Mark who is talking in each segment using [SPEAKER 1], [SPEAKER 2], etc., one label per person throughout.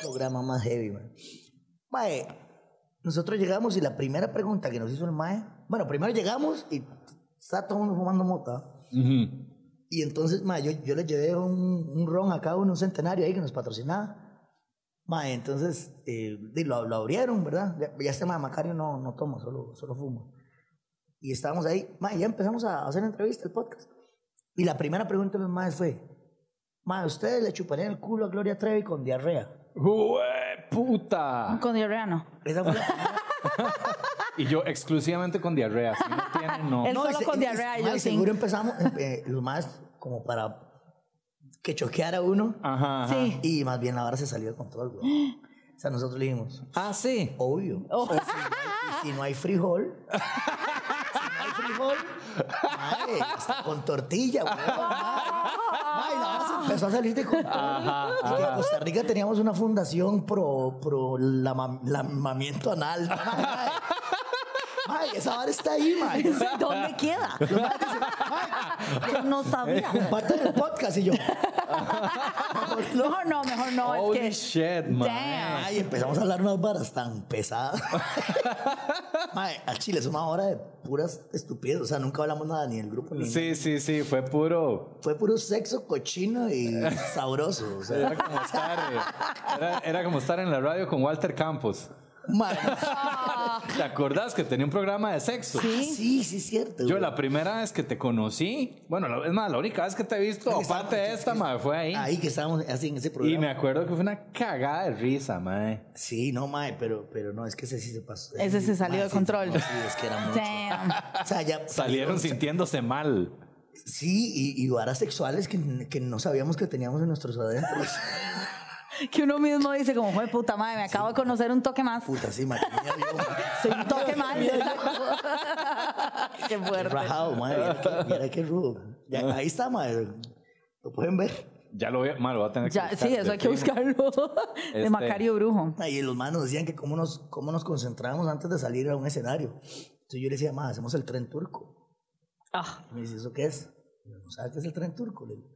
[SPEAKER 1] programa más heavy, man. Mae, nosotros llegamos y la primera pregunta que nos hizo el Mae. Bueno, primero llegamos y está todo el mundo fumando mota.
[SPEAKER 2] Ujú.
[SPEAKER 1] Y entonces, mae, yo, yo le llevé un, un ron a cada uno, un centenario ahí que nos patrocinaba. Mae, entonces, eh, y lo, lo abrieron, ¿verdad? Ya, ya este mae Macario no, no toma, solo, solo fuma. Y estábamos ahí, mae, ya empezamos a hacer entrevista, el podcast. Y la primera pregunta de los maes fue, mae, ¿ustedes le chuparían el culo a Gloria Trevi con diarrea?
[SPEAKER 2] ¡Jue- puta!
[SPEAKER 3] Con diarrea no.
[SPEAKER 1] Esa fue la-
[SPEAKER 2] Y yo exclusivamente con diarrea. Si no tiene, no.
[SPEAKER 3] El- Él solo
[SPEAKER 1] ese-
[SPEAKER 3] con
[SPEAKER 1] ese-
[SPEAKER 3] diarrea,
[SPEAKER 1] mae,
[SPEAKER 3] yo sin.
[SPEAKER 1] Seguro empezamos, eh, los más como para que choqueara uno.
[SPEAKER 2] Ajá. ajá.
[SPEAKER 3] Sí.
[SPEAKER 1] Y más bien la vara se salió de control, güey. O sea, nosotros le dijimos,
[SPEAKER 2] Ah, sí.
[SPEAKER 1] obvio.
[SPEAKER 3] Oh.
[SPEAKER 1] O si, no hay, y si no hay frijol, si no hay frijol, madre, hasta con tortilla, güey. Madre, Madre, la vara se empezó a salir de control. Y que en Costa Rica teníamos una fundación pro, pro la, mam- la mamamiento anal. Madre, madre, esa vara está ahí, madre.
[SPEAKER 3] ¿Dónde queda? Yo no sabía.
[SPEAKER 1] Compartan el podcast y yo.
[SPEAKER 3] No, no, mejor no.
[SPEAKER 2] Holy
[SPEAKER 3] Es que.
[SPEAKER 2] shit, man.
[SPEAKER 3] Damn.
[SPEAKER 1] Ay, empezamos a hablar unas varas tan pesadas. Mae, al chile es una hora de puras estupideces. O sea, nunca hablamos nada ni del grupo ni nada.
[SPEAKER 2] Sí, sí, sí, fue puro.
[SPEAKER 1] Fue puro sexo cochino y sabroso. O sea,
[SPEAKER 2] Era como estar, eh, era, era como estar en la radio con Walter Campos.
[SPEAKER 1] mae,
[SPEAKER 2] ¿Te acordás que tenía un programa de sexo?
[SPEAKER 1] sí, sí, es cierto.
[SPEAKER 2] Yo
[SPEAKER 1] güey.
[SPEAKER 2] la primera vez que te conocí, bueno, la- es más, la única vez que te he visto,
[SPEAKER 1] Creo que
[SPEAKER 2] aparte de
[SPEAKER 1] estábamos-
[SPEAKER 2] esta, madre, fue ahí.
[SPEAKER 1] Ahí que estábamos así en ese
[SPEAKER 2] Y me
[SPEAKER 1] programa.
[SPEAKER 2] acuerdo que fue una cagada de risa, madre.
[SPEAKER 1] Sí, no, mae, pero, pero no, es que ese sí se pasó.
[SPEAKER 3] Ese se
[SPEAKER 1] Sí,
[SPEAKER 3] salió
[SPEAKER 1] mae,
[SPEAKER 3] de
[SPEAKER 1] sí,
[SPEAKER 3] control.
[SPEAKER 1] no, sí, es que era mucho.
[SPEAKER 3] Damn.
[SPEAKER 1] O sea, ya
[SPEAKER 2] Salieron sintiéndose mal.
[SPEAKER 1] Sí, y, y varas sexuales que, que no sabíamos que teníamos en nuestros adentros.
[SPEAKER 3] Que uno mismo dice, como, joder, puta madre, me acabo de conocer un toque más.
[SPEAKER 1] Puta, sí, mae, tenía yo, mae.
[SPEAKER 3] Soy un toque más. Qué fuerte.
[SPEAKER 1] Rajado, madre. Mira qué, mira qué rudo. Ya, ahí está, madre. Lo pueden ver.
[SPEAKER 2] Ya lo voy, a- madre, lo voy a tener que
[SPEAKER 3] Ya,
[SPEAKER 2] buscar,
[SPEAKER 3] sí, eso hay que
[SPEAKER 2] de fijo.
[SPEAKER 3] buscarlo. De
[SPEAKER 2] Este-
[SPEAKER 3] Macario Brujo.
[SPEAKER 1] Ahí los manos decían que cómo nos, cómo nos concentrábamos antes de salir a un escenario. Entonces yo le decía, madre, hacemos el tren turco.
[SPEAKER 3] Ah,
[SPEAKER 1] Y me dice, ¿eso qué es? Y yo, no sabes qué es el tren turco. Le digo,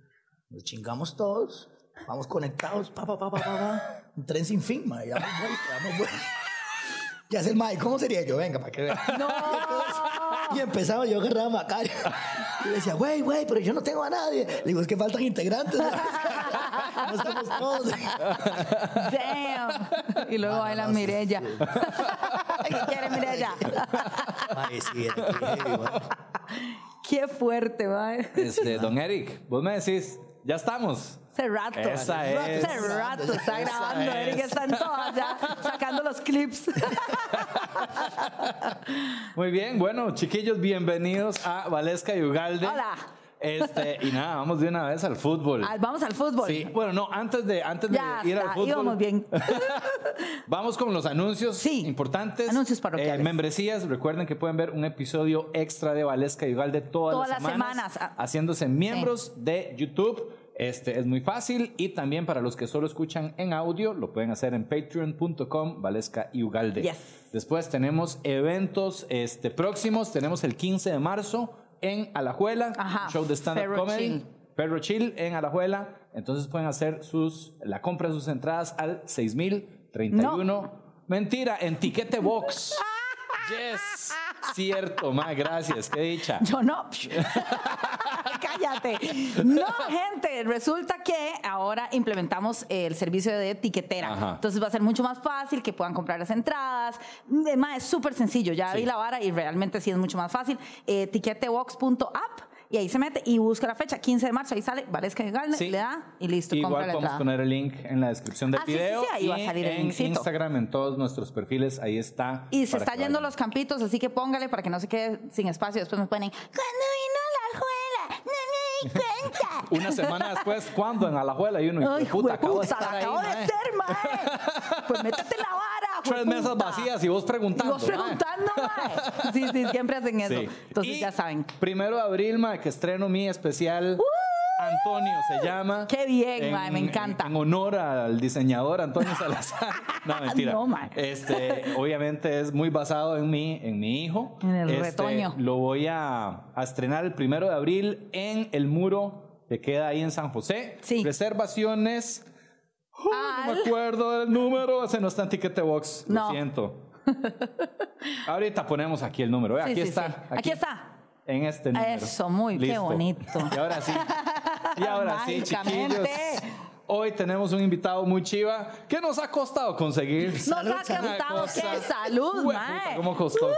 [SPEAKER 1] nos chingamos todos, vamos conectados, pa, pa, pa, pa, pa, pa. Un tren sin fin, madre. Ya damos vuelta, damos vuelta. Y hace el madre, ¿cómo sería yo? Venga, para que vean. Y empezaba yo agarraba a Macario. Y le decía, güey, güey, pero yo no tengo a nadie. Le digo, es que faltan integrantes. No estamos todos.
[SPEAKER 3] damn. Y luego
[SPEAKER 1] Mano,
[SPEAKER 3] baila
[SPEAKER 1] no, sí,
[SPEAKER 3] Mirella.
[SPEAKER 1] sí.
[SPEAKER 3] ¿Qué quiere Mirella?
[SPEAKER 1] Ay, sí, era que heavy, güey.
[SPEAKER 3] Qué fuerte, madre.
[SPEAKER 2] Este, don Eric, vos me decís, ya estamos.
[SPEAKER 3] Hace rato.
[SPEAKER 2] Esa es.
[SPEAKER 3] Hace rato está
[SPEAKER 1] Esa
[SPEAKER 3] grabando,
[SPEAKER 2] es.
[SPEAKER 3] Eric está en todas ya, sacando los clips.
[SPEAKER 2] Muy bien, bueno, chiquillos, bienvenidos a Valesca y Ugalde.
[SPEAKER 3] Hola.
[SPEAKER 2] Este, y nada, vamos de una vez al fútbol.
[SPEAKER 3] Ah, Vamos al fútbol.
[SPEAKER 2] Sí, bueno, no, antes de, antes de
[SPEAKER 3] Ya
[SPEAKER 2] ir al
[SPEAKER 3] está,
[SPEAKER 2] fútbol.
[SPEAKER 3] íbamos bien.
[SPEAKER 2] Vamos con los anuncios
[SPEAKER 3] Sí,
[SPEAKER 2] importantes.
[SPEAKER 3] anuncios parroquiales.
[SPEAKER 2] Eh, membresías, recuerden que pueden ver un episodio extra de Valesca y Ugalde todas,
[SPEAKER 3] Todas
[SPEAKER 2] las
[SPEAKER 3] las
[SPEAKER 2] semanas.
[SPEAKER 3] semanas, ah.
[SPEAKER 2] Haciéndose miembros de YouTube. Este es muy fácil. Y también para los que solo escuchan en audio, lo pueden hacer en patreon.com, Valesca y Ugalde.
[SPEAKER 3] Yes.
[SPEAKER 2] Después tenemos eventos este, próximos. Tenemos el 15 de marzo en Alajuela,
[SPEAKER 3] Ajá,
[SPEAKER 2] un show de stand-up
[SPEAKER 3] Ferro
[SPEAKER 2] comedy.
[SPEAKER 3] Chill.
[SPEAKER 2] Ferro Chill en Alajuela. Entonces pueden hacer sus, la compra de sus entradas al 6031. Mentira, en Tiquete Box. yes. Cierto, más gracias. Qué dicha.
[SPEAKER 3] Yo no. Cállate. No, gente, resulta que ahora implementamos el servicio de etiquetera.
[SPEAKER 2] Ajá.
[SPEAKER 3] Entonces va a ser mucho más fácil que puedan comprar las entradas. Además, es súper sencillo. Ya
[SPEAKER 2] Sí.
[SPEAKER 3] vi la vara y realmente sí es mucho más fácil. Eh, Tiquetebox.app y ahí se mete y busca la fecha, 15 de marzo. Ahí sale, Valesca y Galne,
[SPEAKER 2] Sí.
[SPEAKER 3] le da y listo, compra
[SPEAKER 2] Igual
[SPEAKER 3] la
[SPEAKER 2] vamos a
[SPEAKER 3] entrada.
[SPEAKER 2] poner el link en la descripción del
[SPEAKER 3] Ah, sí, sí,
[SPEAKER 2] video.
[SPEAKER 3] sí, ahí va a
[SPEAKER 2] y
[SPEAKER 3] salir el
[SPEAKER 2] en
[SPEAKER 3] linkcito.
[SPEAKER 2] Instagram, en todos nuestros perfiles, ahí está.
[SPEAKER 3] Y se
[SPEAKER 2] para
[SPEAKER 3] está
[SPEAKER 2] que
[SPEAKER 3] yendo
[SPEAKER 2] vayan.
[SPEAKER 3] los campitos, así que póngale para que no se quede sin espacio. Después me ponen, cuando vino la juela, no me di cuenta.
[SPEAKER 2] Una semana después, ¿cuándo? En Alajuela y uno. hijo de
[SPEAKER 3] Ay,
[SPEAKER 2] puta, acabo de
[SPEAKER 3] jueputa,
[SPEAKER 2] estar
[SPEAKER 3] la
[SPEAKER 2] ahí,
[SPEAKER 3] acabo de
[SPEAKER 2] mae.
[SPEAKER 3] ser, mae. Pues métete la vara,
[SPEAKER 2] Tres
[SPEAKER 3] jueputa.
[SPEAKER 2] mesas vacías y vos
[SPEAKER 3] Y
[SPEAKER 2] preguntando.
[SPEAKER 3] vos
[SPEAKER 2] mae.
[SPEAKER 3] preguntando, mae. Sí, sí, siempre hacen eso.
[SPEAKER 2] Sí.
[SPEAKER 3] Entonces
[SPEAKER 2] Y
[SPEAKER 3] ya saben.
[SPEAKER 2] Primero de abril, ma, que estreno mi especial. Antonio se llama.
[SPEAKER 3] Qué bien, ma, me encanta.
[SPEAKER 2] En, honor al diseñador Antonio Salazar. no, mentira.
[SPEAKER 3] No, ma.
[SPEAKER 2] Este, obviamente es muy basado en mi, en mi hijo.
[SPEAKER 3] En el
[SPEAKER 2] Este,
[SPEAKER 3] retoño.
[SPEAKER 2] Lo voy a, a estrenar el primero de abril en el muro que queda ahí en San José.
[SPEAKER 3] Sí.
[SPEAKER 2] Reservaciones. No me acuerdo del número, ese no está en Tiquete Box. Lo
[SPEAKER 3] No.
[SPEAKER 2] siento. Ahorita ponemos aquí el número. Vea,
[SPEAKER 3] Sí,
[SPEAKER 2] aquí
[SPEAKER 3] sí,
[SPEAKER 2] está.
[SPEAKER 3] sí. Aquí está.
[SPEAKER 2] En este número.
[SPEAKER 3] Eso, muy- qué bonito.
[SPEAKER 2] Y ahora sí. Y ahora sí,
[SPEAKER 3] Mágicamente.
[SPEAKER 2] chiquillos. Hoy tenemos un invitado muy chiva que nos ha costado conseguir.
[SPEAKER 3] Nos
[SPEAKER 1] Salud,
[SPEAKER 3] ha
[SPEAKER 1] salud.
[SPEAKER 3] cantado
[SPEAKER 2] Cosa-
[SPEAKER 3] que salud,
[SPEAKER 2] Hueputa,
[SPEAKER 3] mae.
[SPEAKER 2] ¿Cómo costó?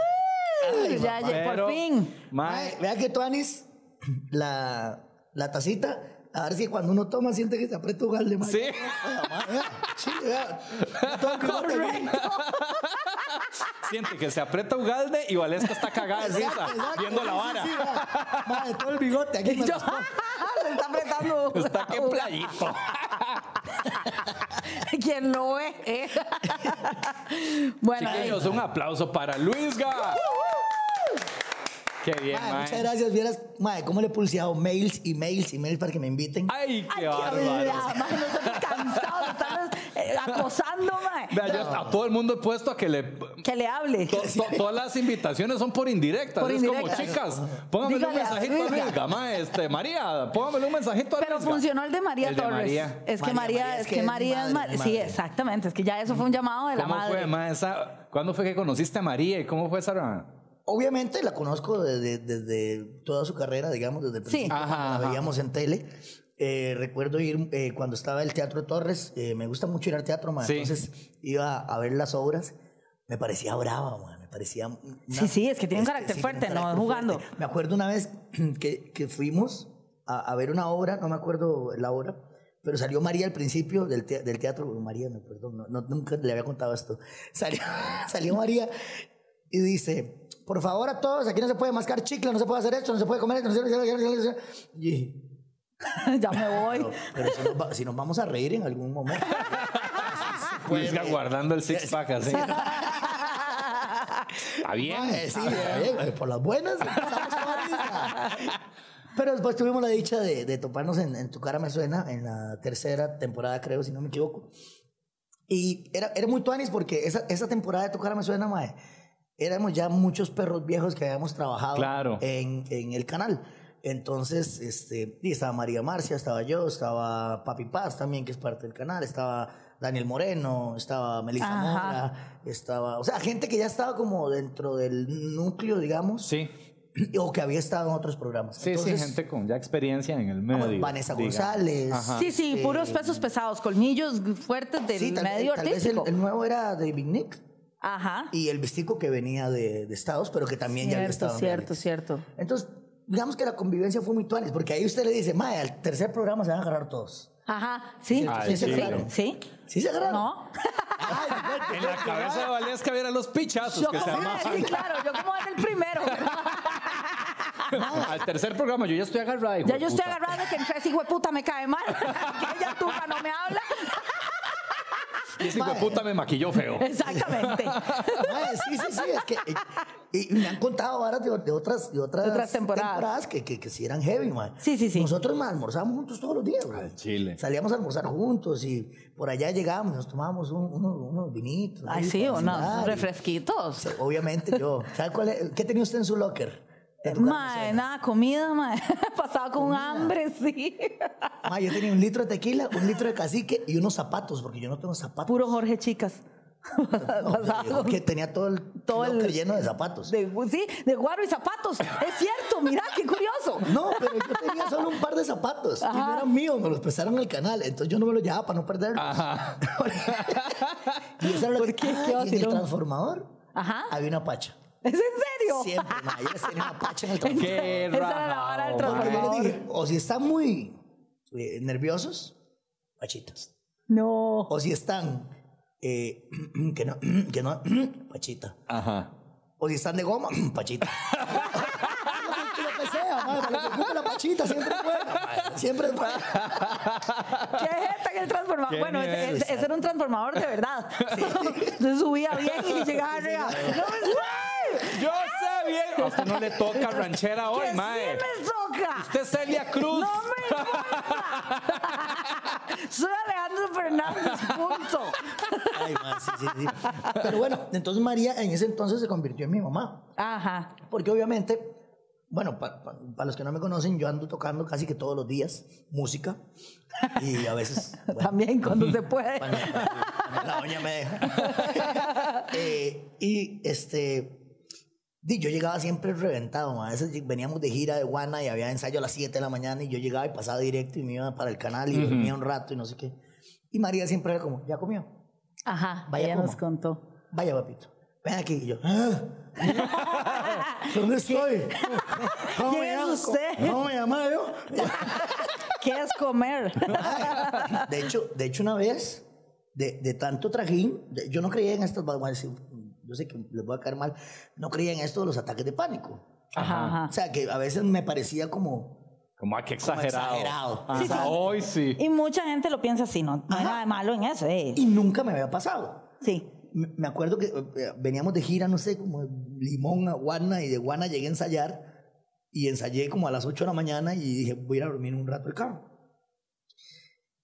[SPEAKER 3] Ay, ya,
[SPEAKER 1] papá.
[SPEAKER 3] ya,
[SPEAKER 2] Pero,
[SPEAKER 3] por fin.
[SPEAKER 2] mae,
[SPEAKER 1] Mae, vea que Tuanis, la, la tacita, a ver si cuando uno toma siente que se aprieta un galde, mae.
[SPEAKER 2] Sí.
[SPEAKER 1] Vea, mae, vea. Sí, vea. Todo bigote, mae.
[SPEAKER 2] Siente que se aprieta Ugalde y Valesca Ah, está cagada de
[SPEAKER 1] Exacto,
[SPEAKER 2] risa,
[SPEAKER 1] exacto.
[SPEAKER 2] viendo la
[SPEAKER 1] Sí,
[SPEAKER 2] vara.
[SPEAKER 1] sí, sí, vea. Mae, todo el bigote aquí. me
[SPEAKER 3] Yo,
[SPEAKER 1] lo-
[SPEAKER 3] le está apretando.
[SPEAKER 2] Está que playito.
[SPEAKER 3] Quien lo ve. eh. bueno, ahí. Uh,
[SPEAKER 2] Chiquillos, un aplauso para Luisga. Qué bien,
[SPEAKER 1] Mae,
[SPEAKER 2] mae.
[SPEAKER 1] muchas gracias. Vieras, mae, cómo le he pulseado mails y mails y mails para que me inviten.
[SPEAKER 2] Ay,
[SPEAKER 3] Ay,
[SPEAKER 2] qué
[SPEAKER 3] qué
[SPEAKER 2] bárbaro.
[SPEAKER 3] hablada, mae, nosotros cansados de estarles, eh, acosando, mae.
[SPEAKER 2] Vea, yo a todo el mundo he puesto a que le.
[SPEAKER 3] Que le hable.
[SPEAKER 2] to- to- todas las invitaciones son por indirectas.
[SPEAKER 3] Por
[SPEAKER 2] es
[SPEAKER 3] indirectas.
[SPEAKER 2] como, chicas, póngamele un
[SPEAKER 3] Dígale a
[SPEAKER 2] mensajito a
[SPEAKER 3] Luisga.
[SPEAKER 2] Luisga, mae, este, María, póngamele un mensajito a
[SPEAKER 3] Pero
[SPEAKER 2] Luisga.
[SPEAKER 3] funcionó el de María
[SPEAKER 2] El de
[SPEAKER 3] Torres.
[SPEAKER 2] María.
[SPEAKER 3] Es que María, es que
[SPEAKER 1] mi
[SPEAKER 3] María es
[SPEAKER 1] madre,
[SPEAKER 3] madre.
[SPEAKER 1] mi
[SPEAKER 3] Sí,
[SPEAKER 1] madre.
[SPEAKER 3] exactamente. Es que ya eso fue un llamado de la
[SPEAKER 2] ¿Cómo
[SPEAKER 3] madre.
[SPEAKER 2] fue, mae, esa- ¿Cuándo fue que conociste a María y cómo fue esa?
[SPEAKER 1] Obviamente la conozco desde, desde toda su carrera, digamos, desde el
[SPEAKER 3] Sí.
[SPEAKER 1] principio,
[SPEAKER 2] Ajá,
[SPEAKER 1] cuando
[SPEAKER 2] ajá.
[SPEAKER 1] la veíamos en tele. Eh, recuerdo ir eh, cuando estaba el Teatro Torres, eh, me gusta mucho ir al teatro, man.
[SPEAKER 2] Sí.
[SPEAKER 1] entonces iba a ver las obras, me parecía brava, man, me parecía... una-
[SPEAKER 3] Sí, sí, es que tiene un carácter
[SPEAKER 1] Este, tiene
[SPEAKER 3] fuerte, ¿no?
[SPEAKER 1] carácter
[SPEAKER 3] Jugando.
[SPEAKER 1] fuerte. Me acuerdo una vez que, que fuimos a, a ver una obra, no me acuerdo la obra, pero salió María al principio del, te- del teatro, María, no, perdón, no, no- nunca le había contado esto. Salió, salió María y dice, por favor a todos, aquí no se puede mascar chicle, no se puede hacer esto, no se puede comer esto, no se puede hacer esto. Y dije,
[SPEAKER 3] ya me voy.
[SPEAKER 1] pero, pero si, nos va- si nos vamos a reír en algún momento. Pues, eh,
[SPEAKER 2] Luisga guardando el six pack así. Está bien.
[SPEAKER 1] Mae, sí, eh, eh, por las buenas. empezamos toda la risa. Pero después tuvimos la dicha de, de toparnos en, en Tu Cara Me Suena, en la tercera temporada, creo, si no me equivoco. Y era, era muy tuanis porque esa, esa temporada de Tu Cara Me Suena, mae, éramos ya muchos perros viejos que habíamos trabajado
[SPEAKER 2] Claro.
[SPEAKER 1] en, en el canal. Entonces, este, y estaba María Marcia, estaba yo, estaba Papi Paz también, que es parte del canal, estaba Daniel Moreno, estaba Melissa
[SPEAKER 3] Ajá.
[SPEAKER 1] Mora, estaba, o sea, gente que ya estaba como dentro del núcleo, digamos,
[SPEAKER 2] Sí,
[SPEAKER 1] o que había estado en otros programas.
[SPEAKER 2] sí,
[SPEAKER 1] Entonces,
[SPEAKER 2] sí, gente con ya experiencia en el medio.
[SPEAKER 1] como Vanessa
[SPEAKER 2] diga.
[SPEAKER 1] González.
[SPEAKER 3] Sí, sí,
[SPEAKER 1] eh,
[SPEAKER 3] puros pesos pesados, colmillos fuertes del
[SPEAKER 1] sí, tal,
[SPEAKER 3] medio
[SPEAKER 1] tal vez el,
[SPEAKER 3] artístico.
[SPEAKER 1] el nuevo era David Nick
[SPEAKER 3] Ajá.
[SPEAKER 1] y el vestico que venía de, de Estados, pero que también ya había
[SPEAKER 3] Cierto,
[SPEAKER 1] estado en
[SPEAKER 3] cierto,
[SPEAKER 1] realities.
[SPEAKER 3] cierto.
[SPEAKER 1] Entonces, digamos que la convivencia fue muy tuanis, porque ahí usted le dice, mae, al tercer programa se van a agarrar todos.
[SPEAKER 3] Ajá, sí.
[SPEAKER 2] Ay,
[SPEAKER 1] sí, sí,
[SPEAKER 3] sí,
[SPEAKER 1] claro.
[SPEAKER 3] sí.
[SPEAKER 1] ¿Sí se agarraron?
[SPEAKER 3] No.
[SPEAKER 1] Ay, no, que-
[SPEAKER 2] En la cabeza de Valesca viera los pichazos
[SPEAKER 3] Yo
[SPEAKER 2] que se
[SPEAKER 3] como
[SPEAKER 2] armaban.
[SPEAKER 3] sí, claro, yo como es el primero.
[SPEAKER 2] Al tercer programa yo ya estoy agarrada. hijo
[SPEAKER 3] Ya
[SPEAKER 2] de
[SPEAKER 3] yo estoy
[SPEAKER 2] puta.
[SPEAKER 3] agarrada que entré, ese hijo de puta me cae mal. que ella tufa no me habla.
[SPEAKER 2] Y ese hijo de
[SPEAKER 1] Mae.
[SPEAKER 2] puta me maquilló feo.
[SPEAKER 3] Exactamente.
[SPEAKER 1] Mae, sí, sí, sí, es que... eh, Y, y me han contado varas de, de otras, de otras,
[SPEAKER 3] De otras temporadas.
[SPEAKER 1] que, que, que sí eran heavy, mae.
[SPEAKER 3] Sí, sí, sí.
[SPEAKER 1] Nosotros, mae, almorzábamos juntos todos los días, mae.
[SPEAKER 2] Al chile.
[SPEAKER 1] Salíamos a almorzar juntos y por allá llegábamos, nos tomábamos un- unos, unos vinitos.
[SPEAKER 3] Ay,
[SPEAKER 1] ahí
[SPEAKER 3] sí,
[SPEAKER 1] para
[SPEAKER 3] o no.
[SPEAKER 1] cenar y-
[SPEAKER 3] Refresquitos. Eh,
[SPEAKER 1] Obviamente yo. ¿Sabe cuál es? ¿Qué tenía usted en su locker? De tu
[SPEAKER 3] Mae, nada, comida, mae. Pasaba con hambre, sí.
[SPEAKER 1] Ma, yo tenía un litro de tequila, un litro de cacique y unos zapatos, porque yo no tengo zapatos.
[SPEAKER 3] Puro Jorge, chicas.
[SPEAKER 1] No, o sea,
[SPEAKER 3] Pasaba
[SPEAKER 1] yo
[SPEAKER 3] con-
[SPEAKER 1] que tenía todo el
[SPEAKER 3] Todo el-
[SPEAKER 1] locker lleno de zapatos.
[SPEAKER 3] de, sí, de guaro y zapatos. Es cierto, mira, qué curioso.
[SPEAKER 1] No, pero yo tenía solo un par de zapatos y
[SPEAKER 3] Ajá.
[SPEAKER 1] no eran míos, me los prestaron al canal, entonces yo no me los llevaba para no perderlos.
[SPEAKER 2] Ajá.
[SPEAKER 1] y eso era lo que
[SPEAKER 3] ¿Por qué?
[SPEAKER 1] Ah,
[SPEAKER 3] Qué
[SPEAKER 1] y en el
[SPEAKER 3] vacilón.
[SPEAKER 1] transformador
[SPEAKER 3] Ajá.
[SPEAKER 1] había una pacha.
[SPEAKER 3] ¿Es en serio?
[SPEAKER 1] Siempre, ma, yo tenía una pacha en el transformador.
[SPEAKER 2] Qué
[SPEAKER 3] Esa era la vara del
[SPEAKER 2] rajao,
[SPEAKER 1] Porque yo
[SPEAKER 3] transformador.
[SPEAKER 1] les dije, o si están muy eh, nerviosos, pachitas.
[SPEAKER 3] No.
[SPEAKER 1] O si están eh, que no, que no, pachita.
[SPEAKER 2] mae. Ajá.
[SPEAKER 1] O si están de goma, pachita. lo que sea, madre, lo que ocupe la pachita siempre es buena, madre, siempre es buena.
[SPEAKER 3] ¿Qué jeta que el transformador?
[SPEAKER 2] Qué
[SPEAKER 3] Bueno, ese,
[SPEAKER 2] nivel.
[SPEAKER 3] ese- ese era un transformador de verdad. Entonces subía bien y llegaba arriba. ¡No me sube!
[SPEAKER 2] Yo sé bien. A usted no le toca ranchera hoy,
[SPEAKER 3] ¡Que
[SPEAKER 2] mae.
[SPEAKER 3] sí me toca!
[SPEAKER 2] Usted es Celia Cruz.
[SPEAKER 3] ¡No me importa! Soy Alejandro Fernández, punto.
[SPEAKER 1] Ay, madre, sí, sí, sí. Pero bueno, entonces María en ese entonces se convirtió en mi mamá.
[SPEAKER 3] Ajá.
[SPEAKER 1] Porque obviamente Bueno, para los que no me conocen, yo ando tocando casi que todos los días música. Y a veces. bueno,
[SPEAKER 3] También cuando se puede.
[SPEAKER 1] cuando- cuando la doña me deja. Eh, y este. di, Yo llegaba siempre reventado, ma. a veces veníamos de gira de Guana y había ensayo a las 7 de la mañana y yo llegaba y pasaba directo y me iba para el canal y dormía un rato y no sé qué. Y María siempre era como, ya comió,
[SPEAKER 3] Ajá,
[SPEAKER 1] Vaya
[SPEAKER 3] ella nos
[SPEAKER 1] coma.
[SPEAKER 3] contó.
[SPEAKER 1] vaya papito, ven aquí. Y yo, "Ah, ¿dónde estoy? ¿Cómo me
[SPEAKER 3] ¿Quién es
[SPEAKER 1] llamo?
[SPEAKER 3] usted?
[SPEAKER 1] ¿Cómo me llamaba yo?
[SPEAKER 3] ¿Qué es comer?
[SPEAKER 1] De hecho, de hecho una vez, de, de tanto trajín, de- yo no creía en estos, bueno, sí, yo sé que les voy a caer mal, no creía en esto de los ataques de pánico.
[SPEAKER 3] Ajá, ajá.
[SPEAKER 1] O sea, que a veces me parecía como,
[SPEAKER 2] Como, ah, qué exagerado.
[SPEAKER 1] exagerado.
[SPEAKER 2] Ah,
[SPEAKER 1] Sí, sí.
[SPEAKER 2] Hoy sí.
[SPEAKER 3] Y mucha gente lo piensa así, no, no hay
[SPEAKER 1] Ajá.
[SPEAKER 3] nada de malo en eso. eh.
[SPEAKER 1] y nunca me había pasado.
[SPEAKER 3] Sí.
[SPEAKER 1] Me me acuerdo que eh, veníamos de gira, no sé, como de Limón a Guana, y de Guana llegué a ensayar, y ensayé como a las 8 de la mañana, y dije, voy a ir a dormir un rato el carro.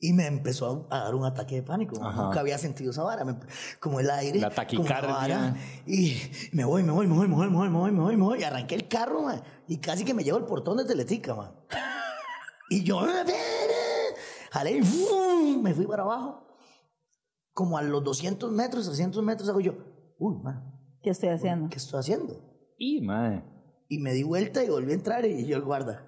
[SPEAKER 1] Y me empezó a a dar un ataque de pánico.
[SPEAKER 2] Ajá.
[SPEAKER 1] Nunca había sentido esa vara. me- como el aire.
[SPEAKER 2] La
[SPEAKER 1] como
[SPEAKER 2] taquicardia.
[SPEAKER 1] vara, y me voy, me voy, me voy, me voy, me voy, me voy, me voy, me voy. Y arranqué el carro, man, Y casi que me llevo el portón de Teletica, man. Y yo... "Eh, Jalé y ¡fum! me fui para abajo. Como a los 200 metros, 300 metros, hago yo... Uy, man,
[SPEAKER 3] ¿Qué estoy haciendo?
[SPEAKER 1] ¿qué estoy haciendo?
[SPEAKER 2] Y, mae.
[SPEAKER 1] Y me di vuelta y volví a entrar y yo el guarda.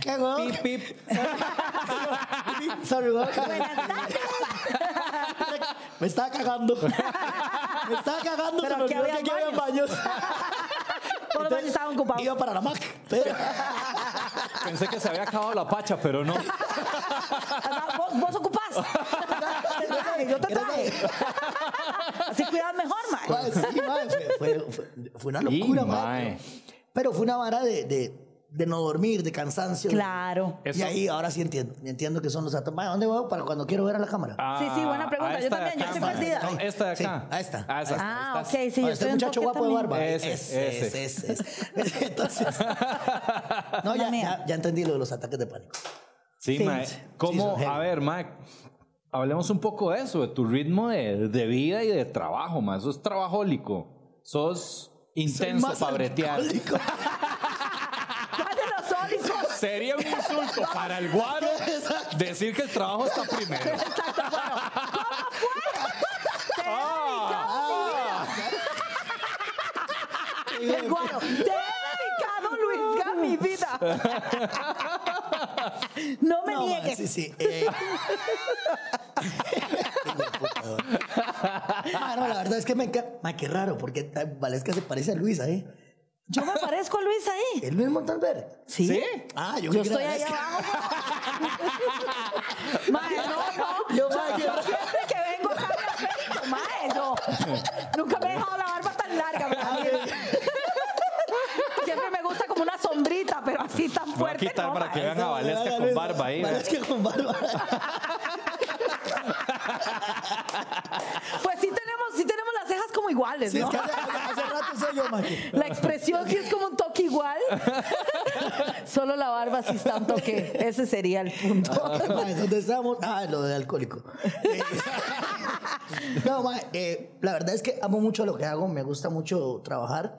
[SPEAKER 1] ¿Qué hago?
[SPEAKER 2] Pip, pip.
[SPEAKER 1] Sorry, weón.
[SPEAKER 3] Pues
[SPEAKER 1] Me estaba cagando. Me estaba cagando.
[SPEAKER 3] Pero
[SPEAKER 1] se me
[SPEAKER 3] aquí
[SPEAKER 1] olvidó
[SPEAKER 3] había
[SPEAKER 1] que aquí había baños.
[SPEAKER 3] Todos los baños estaban ocupados.
[SPEAKER 1] Iba para la Mac. Pero,
[SPEAKER 2] Pensé que se había acabado la pacha, pero no.
[SPEAKER 3] Ajá, ¿Vos, vos ocupás. Te traje, yo te traje. Así cuidas mejor, mae.
[SPEAKER 1] Mae, sí, mae, fue, fue- fue- fue una
[SPEAKER 2] Sí,
[SPEAKER 1] locura,
[SPEAKER 2] mae.
[SPEAKER 1] mae. Pero fue una vara de, de, de no dormir, de cansancio.
[SPEAKER 3] Claro.
[SPEAKER 1] Y ahí ahora sí entiendo. Entiendo que son los atom- Mae, ¿Dónde voy? Para cuando quiero ver a la cámara.
[SPEAKER 2] Ah,
[SPEAKER 3] Sí, sí, buena pregunta.
[SPEAKER 2] a
[SPEAKER 3] Yo
[SPEAKER 2] esta
[SPEAKER 3] también,
[SPEAKER 2] de
[SPEAKER 3] yo estoy
[SPEAKER 2] acá, mae.
[SPEAKER 3] perdida.
[SPEAKER 2] No, esta de
[SPEAKER 1] Sí,
[SPEAKER 2] acá.
[SPEAKER 1] ahí está.
[SPEAKER 2] Ah, esa. Esta-
[SPEAKER 3] Ah, ok, sí, yo
[SPEAKER 1] Cuando
[SPEAKER 3] estoy
[SPEAKER 1] este
[SPEAKER 3] un
[SPEAKER 1] muchacho
[SPEAKER 3] toque
[SPEAKER 1] guapo de
[SPEAKER 3] también.
[SPEAKER 1] barba.
[SPEAKER 2] Ese, ese.
[SPEAKER 1] ese, ese. Entonces. No, ya,
[SPEAKER 3] mía.
[SPEAKER 1] ya, ya entendí lo de los ataques de pánico.
[SPEAKER 2] Sí,
[SPEAKER 3] Sí.
[SPEAKER 2] mae.
[SPEAKER 3] Sí,
[SPEAKER 2] ¿Cómo?
[SPEAKER 1] son heavy.
[SPEAKER 2] a ver, mae. Hablemos un poco de eso, de tu ritmo de, de vida y de trabajo, mae. Sos trabajólico. Sos intenso
[SPEAKER 1] Soy más
[SPEAKER 2] para bretear.
[SPEAKER 1] alcohólico.
[SPEAKER 3] ¿Cuál de los sólidos?
[SPEAKER 2] Sería un insulto para el guaro
[SPEAKER 1] Exacto.
[SPEAKER 2] decir que el trabajo está primero.
[SPEAKER 3] El guaro. Te he dedicado, Luisga, mi vida. No me
[SPEAKER 1] No, ma,
[SPEAKER 3] niegues.
[SPEAKER 1] Sí, sí. eh. Hijo de puta, güey. Ah, no, la verdad es que me encanta. Ma, qué raro, porque ta- Valesca se parece a Luisa, ¿eh?
[SPEAKER 3] Yo me parezco a Luis ahí.
[SPEAKER 1] El mismo Montalver.
[SPEAKER 3] Sí.
[SPEAKER 2] ¿Sí?
[SPEAKER 1] Ah, yo,
[SPEAKER 3] Yo
[SPEAKER 1] creí que
[SPEAKER 3] estoy
[SPEAKER 1] era
[SPEAKER 3] ahí
[SPEAKER 1] Valesca.
[SPEAKER 3] abajo. Mae, no, no.
[SPEAKER 1] Yo, ma, qué raro.
[SPEAKER 3] Siempre que vengo acá me afeito, mae, yo. Nunca me he dejado la barba tan larga, mae. Siempre me gusta como una sombrita, pero así tan
[SPEAKER 2] Voy a
[SPEAKER 3] fuerte.
[SPEAKER 2] quitar
[SPEAKER 3] no,
[SPEAKER 2] para que
[SPEAKER 3] mae.
[SPEAKER 2] vean a Valesca con barba ahí. mae.
[SPEAKER 1] Valesca con barba.
[SPEAKER 3] Pues sí tenemos, sí tenemos las cejas como iguales,
[SPEAKER 1] Sí, es
[SPEAKER 3] ¿no?
[SPEAKER 1] que hace, hace rato soy yo, ma, que-
[SPEAKER 3] La expresión sí es como un toque igual. Solo la barba sí está un toque. Ese sería el punto.
[SPEAKER 1] Ma, ¿Dónde estamos? Ah, lo de alcohólico. Eh, no, ma, eh, la verdad es que amo mucho lo que hago, me gusta mucho trabajar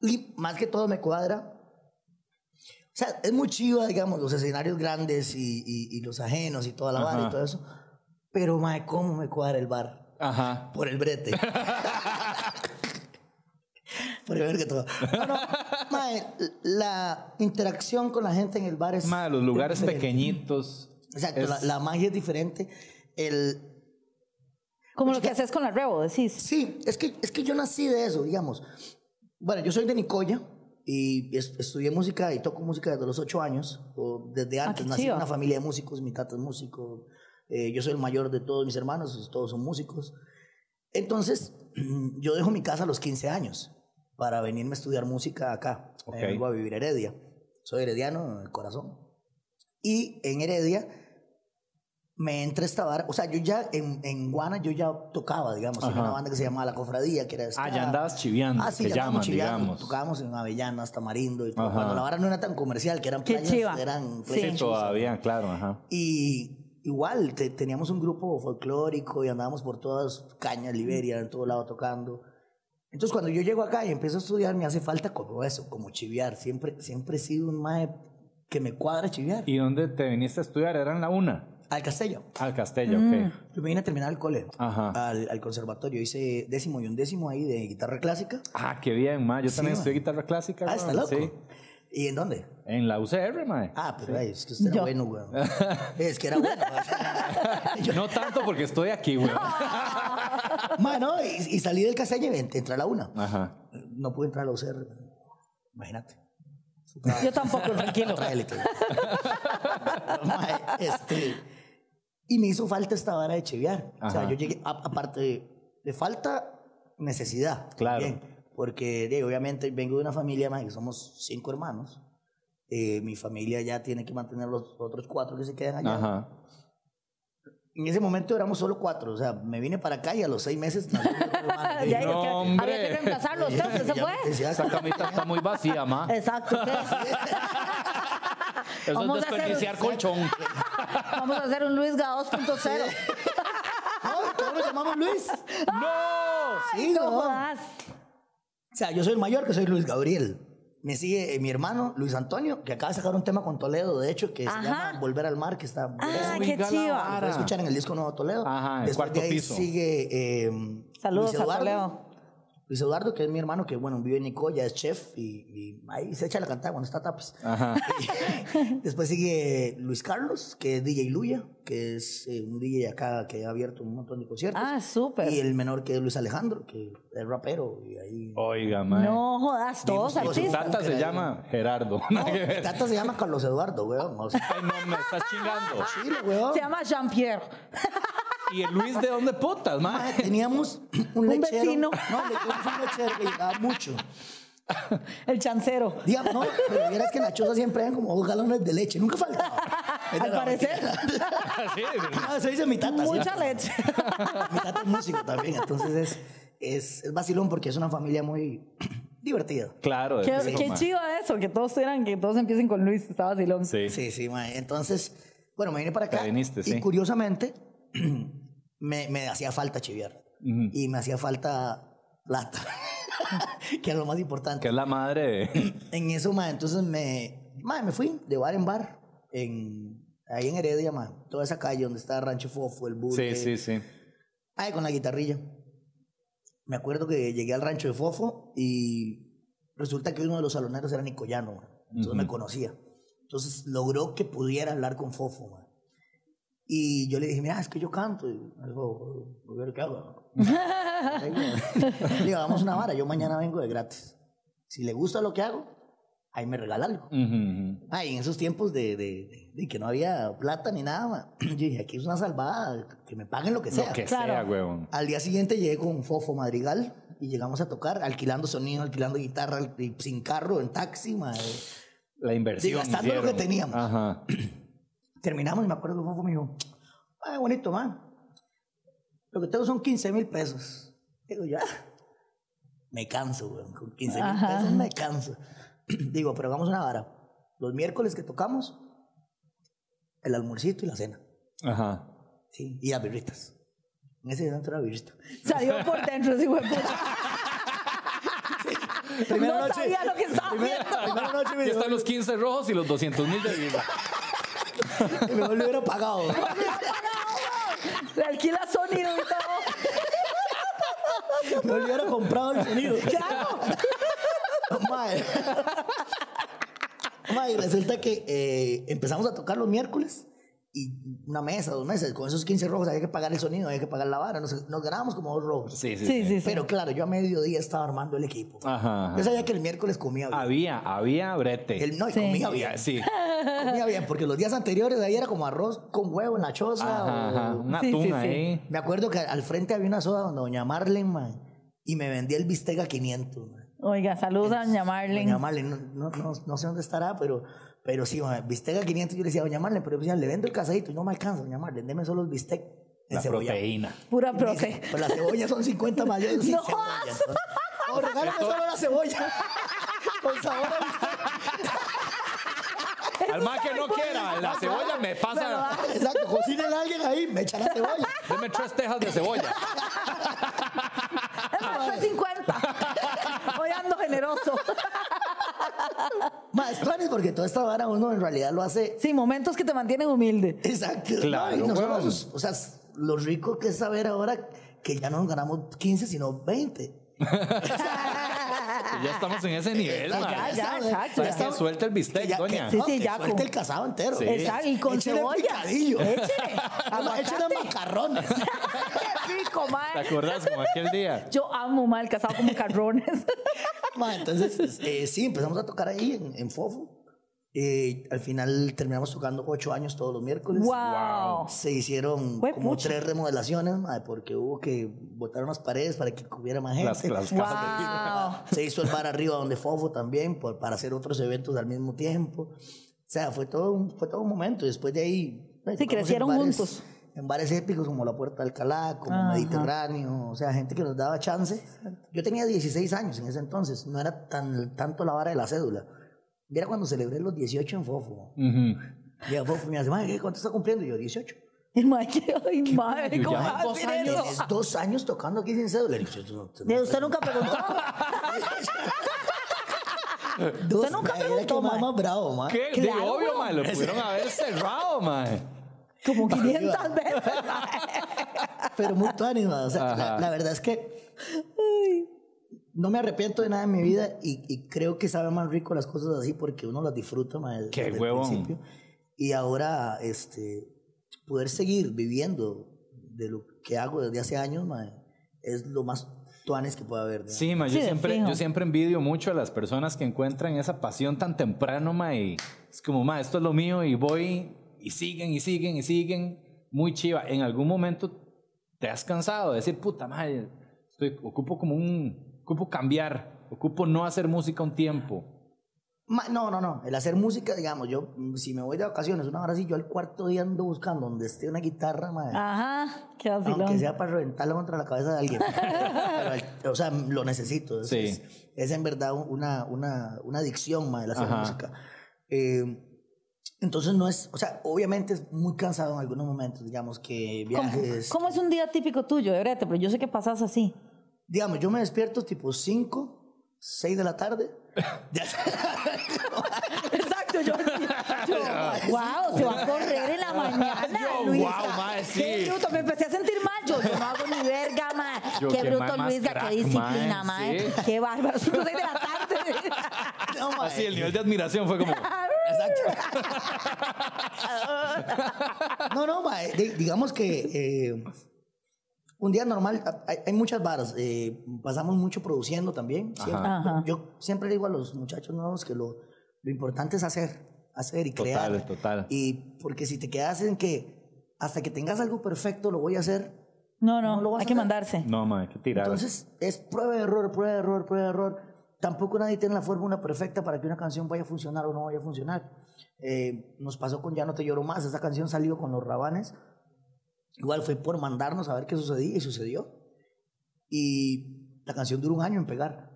[SPEAKER 1] y más que todo me cuadra. O sea, es muy chiva, digamos, los escenarios grandes y, y- y los ajenos y toda la vara
[SPEAKER 2] Ajá.
[SPEAKER 1] y todo eso. Pero, ma, ¿cómo me cuadra el bar?
[SPEAKER 2] Ajá.
[SPEAKER 1] Por el brete. Por el que todo. No, no, ma, la interacción con la gente en el bar es.
[SPEAKER 2] Mae, los lugares
[SPEAKER 1] diferente.
[SPEAKER 2] pequeñitos.
[SPEAKER 1] Exacto,
[SPEAKER 2] Es-
[SPEAKER 1] la, la magia es diferente. El,
[SPEAKER 3] Como lo que haces con la Rebo, decís.
[SPEAKER 1] sí, es que, es que yo nací de eso, digamos. Bueno, yo soy de Nicoya y es- estudié música y toco música desde los ocho años, o desde antes.
[SPEAKER 3] Ah, qué
[SPEAKER 1] nací
[SPEAKER 3] chido.
[SPEAKER 1] en una familia de músicos, mi tata es músico, eh, yo soy el mayor de todos mis hermanos, todos son músicos. Entonces, yo dejo mi casa a los 15 años para venirme a estudiar música acá.
[SPEAKER 2] Ok.
[SPEAKER 1] Me vengo a vivir a Heredia. Soy herediano en el corazón. Y en Heredia me entra esta vara. O sea, yo ya en, en Guana yo ya tocaba, digamos, en
[SPEAKER 2] Ajá.
[SPEAKER 1] una banda que se llamaba La Cofradía, que era
[SPEAKER 2] Ah,
[SPEAKER 1] ska.
[SPEAKER 2] ya andabas chiviando,
[SPEAKER 1] Ah, sí,
[SPEAKER 2] que
[SPEAKER 1] ya andábamos
[SPEAKER 2] llaman,
[SPEAKER 1] chiviando,
[SPEAKER 2] digamos.
[SPEAKER 1] Tocábamos en Avellanas, Tamarindo y todo.
[SPEAKER 2] Ajá.
[SPEAKER 1] Cuando la vara no era tan comercial, que eran
[SPEAKER 3] Qué
[SPEAKER 1] playas,
[SPEAKER 3] chiva.
[SPEAKER 1] eran
[SPEAKER 3] Sí.
[SPEAKER 2] Sí,
[SPEAKER 1] playas.
[SPEAKER 2] todavía, claro, ajá.
[SPEAKER 1] Y igual, te- teníamos un grupo folclórico y andábamos por todas Cañas, Liberia, en todo lado tocando. Entonces, cuando yo llego acá y empiezo a estudiar, me hace falta como eso, como chiviar. Siempre, siempre he sido un mae que me cuadra chiviar.
[SPEAKER 2] ¿Y dónde te viniste a estudiar? ¿Eran la una?
[SPEAKER 1] Al Castello.
[SPEAKER 2] Al Castello, ok.
[SPEAKER 1] Yo me vine a terminar el cole,
[SPEAKER 2] Ajá.
[SPEAKER 1] al, al conservatorio. Hice décimo y un décimo ahí de guitarra clásica.
[SPEAKER 2] Ah, qué bien, ma. Yo también
[SPEAKER 1] ma.
[SPEAKER 2] estudié guitarra clásica.
[SPEAKER 1] Ah,
[SPEAKER 2] weón,
[SPEAKER 1] está loco.
[SPEAKER 2] Sí.
[SPEAKER 1] ¿Y en dónde?
[SPEAKER 2] En la UCR, ma.
[SPEAKER 1] Ah, pero ay, es que usted era
[SPEAKER 3] Yo.
[SPEAKER 1] bueno, weón. Es que era bueno. Yo-
[SPEAKER 2] No tanto porque estoy aquí, güey.
[SPEAKER 1] Mano, y, y salí del Castello y ent- entré a la una.
[SPEAKER 2] Ajá.
[SPEAKER 1] No pude entrar a la UCR. Imagínate.
[SPEAKER 3] Yo tampoco, tranquilo.
[SPEAKER 1] Tráele, que- Mae, este, y me hizo falta esta vara de chiviar. O sea,
[SPEAKER 2] Ajá.
[SPEAKER 1] yo llegué, a- aparte de, de falta, necesidad.
[SPEAKER 2] Claro.
[SPEAKER 1] porque de, obviamente vengo de una familia, mae, que somos cinco hermanos. Eh, mi familia ya tiene que mantener los otros cuatro que se quedan allá.
[SPEAKER 2] Ajá.
[SPEAKER 1] En ese momento éramos solo cuatro. O sea, me vine para acá y a los seis meses nació mi otro hermano.
[SPEAKER 3] Ya, ya,
[SPEAKER 2] No,
[SPEAKER 3] que
[SPEAKER 2] hombre.
[SPEAKER 3] había que reemplazarlo. ¿Usted usted se
[SPEAKER 1] Ya
[SPEAKER 3] fue?
[SPEAKER 1] me decía,
[SPEAKER 2] Esa camita está muy vacía, ma.
[SPEAKER 3] Exacto. ¿qué?
[SPEAKER 2] Eso
[SPEAKER 3] Vamos a
[SPEAKER 2] es
[SPEAKER 3] hacer-
[SPEAKER 2] desperdiciar colchón.
[SPEAKER 3] Vamos a hacer un Luis Ga 2.0.
[SPEAKER 1] "No, ¿Cómo lo llamamos Luis?
[SPEAKER 2] ¡No!
[SPEAKER 1] Sí,
[SPEAKER 3] No
[SPEAKER 1] no.
[SPEAKER 3] jodas.
[SPEAKER 1] O sea, yo soy el mayor, que soy Luis Gabriel. Me sigue eh, mi hermano Luis Antonio, que acaba de sacar un tema con Toledo, de hecho, que
[SPEAKER 3] Ajá.
[SPEAKER 1] se llama Volver al Mar, que está.
[SPEAKER 3] Ah,
[SPEAKER 1] buenísimo.
[SPEAKER 3] qué
[SPEAKER 2] Oiga la
[SPEAKER 3] chiva.
[SPEAKER 2] vara.
[SPEAKER 1] Lo puedes escuchar en el disco Nuevo Toledo.
[SPEAKER 2] Ajá, el
[SPEAKER 1] Después
[SPEAKER 2] cuarto
[SPEAKER 1] de ahí
[SPEAKER 2] piso.
[SPEAKER 1] sigue eh,
[SPEAKER 3] Saludos
[SPEAKER 1] Luis
[SPEAKER 3] a
[SPEAKER 1] Eduardo.
[SPEAKER 3] Toledo.
[SPEAKER 1] Luis Eduardo, que es mi hermano, que bueno, vive en Nicoya, es chef y, y ahí se echa la cantada cuando está tapis.
[SPEAKER 2] Ajá.
[SPEAKER 1] Después sigue Luis Carlos, que es DJ Luya, que es eh, un DJ acá que ha abierto un montón de conciertos.
[SPEAKER 3] Ah, súper.
[SPEAKER 1] y el menor que es Luis Alejandro, que es rapero y ahí.
[SPEAKER 2] Oiga, ma.
[SPEAKER 3] No jodas, todos
[SPEAKER 1] Dimos-
[SPEAKER 2] Su
[SPEAKER 1] sí,
[SPEAKER 3] artistas.
[SPEAKER 1] dimos-
[SPEAKER 2] tata se
[SPEAKER 1] sí.
[SPEAKER 2] llama Gerardo. Nada que
[SPEAKER 1] Mi
[SPEAKER 2] ver.
[SPEAKER 1] tata se llama Carlos Eduardo, weón. O sea,
[SPEAKER 2] Ay, no, me estás chingando.
[SPEAKER 1] Chile, weón.
[SPEAKER 3] Se llama Jean-Pierre.
[SPEAKER 2] ¿Y el Luis de dónde putas, ma?
[SPEAKER 1] Mae, Ah, Teníamos un,
[SPEAKER 3] Un
[SPEAKER 1] lechero.
[SPEAKER 3] vecino.
[SPEAKER 1] No, le teníamos un lechero que llegaba mucho.
[SPEAKER 3] El chancero.
[SPEAKER 1] Digamos, no, pero vieras que en la choza siempre eran como dos galones de leche. Nunca faltaba. Era
[SPEAKER 3] Al
[SPEAKER 1] la
[SPEAKER 3] parecer.
[SPEAKER 1] mentira.
[SPEAKER 2] Sí,
[SPEAKER 1] Ah, Eso dice mi tata. sí.
[SPEAKER 3] Mucha leche.
[SPEAKER 1] Mi tata es músico también, entonces es, es, es vacilón porque es una familia muy divertida.
[SPEAKER 2] Claro.
[SPEAKER 3] Qué,
[SPEAKER 2] fijo,
[SPEAKER 3] qué
[SPEAKER 2] ma.
[SPEAKER 3] chido eso, que todos eran, que todos empiecen con Luis. Estaba así, lo-
[SPEAKER 2] Sí.
[SPEAKER 1] Sí, sí, mae. Entonces, bueno, me vine para acá.
[SPEAKER 2] Te viniste,
[SPEAKER 1] y
[SPEAKER 2] sí.
[SPEAKER 1] curiosamente, me, me hacía falta chiviar.
[SPEAKER 2] Ujú.
[SPEAKER 1] Y me hacía falta plata, que es lo más importante.
[SPEAKER 2] Que es la madre de-
[SPEAKER 1] En eso, ma, entonces me, ma, me fui de bar en bar, en, ahí en Heredia, ma, toda esa calle donde está Rancho Fofo, el bus.
[SPEAKER 2] Sí, sí, sí.
[SPEAKER 1] Ay, con la guitarrilla. Me acuerdo que llegué al rancho de Fofo y resulta que uno de los saloneros era Nicoyano, ma. entonces me conocía. Entonces logró que pudiera hablar con Fofo. ma. Y yo le dije, mira, es que yo canto. Y me dijo, "A ver, ¿qué hago? le digo, vamos a una vara, yo mañana vengo de gratis. Si le gusta lo que hago, ahí me regala algo.
[SPEAKER 2] Ujú, ujú.
[SPEAKER 1] Ay, en esos tiempos de, de- de- de que no había plata ni nada, ma. yo dije, aquí es una salvada, que me paguen lo que sea.
[SPEAKER 2] Lo que
[SPEAKER 3] Claro.
[SPEAKER 2] sea, huevón.
[SPEAKER 1] Al día siguiente llegué con Fofo Madrigal y llegamos a tocar, alquilando sonido, alquilando guitarra, al- y sin carro, en taxi, madre.
[SPEAKER 2] La inversión.
[SPEAKER 1] Sí, gastando lo
[SPEAKER 2] hicieron.
[SPEAKER 1] que teníamos.
[SPEAKER 2] Ajá.
[SPEAKER 1] Terminamos y me acuerdo que Fofo me dijo, ay, bonito, man. Lo que tengo son 15 mil pesos. Digo, ya. Me canso, weón. Con 15 mil
[SPEAKER 3] Ajá.
[SPEAKER 1] pesos me canso. Digo, pero hagamos una vara. Los miércoles que tocamos, el almuercito y la cena.
[SPEAKER 2] Ajá.
[SPEAKER 1] Sí, y las birritas. En ese centro era birrita.
[SPEAKER 3] Salió por dentro ese hijo de puta.
[SPEAKER 1] Primera
[SPEAKER 3] no
[SPEAKER 1] noche.
[SPEAKER 3] sabía lo que estaba
[SPEAKER 1] Primera,
[SPEAKER 3] haciendo.
[SPEAKER 1] primera noche me
[SPEAKER 2] Aquí
[SPEAKER 1] dijo,
[SPEAKER 2] están los 15 rojos y los 200 mil de vida.
[SPEAKER 1] Y mejor le hubiera pagado.
[SPEAKER 3] Le alquila sonido y todo.
[SPEAKER 1] Mejor le hubiera comprado el sonido. ¡Claro! Mae. Mae, resulta que eh, empezamos a tocar los miércoles y una mesa, dos mesas. Con esos 15 rojos había que pagar el sonido, había que pagar la vara. Nos, nos ganábamos como dos rojos.
[SPEAKER 2] Sí, sí, sí.
[SPEAKER 3] Sí, sí, sí.
[SPEAKER 1] Pero claro, yo a mediodía estaba armando el equipo.
[SPEAKER 2] Ajá, ajá.
[SPEAKER 1] Yo sabía que el miércoles comía bien.
[SPEAKER 2] Había, había brete.
[SPEAKER 1] El, no, y
[SPEAKER 3] Sí.
[SPEAKER 1] comía bien.
[SPEAKER 2] Había, sí.
[SPEAKER 1] Comía bien, porque los días anteriores ahí era como arroz con huevo en la choza.
[SPEAKER 2] Ajá,
[SPEAKER 1] o-
[SPEAKER 2] ajá. Un
[SPEAKER 3] Sí, sí,
[SPEAKER 2] atún
[SPEAKER 3] sí.
[SPEAKER 2] ahí.
[SPEAKER 1] Me acuerdo que al frente había una soda donde doña Marlene, man, y me vendía el bistec a 500, man.
[SPEAKER 3] Oiga, saludos a doña Marlene.
[SPEAKER 1] Doña Marlene, no, no, no, no sé dónde estará, pero, pero sí, man, bistec a 500. Yo le decía, doña Marlene, pero yo decía, le vendo el casadito y no me alcanza, doña Marlene, deme solo el bistec en
[SPEAKER 2] La
[SPEAKER 1] cebolla.
[SPEAKER 2] proteína.
[SPEAKER 3] Pura
[SPEAKER 1] Me dice,
[SPEAKER 3] prote.
[SPEAKER 1] Pero las cebollas son 50 más, yo sin
[SPEAKER 3] No.
[SPEAKER 1] cebolla. entonces, "Oh, regálame solo la cebolla. Con sabor a bistec.
[SPEAKER 2] Al más que no quiera, la cebolla me pasa.
[SPEAKER 1] Exacto, cocinen a alguien ahí, me echa la cebolla.
[SPEAKER 2] Deme tres tejas de cebolla.
[SPEAKER 3] Es más, 4.50. Hoy ando generoso.
[SPEAKER 1] Más extraño porque toda esta vara uno en realidad lo hace.
[SPEAKER 3] Sí, momentos que te mantienen humilde.
[SPEAKER 1] Exacto.
[SPEAKER 2] Claro,
[SPEAKER 1] y
[SPEAKER 2] weón.
[SPEAKER 1] nosotros, o sea, lo rico que es saber ahora que ya no nos ganamos 15, sino 20.
[SPEAKER 2] Ya estamos en ese nivel,
[SPEAKER 1] Ya,
[SPEAKER 2] man.
[SPEAKER 3] ya,
[SPEAKER 1] ¿sabes?
[SPEAKER 3] exacto,
[SPEAKER 1] Que
[SPEAKER 3] ya.
[SPEAKER 1] estamos-
[SPEAKER 2] Que suelta el bistec,
[SPEAKER 1] que ya-
[SPEAKER 2] doña.
[SPEAKER 1] que- no,
[SPEAKER 3] Sí, sí,
[SPEAKER 1] que
[SPEAKER 3] ya
[SPEAKER 1] suelta
[SPEAKER 3] con-
[SPEAKER 1] el casado entero.
[SPEAKER 2] Sí.
[SPEAKER 3] Exacto, y con
[SPEAKER 1] Échele
[SPEAKER 3] cebolla.
[SPEAKER 1] picadillo.
[SPEAKER 3] Échele.
[SPEAKER 1] Además, échele
[SPEAKER 3] Aguacate.
[SPEAKER 1] macarrones.
[SPEAKER 3] Qué rico,
[SPEAKER 2] ¿Te
[SPEAKER 3] mae.
[SPEAKER 2] acordás como aquel día?
[SPEAKER 3] Yo amo mal casado con macarrones.
[SPEAKER 1] Ma, entonces, eh, sí, empezamos a tocar ahí en, en Fofo. Eh, al final terminamos tocando ocho años todos los miércoles.
[SPEAKER 3] wow.
[SPEAKER 1] Se hicieron
[SPEAKER 3] Fue
[SPEAKER 1] como
[SPEAKER 3] pucha.
[SPEAKER 1] tres remodelaciones, ma, porque hubo que botar unas paredes para que cubiera más gente.
[SPEAKER 2] Las, las
[SPEAKER 3] Wow.
[SPEAKER 2] casas de-
[SPEAKER 1] Se hizo el bar arriba donde Fofo también por- para hacer otros eventos al mismo tiempo. O sea, fue todo un, fue todo un momento. Y Después de ahí... eh,
[SPEAKER 3] Sí,
[SPEAKER 1] tocamos
[SPEAKER 3] crecieron
[SPEAKER 1] en
[SPEAKER 3] juntos.
[SPEAKER 1] En bares épicos como La Puerta de Alcalá, como
[SPEAKER 3] Ajá.
[SPEAKER 1] Mediterráneo, o sea, gente que nos daba chance. Yo tenía 16 años en ese entonces, no era tan, tanto la vara de la cédula. Y Era cuando celebré los 18 en Fofo.
[SPEAKER 2] Ujú.
[SPEAKER 1] Llega Fofo y me dice, "Mae, ¿cuánto está cumpliendo? Y yo, 18.
[SPEAKER 3] Y mae, que- ay, madre,
[SPEAKER 2] Ya
[SPEAKER 3] ¿cómo
[SPEAKER 2] hay
[SPEAKER 3] vas a
[SPEAKER 1] Dos
[SPEAKER 3] hacer
[SPEAKER 1] años,
[SPEAKER 3] eso?
[SPEAKER 1] dos años tocando aquí sin cédula. Y yo, "Usted no- usted no-
[SPEAKER 3] ¿Usted nunca preguntó?
[SPEAKER 1] Dos,
[SPEAKER 3] nunca
[SPEAKER 1] mae, era
[SPEAKER 3] preguntó,
[SPEAKER 1] que
[SPEAKER 3] mae.
[SPEAKER 1] más bravo, mae.
[SPEAKER 2] ¿Qué?
[SPEAKER 3] Claro,
[SPEAKER 2] Digo, obvio,
[SPEAKER 3] weón.
[SPEAKER 2] man. Lo pudieron haber cerrado, man.
[SPEAKER 3] Como 500 veces.
[SPEAKER 1] pero muy tuánima. O sea,
[SPEAKER 2] Ajá.
[SPEAKER 1] la, la verdad es que no me arrepiento de nada en mi vida y, y creo que sabe más rico las cosas así porque uno las disfruta más desde
[SPEAKER 2] Qué
[SPEAKER 1] el
[SPEAKER 2] huevón.
[SPEAKER 1] principio. Y ahora, este, poder seguir viviendo de lo que hago desde hace años, mae, es lo más tuanes que puede haber. ¿no?
[SPEAKER 2] Sí, ma, yo,
[SPEAKER 3] Sí, de
[SPEAKER 2] siempre,
[SPEAKER 3] fijo.
[SPEAKER 2] yo siempre envidio mucho a las personas que encuentran esa pasión tan temprano, ma, y es como, ma, esto es lo mío y voy y siguen y siguen y siguen. Muy chiva. En algún momento te has cansado de decir, puta madre, estoy, ocupo como un, ocupo cambiar, ocupo no hacer música un tiempo.
[SPEAKER 1] Ma- No, no, no. El hacer música, digamos, yo, mm, si me voy de vacaciones, una hora así, yo al cuarto día ando buscando donde esté una guitarra, mae.
[SPEAKER 3] Ajá, qué
[SPEAKER 1] Aunque
[SPEAKER 3] vacilón.
[SPEAKER 1] sea para reventarla contra la cabeza de alguien. Pero el- o sea, lo necesito. Es,
[SPEAKER 2] Sí.
[SPEAKER 1] es, es en verdad una, una, una adicción más de la
[SPEAKER 2] Ajá.
[SPEAKER 1] música. Eh, entonces no es, o sea, obviamente es muy cansado en algunos momentos, digamos que
[SPEAKER 3] ¿Cómo,
[SPEAKER 1] viajes.
[SPEAKER 3] cómo es un día típico tuyo, Brete? Pero yo sé que pasas así.
[SPEAKER 1] Digamos, yo me despierto tipo 5, 6 de la tarde. Ya sé.
[SPEAKER 3] Exacto, yo. wow, se va a correr en la mañana.
[SPEAKER 2] Yo,
[SPEAKER 3] Luisa.
[SPEAKER 2] guau, mae, sí.
[SPEAKER 3] Qué bruto, me empecé a sentir mal. Yo, yo no hago ni verga, mae.
[SPEAKER 2] Yo,
[SPEAKER 3] Qué
[SPEAKER 2] qué
[SPEAKER 3] bruto,
[SPEAKER 2] mae más
[SPEAKER 3] Luisa,
[SPEAKER 2] crack,
[SPEAKER 3] qué disciplina,
[SPEAKER 2] mae,
[SPEAKER 3] mae.
[SPEAKER 2] sí.
[SPEAKER 3] Qué bárbaro. Son las seis de la tarde.
[SPEAKER 1] No, mae.
[SPEAKER 2] Ah, Así, el nivel de admiración fue como,
[SPEAKER 1] Exacto. No, no, ma, eh, di- digamos que eh, un día normal, a- hay, hay muchas varas, eh, pasamos mucho produciendo también. siempre.
[SPEAKER 3] Ajá.
[SPEAKER 1] Yo siempre digo a los muchachos nuevos que lo, lo importante es hacer, hacer y crear.
[SPEAKER 2] Total, total.
[SPEAKER 1] Y porque si te quedas en que hasta que tengas algo perfecto lo voy a hacer,
[SPEAKER 3] No, no,
[SPEAKER 1] No lo vas
[SPEAKER 3] hay
[SPEAKER 1] a
[SPEAKER 3] que
[SPEAKER 1] hacer.
[SPEAKER 3] mandarse.
[SPEAKER 2] no, ma, hay que tirar.
[SPEAKER 1] entonces es prueba de error, prueba de error, prueba de error. Tampoco nadie tiene la fórmula perfecta para que una canción vaya a funcionar o no vaya a funcionar. Eh, nos pasó con Ya no te lloro más. Esa canción salió con los rabanes. Igual fue por mandarnos a ver qué sucedía y sucedió. Y la canción duró un año en pegar.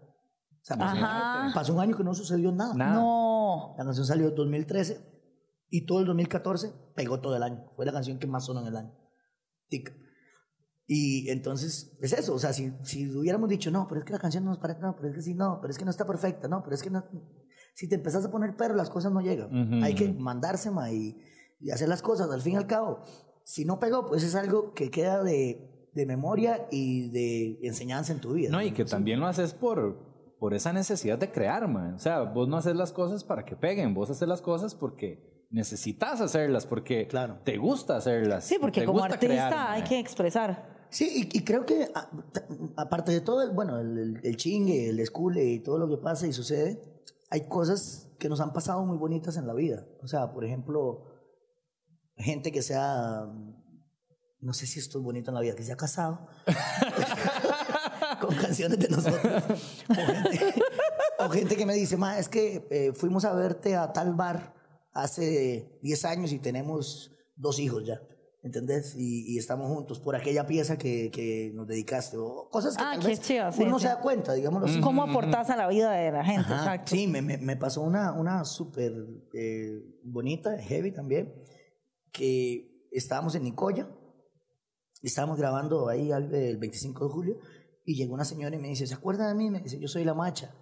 [SPEAKER 1] O sea, pasó,
[SPEAKER 3] Ajá.
[SPEAKER 1] pasó un año que no sucedió nada.
[SPEAKER 2] Nada.
[SPEAKER 3] No.
[SPEAKER 1] La canción salió en 2013 y todo el 2014 pegó todo el año. Fue la canción que más sonó en el año. Tic. Y entonces es eso, o sea, si, si hubiéramos dicho, no, pero es que la canción no nos parece, no, pero es que sí, no, pero es que no está perfecta, no, pero es que no... Si te empezás a poner pero, las cosas no llegan.
[SPEAKER 2] Ujú,
[SPEAKER 1] Hay que
[SPEAKER 2] ujú.
[SPEAKER 1] mandarse, ma, y, y hacer las cosas, al fin y al cabo. Si no pegó, pues es algo que queda de, de memoria y de enseñanza en tu vida.
[SPEAKER 2] No, y que
[SPEAKER 1] Sí.
[SPEAKER 2] también lo haces por, por esa necesidad de crear, man. O sea, vos no haces las cosas para que peguen, vos haces las cosas porque necesitas hacerlas, porque
[SPEAKER 1] Claro.
[SPEAKER 2] te gusta hacerlas.
[SPEAKER 3] Sí, porque
[SPEAKER 2] te
[SPEAKER 3] como
[SPEAKER 2] gusta
[SPEAKER 3] artista
[SPEAKER 2] crear, man.
[SPEAKER 3] hay que expresar.
[SPEAKER 1] Sí, y, y creo que a- ta- aparte de todo, el- bueno, el, el- el chingue, el escule y todo lo que pasa y sucede, hay cosas que nos han pasado muy bonitas en la vida. O sea, por ejemplo, gente que sea, no sé si esto es bonito en la vida, que se ha casado con canciones de nosotros. O gente, o gente que me dice, ma, es que eh, fuimos a verte a tal bar hace 10 años y tenemos dos hijos ya. ¿Entendés? Y, y estamos juntos por aquella pieza que, que nos dedicaste. O cosas que
[SPEAKER 3] Ah,
[SPEAKER 1] tal
[SPEAKER 3] qué
[SPEAKER 1] vez
[SPEAKER 3] chido, sí,
[SPEAKER 1] uno no
[SPEAKER 3] sí.
[SPEAKER 1] se da cuenta, digámoslo así.
[SPEAKER 3] ¿Cómo aportás a la vida de la gente?
[SPEAKER 1] Ajá,
[SPEAKER 3] Exacto.
[SPEAKER 1] Sí, me, me- me pasó una, una súper eh, bonita, heavy también, que estábamos en Nicoya, estábamos grabando ahí al- el 25 de julio, Y llegó una señora y me dice, ¿se acuerda de mí? Me dice, yo soy la macha.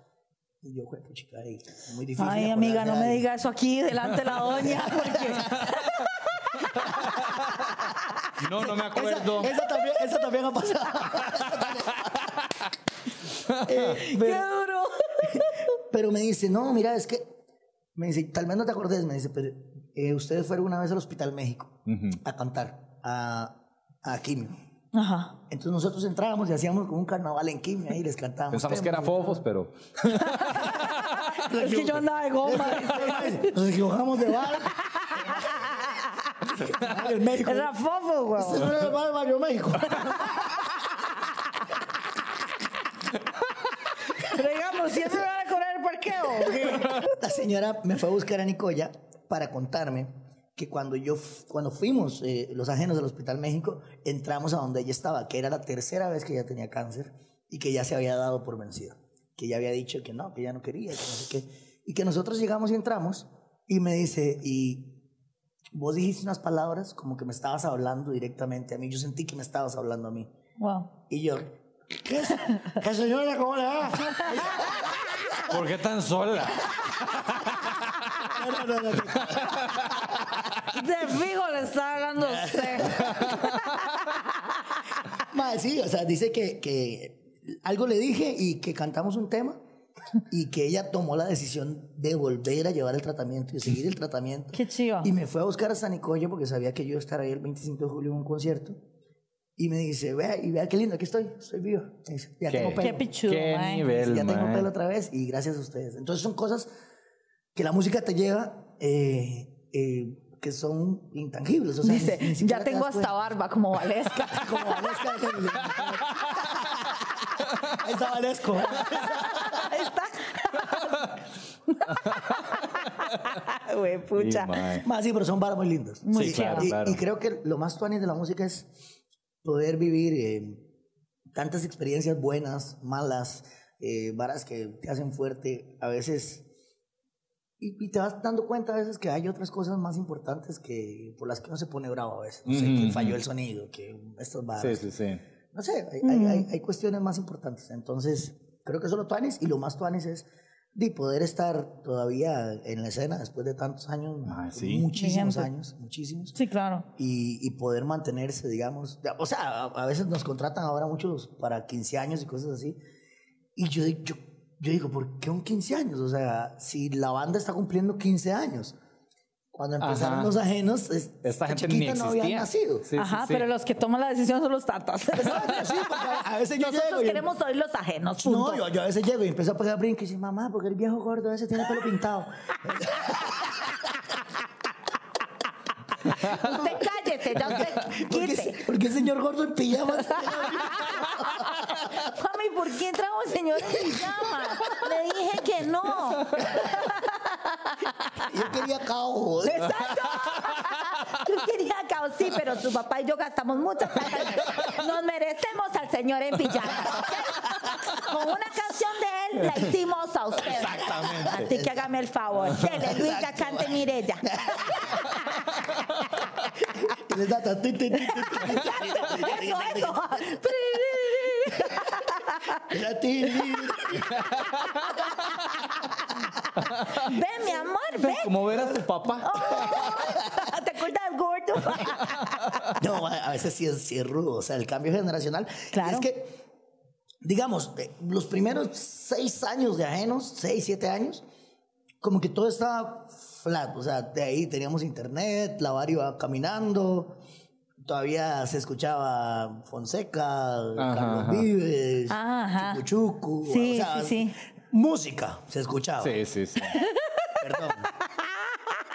[SPEAKER 1] Y yo, pues, chica, ahí, muy difícil.
[SPEAKER 3] Ay, amiga,
[SPEAKER 1] acordarse
[SPEAKER 3] no
[SPEAKER 1] de
[SPEAKER 3] me
[SPEAKER 1] alguien".
[SPEAKER 3] diga eso aquí delante de la doña, porque
[SPEAKER 2] No, no me acuerdo.
[SPEAKER 1] Esa, esa también, esa también ha pasado. Eh,
[SPEAKER 3] qué
[SPEAKER 1] pero,
[SPEAKER 3] duro.
[SPEAKER 1] pero me dice, no, mira, es que. Me dice, tal vez no te acordes, me dice, pero eh, ustedes fueron una vez al Hospital México a cantar, a, a quimio.
[SPEAKER 3] Ajá.
[SPEAKER 1] Entonces nosotros entrábamos y hacíamos como un carnaval en quimio y les cantábamos.
[SPEAKER 2] Pensamos que
[SPEAKER 1] temas
[SPEAKER 2] era
[SPEAKER 1] y todo.
[SPEAKER 2] fofos, pero.
[SPEAKER 3] Es que yo andaba de goma.
[SPEAKER 1] Nos equivocamos de bar. El México.
[SPEAKER 3] Era fofo,
[SPEAKER 1] Este
[SPEAKER 3] güey.
[SPEAKER 1] no era el bar Barrio México.
[SPEAKER 3] Pero digamos, siempre me van a cobrar el parqueo.
[SPEAKER 1] La señora me fue a buscar a Nicoya para contarme que cuando yo f- cuando fuimos eh, los ajenos del Hospital México entramos a donde ella estaba, que era la tercera vez que ella tenía cáncer y que ya se había dado por vencida, que ella había dicho que no, que ya no quería, que no sé qué, y que nosotros llegamos y entramos y me dice y vos dijiste unas palabras como que me estabas hablando directamente a mí, yo sentí que me estabas hablando a mí
[SPEAKER 3] Wow.
[SPEAKER 1] y yo ¿Qué, es- qué señora? ¿Cómo le va?
[SPEAKER 2] ¿Por qué tan sola?
[SPEAKER 1] No, no, no, no.
[SPEAKER 3] De fijo le estaba hablando a usted.
[SPEAKER 1] Mae, sí, o sea, dice que, que algo le dije y que cantamos un tema y que ella tomó la decisión de volver a llevar el tratamiento y de seguir el tratamiento.
[SPEAKER 3] Qué chiva.
[SPEAKER 1] Y me fue a buscar hasta Nicoya porque sabía que yo iba a estar ahí el 25 de julio en un concierto. Y me dice, vea, y vea qué lindo, aquí estoy, estoy viva. Me dice, ya
[SPEAKER 2] ¿Qué?
[SPEAKER 1] tengo
[SPEAKER 3] Qué
[SPEAKER 1] pelo.
[SPEAKER 3] pichudo,
[SPEAKER 2] Qué
[SPEAKER 3] mae.
[SPEAKER 2] nivel,
[SPEAKER 1] ya tengo
[SPEAKER 2] mae.
[SPEAKER 1] pelo otra vez y gracias a ustedes. Entonces son cosas que la música te lleva, eh, eh, que son intangibles. O sea,
[SPEAKER 3] Dice,
[SPEAKER 1] ni- ni siquiera
[SPEAKER 3] ya
[SPEAKER 1] te
[SPEAKER 3] tengo
[SPEAKER 1] das
[SPEAKER 3] hasta
[SPEAKER 1] cuenta".
[SPEAKER 3] barba como Valesca.
[SPEAKER 1] Como Valesca. Ahí está Valesco.
[SPEAKER 3] Ahí está. Güey, pucha.
[SPEAKER 2] Sí, mae.
[SPEAKER 1] Más sí, pero son barras muy lindas.
[SPEAKER 3] Muy
[SPEAKER 1] Sí,
[SPEAKER 2] Eh. claro,
[SPEAKER 1] y,
[SPEAKER 2] claro.
[SPEAKER 1] y creo que lo más tuanis de la música es poder vivir eh, tantas experiencias buenas, malas, eh, varas que te hacen fuerte a veces. Y, y te vas dando cuenta a veces que hay otras cosas más importantes que por las que uno se pone bravo a veces. No sé, que
[SPEAKER 2] Ujú,
[SPEAKER 1] falló
[SPEAKER 2] ujú.
[SPEAKER 1] el sonido, que estos varas.
[SPEAKER 2] Sí, sí, sí.
[SPEAKER 1] no sé, hay, hay-
[SPEAKER 3] Mm.
[SPEAKER 1] hay- hay cuestiones más importantes. Entonces, creo que eso es lo tuanis y lo más tuanis es de poder estar todavía en la escena después de tantos años,
[SPEAKER 2] Ah, sí.
[SPEAKER 1] muchísimos
[SPEAKER 3] Ejemplo.
[SPEAKER 1] años, muchísimos,
[SPEAKER 3] Sí, claro.
[SPEAKER 1] y, y poder mantenerse, digamos. ya, O sea, a, a veces nos contratan ahora muchos para 15 años y cosas así, y yo, yo, yo digo, ¿por qué un 15 años? O sea, si la banda está cumpliendo 15 años. Cuando empezaron
[SPEAKER 2] Ajá.
[SPEAKER 1] los ajenos, es-
[SPEAKER 2] Esta gente ni
[SPEAKER 1] chiquita
[SPEAKER 2] existía.
[SPEAKER 1] no había nacido.
[SPEAKER 2] Sí, sí,
[SPEAKER 3] Ajá,
[SPEAKER 2] sí.
[SPEAKER 3] pero los que toman la decisión son los tatas.
[SPEAKER 1] Exacto, sí, porque a- a veces yo llego
[SPEAKER 3] Nosotros
[SPEAKER 1] y-
[SPEAKER 3] queremos oír los ajenos. punto.
[SPEAKER 1] No, yo, yo a veces llego y empiezo a pegar brinco y dice, mamá, porque el viejo gordo ese tiene el pelo pintado.
[SPEAKER 3] Usted cállese, ya usted
[SPEAKER 1] ¿Por qué,
[SPEAKER 3] quite.
[SPEAKER 1] se- por qué el señor gordo en pijama?
[SPEAKER 3] Mami, ¿por qué trajo el señor en pijama? Le dije que no.
[SPEAKER 1] Yo quería cabo.
[SPEAKER 3] ¡Exacto! Yo quería caos, sí, pero tu papá y yo gastamos muchas plata. Nos merecemos al señor en pijama. ¿ok? Con una canción de él la hicimos a usted.
[SPEAKER 2] Exactamente.
[SPEAKER 3] Así que hágame el favor. Dele, Luisa, cante Mirella.
[SPEAKER 1] Y les da ta- ti, ti, ti, ti,
[SPEAKER 3] Eso, eso.
[SPEAKER 1] ti, ta- ti, ti.
[SPEAKER 3] Ven, mi amor, ven.
[SPEAKER 2] Como ver a tu papá.
[SPEAKER 3] ¿Te acuerdas del gordo?
[SPEAKER 1] No, a a veces sí es, sí es rudo. O sea, el cambio generacional.
[SPEAKER 3] Claro.
[SPEAKER 1] Es que, digamos, eh, los primeros seis años de ajenos, seis, siete años, como que todo estaba flat. O sea, de ahí teníamos internet, la bar iba caminando. Todavía se escuchaba Fonseca, Carlos
[SPEAKER 2] ajá.
[SPEAKER 1] Vives,
[SPEAKER 3] Ah, Ajá.
[SPEAKER 1] Chucu Chucu,
[SPEAKER 3] Sí,
[SPEAKER 1] o sea,
[SPEAKER 3] sí, sí.
[SPEAKER 1] música se escuchaba.
[SPEAKER 2] Sí, sí, sí.
[SPEAKER 1] Perdón.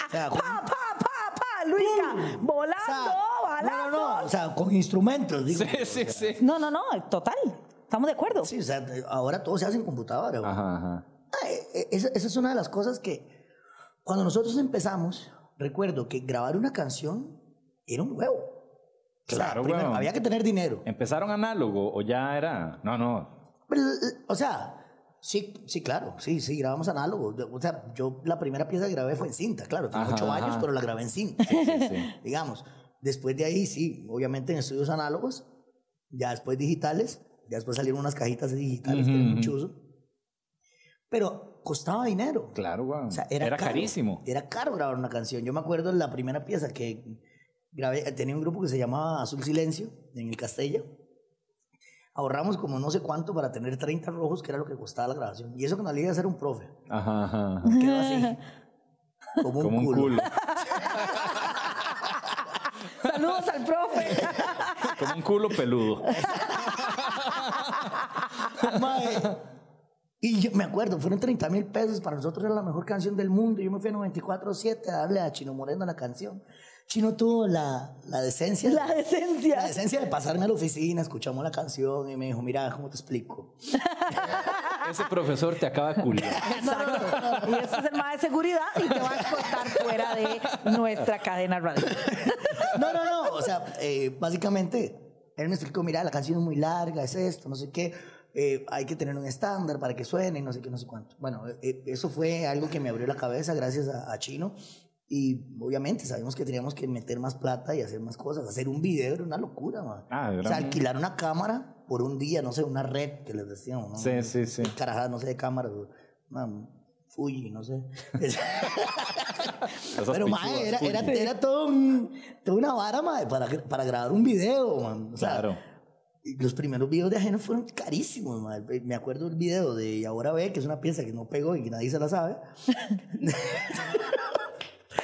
[SPEAKER 1] O sea, con-
[SPEAKER 3] pa, pa, pa, Luisa,
[SPEAKER 1] o sea,
[SPEAKER 3] volando,
[SPEAKER 1] no,
[SPEAKER 3] balazo.
[SPEAKER 1] no, no, o sea, con instrumentos, digo.
[SPEAKER 2] Sí, sí, sí.
[SPEAKER 3] No, no, no, total. Estamos de acuerdo.
[SPEAKER 1] Sí, o sea, ahora todo se hace en computadora. güey.
[SPEAKER 2] Ajá, ajá.
[SPEAKER 1] Ah, e- e- Esa, esa es una de las cosas que cuando nosotros empezamos, recuerdo que grabar una canción era un huevo. O sea,
[SPEAKER 2] Claro,
[SPEAKER 1] primero,
[SPEAKER 2] huevón.
[SPEAKER 1] había que tener dinero.
[SPEAKER 2] ¿Empezaron análogo o ya era? No, no.
[SPEAKER 1] Pero, O sea, sí, sí, claro, sí, sí, grabamos análogo. Yo- O sea, yo la primera pieza que grabé fue en cinta, claro, tengo
[SPEAKER 2] Ajá,
[SPEAKER 1] ocho
[SPEAKER 2] ajá.
[SPEAKER 1] años, pero la grabé en cinta.
[SPEAKER 2] Sí, sí.
[SPEAKER 1] digamos. Después de ahí, sí, obviamente en estudios análogos, ya después digitales, Ya después salieron unas cajitas digitales, que eran un chuzo. Pero costaba dinero.
[SPEAKER 2] Claro, weón.
[SPEAKER 1] O sea,
[SPEAKER 2] era
[SPEAKER 1] era, caro.
[SPEAKER 2] carísimo.
[SPEAKER 1] Era caro grabar una canción. Yo me acuerdo la primera pieza que grabé, eh, tenía un grupo que se llamaba Azul Silencio, en el Castella. Ahorramos como no sé cuánto para tener 30 rojos, que era lo que costaba la grabación. Y eso con la liga era un profe.
[SPEAKER 2] Ajá, ajá. ajá.
[SPEAKER 1] Quedó así. Como un
[SPEAKER 2] Como un
[SPEAKER 1] culo.
[SPEAKER 2] culo.
[SPEAKER 3] Saludos al profe.
[SPEAKER 2] Como un culo peludo.
[SPEAKER 1] Mae. Y yo me acuerdo, fueron 30 mil pesos. Para nosotros era la mejor canción del mundo. Yo me fui a 94.7 a darle a Chino Moreno la canción. Chino tuvo la, la decencia.
[SPEAKER 3] La
[SPEAKER 1] La
[SPEAKER 3] decencia.
[SPEAKER 1] decencia de pasarme a la oficina, escuchamos la canción y me dijo, mira, ¿cómo te explico?
[SPEAKER 2] Ese profesor te acaba de culiar.
[SPEAKER 3] Exacto. Y ese es el más de seguridad y te va a cortar fuera de nuestra cadena radio.
[SPEAKER 1] No, no, no. O sea, eh, básicamente, él me explicó, mira, la canción es muy larga, es esto, no sé qué. eh, hay que tener un estándar para que suene, no sé qué, no sé cuánto. Bueno, eh, eso fue algo que me abrió la cabeza gracias a, a Chino. Y obviamente sabemos que teníamos que meter más plata y hacer más cosas. Hacer un video era una locura, man.
[SPEAKER 2] Ah,
[SPEAKER 1] o
[SPEAKER 2] era
[SPEAKER 1] sea,
[SPEAKER 2] un-
[SPEAKER 1] alquilar una cámara por un día, no sé, una red que les decíamos, ¿no?
[SPEAKER 2] Sí, sí, sí.
[SPEAKER 1] Carajadas, no sé, de cámaras. o- man, Fuji, no sé.
[SPEAKER 2] Esas
[SPEAKER 1] Pero,
[SPEAKER 2] pichudas,
[SPEAKER 1] mae, era,
[SPEAKER 2] culo.
[SPEAKER 1] era, era todo un- toda una vara, mae, para, para grabar un video, man. O sea,
[SPEAKER 2] Claro.
[SPEAKER 1] y Los primeros videos de ajeno fueron carísimos, mae. Eh, Me acuerdo el video de Y ahora ve, que es una pieza que no pegó y que nadie se la sabe.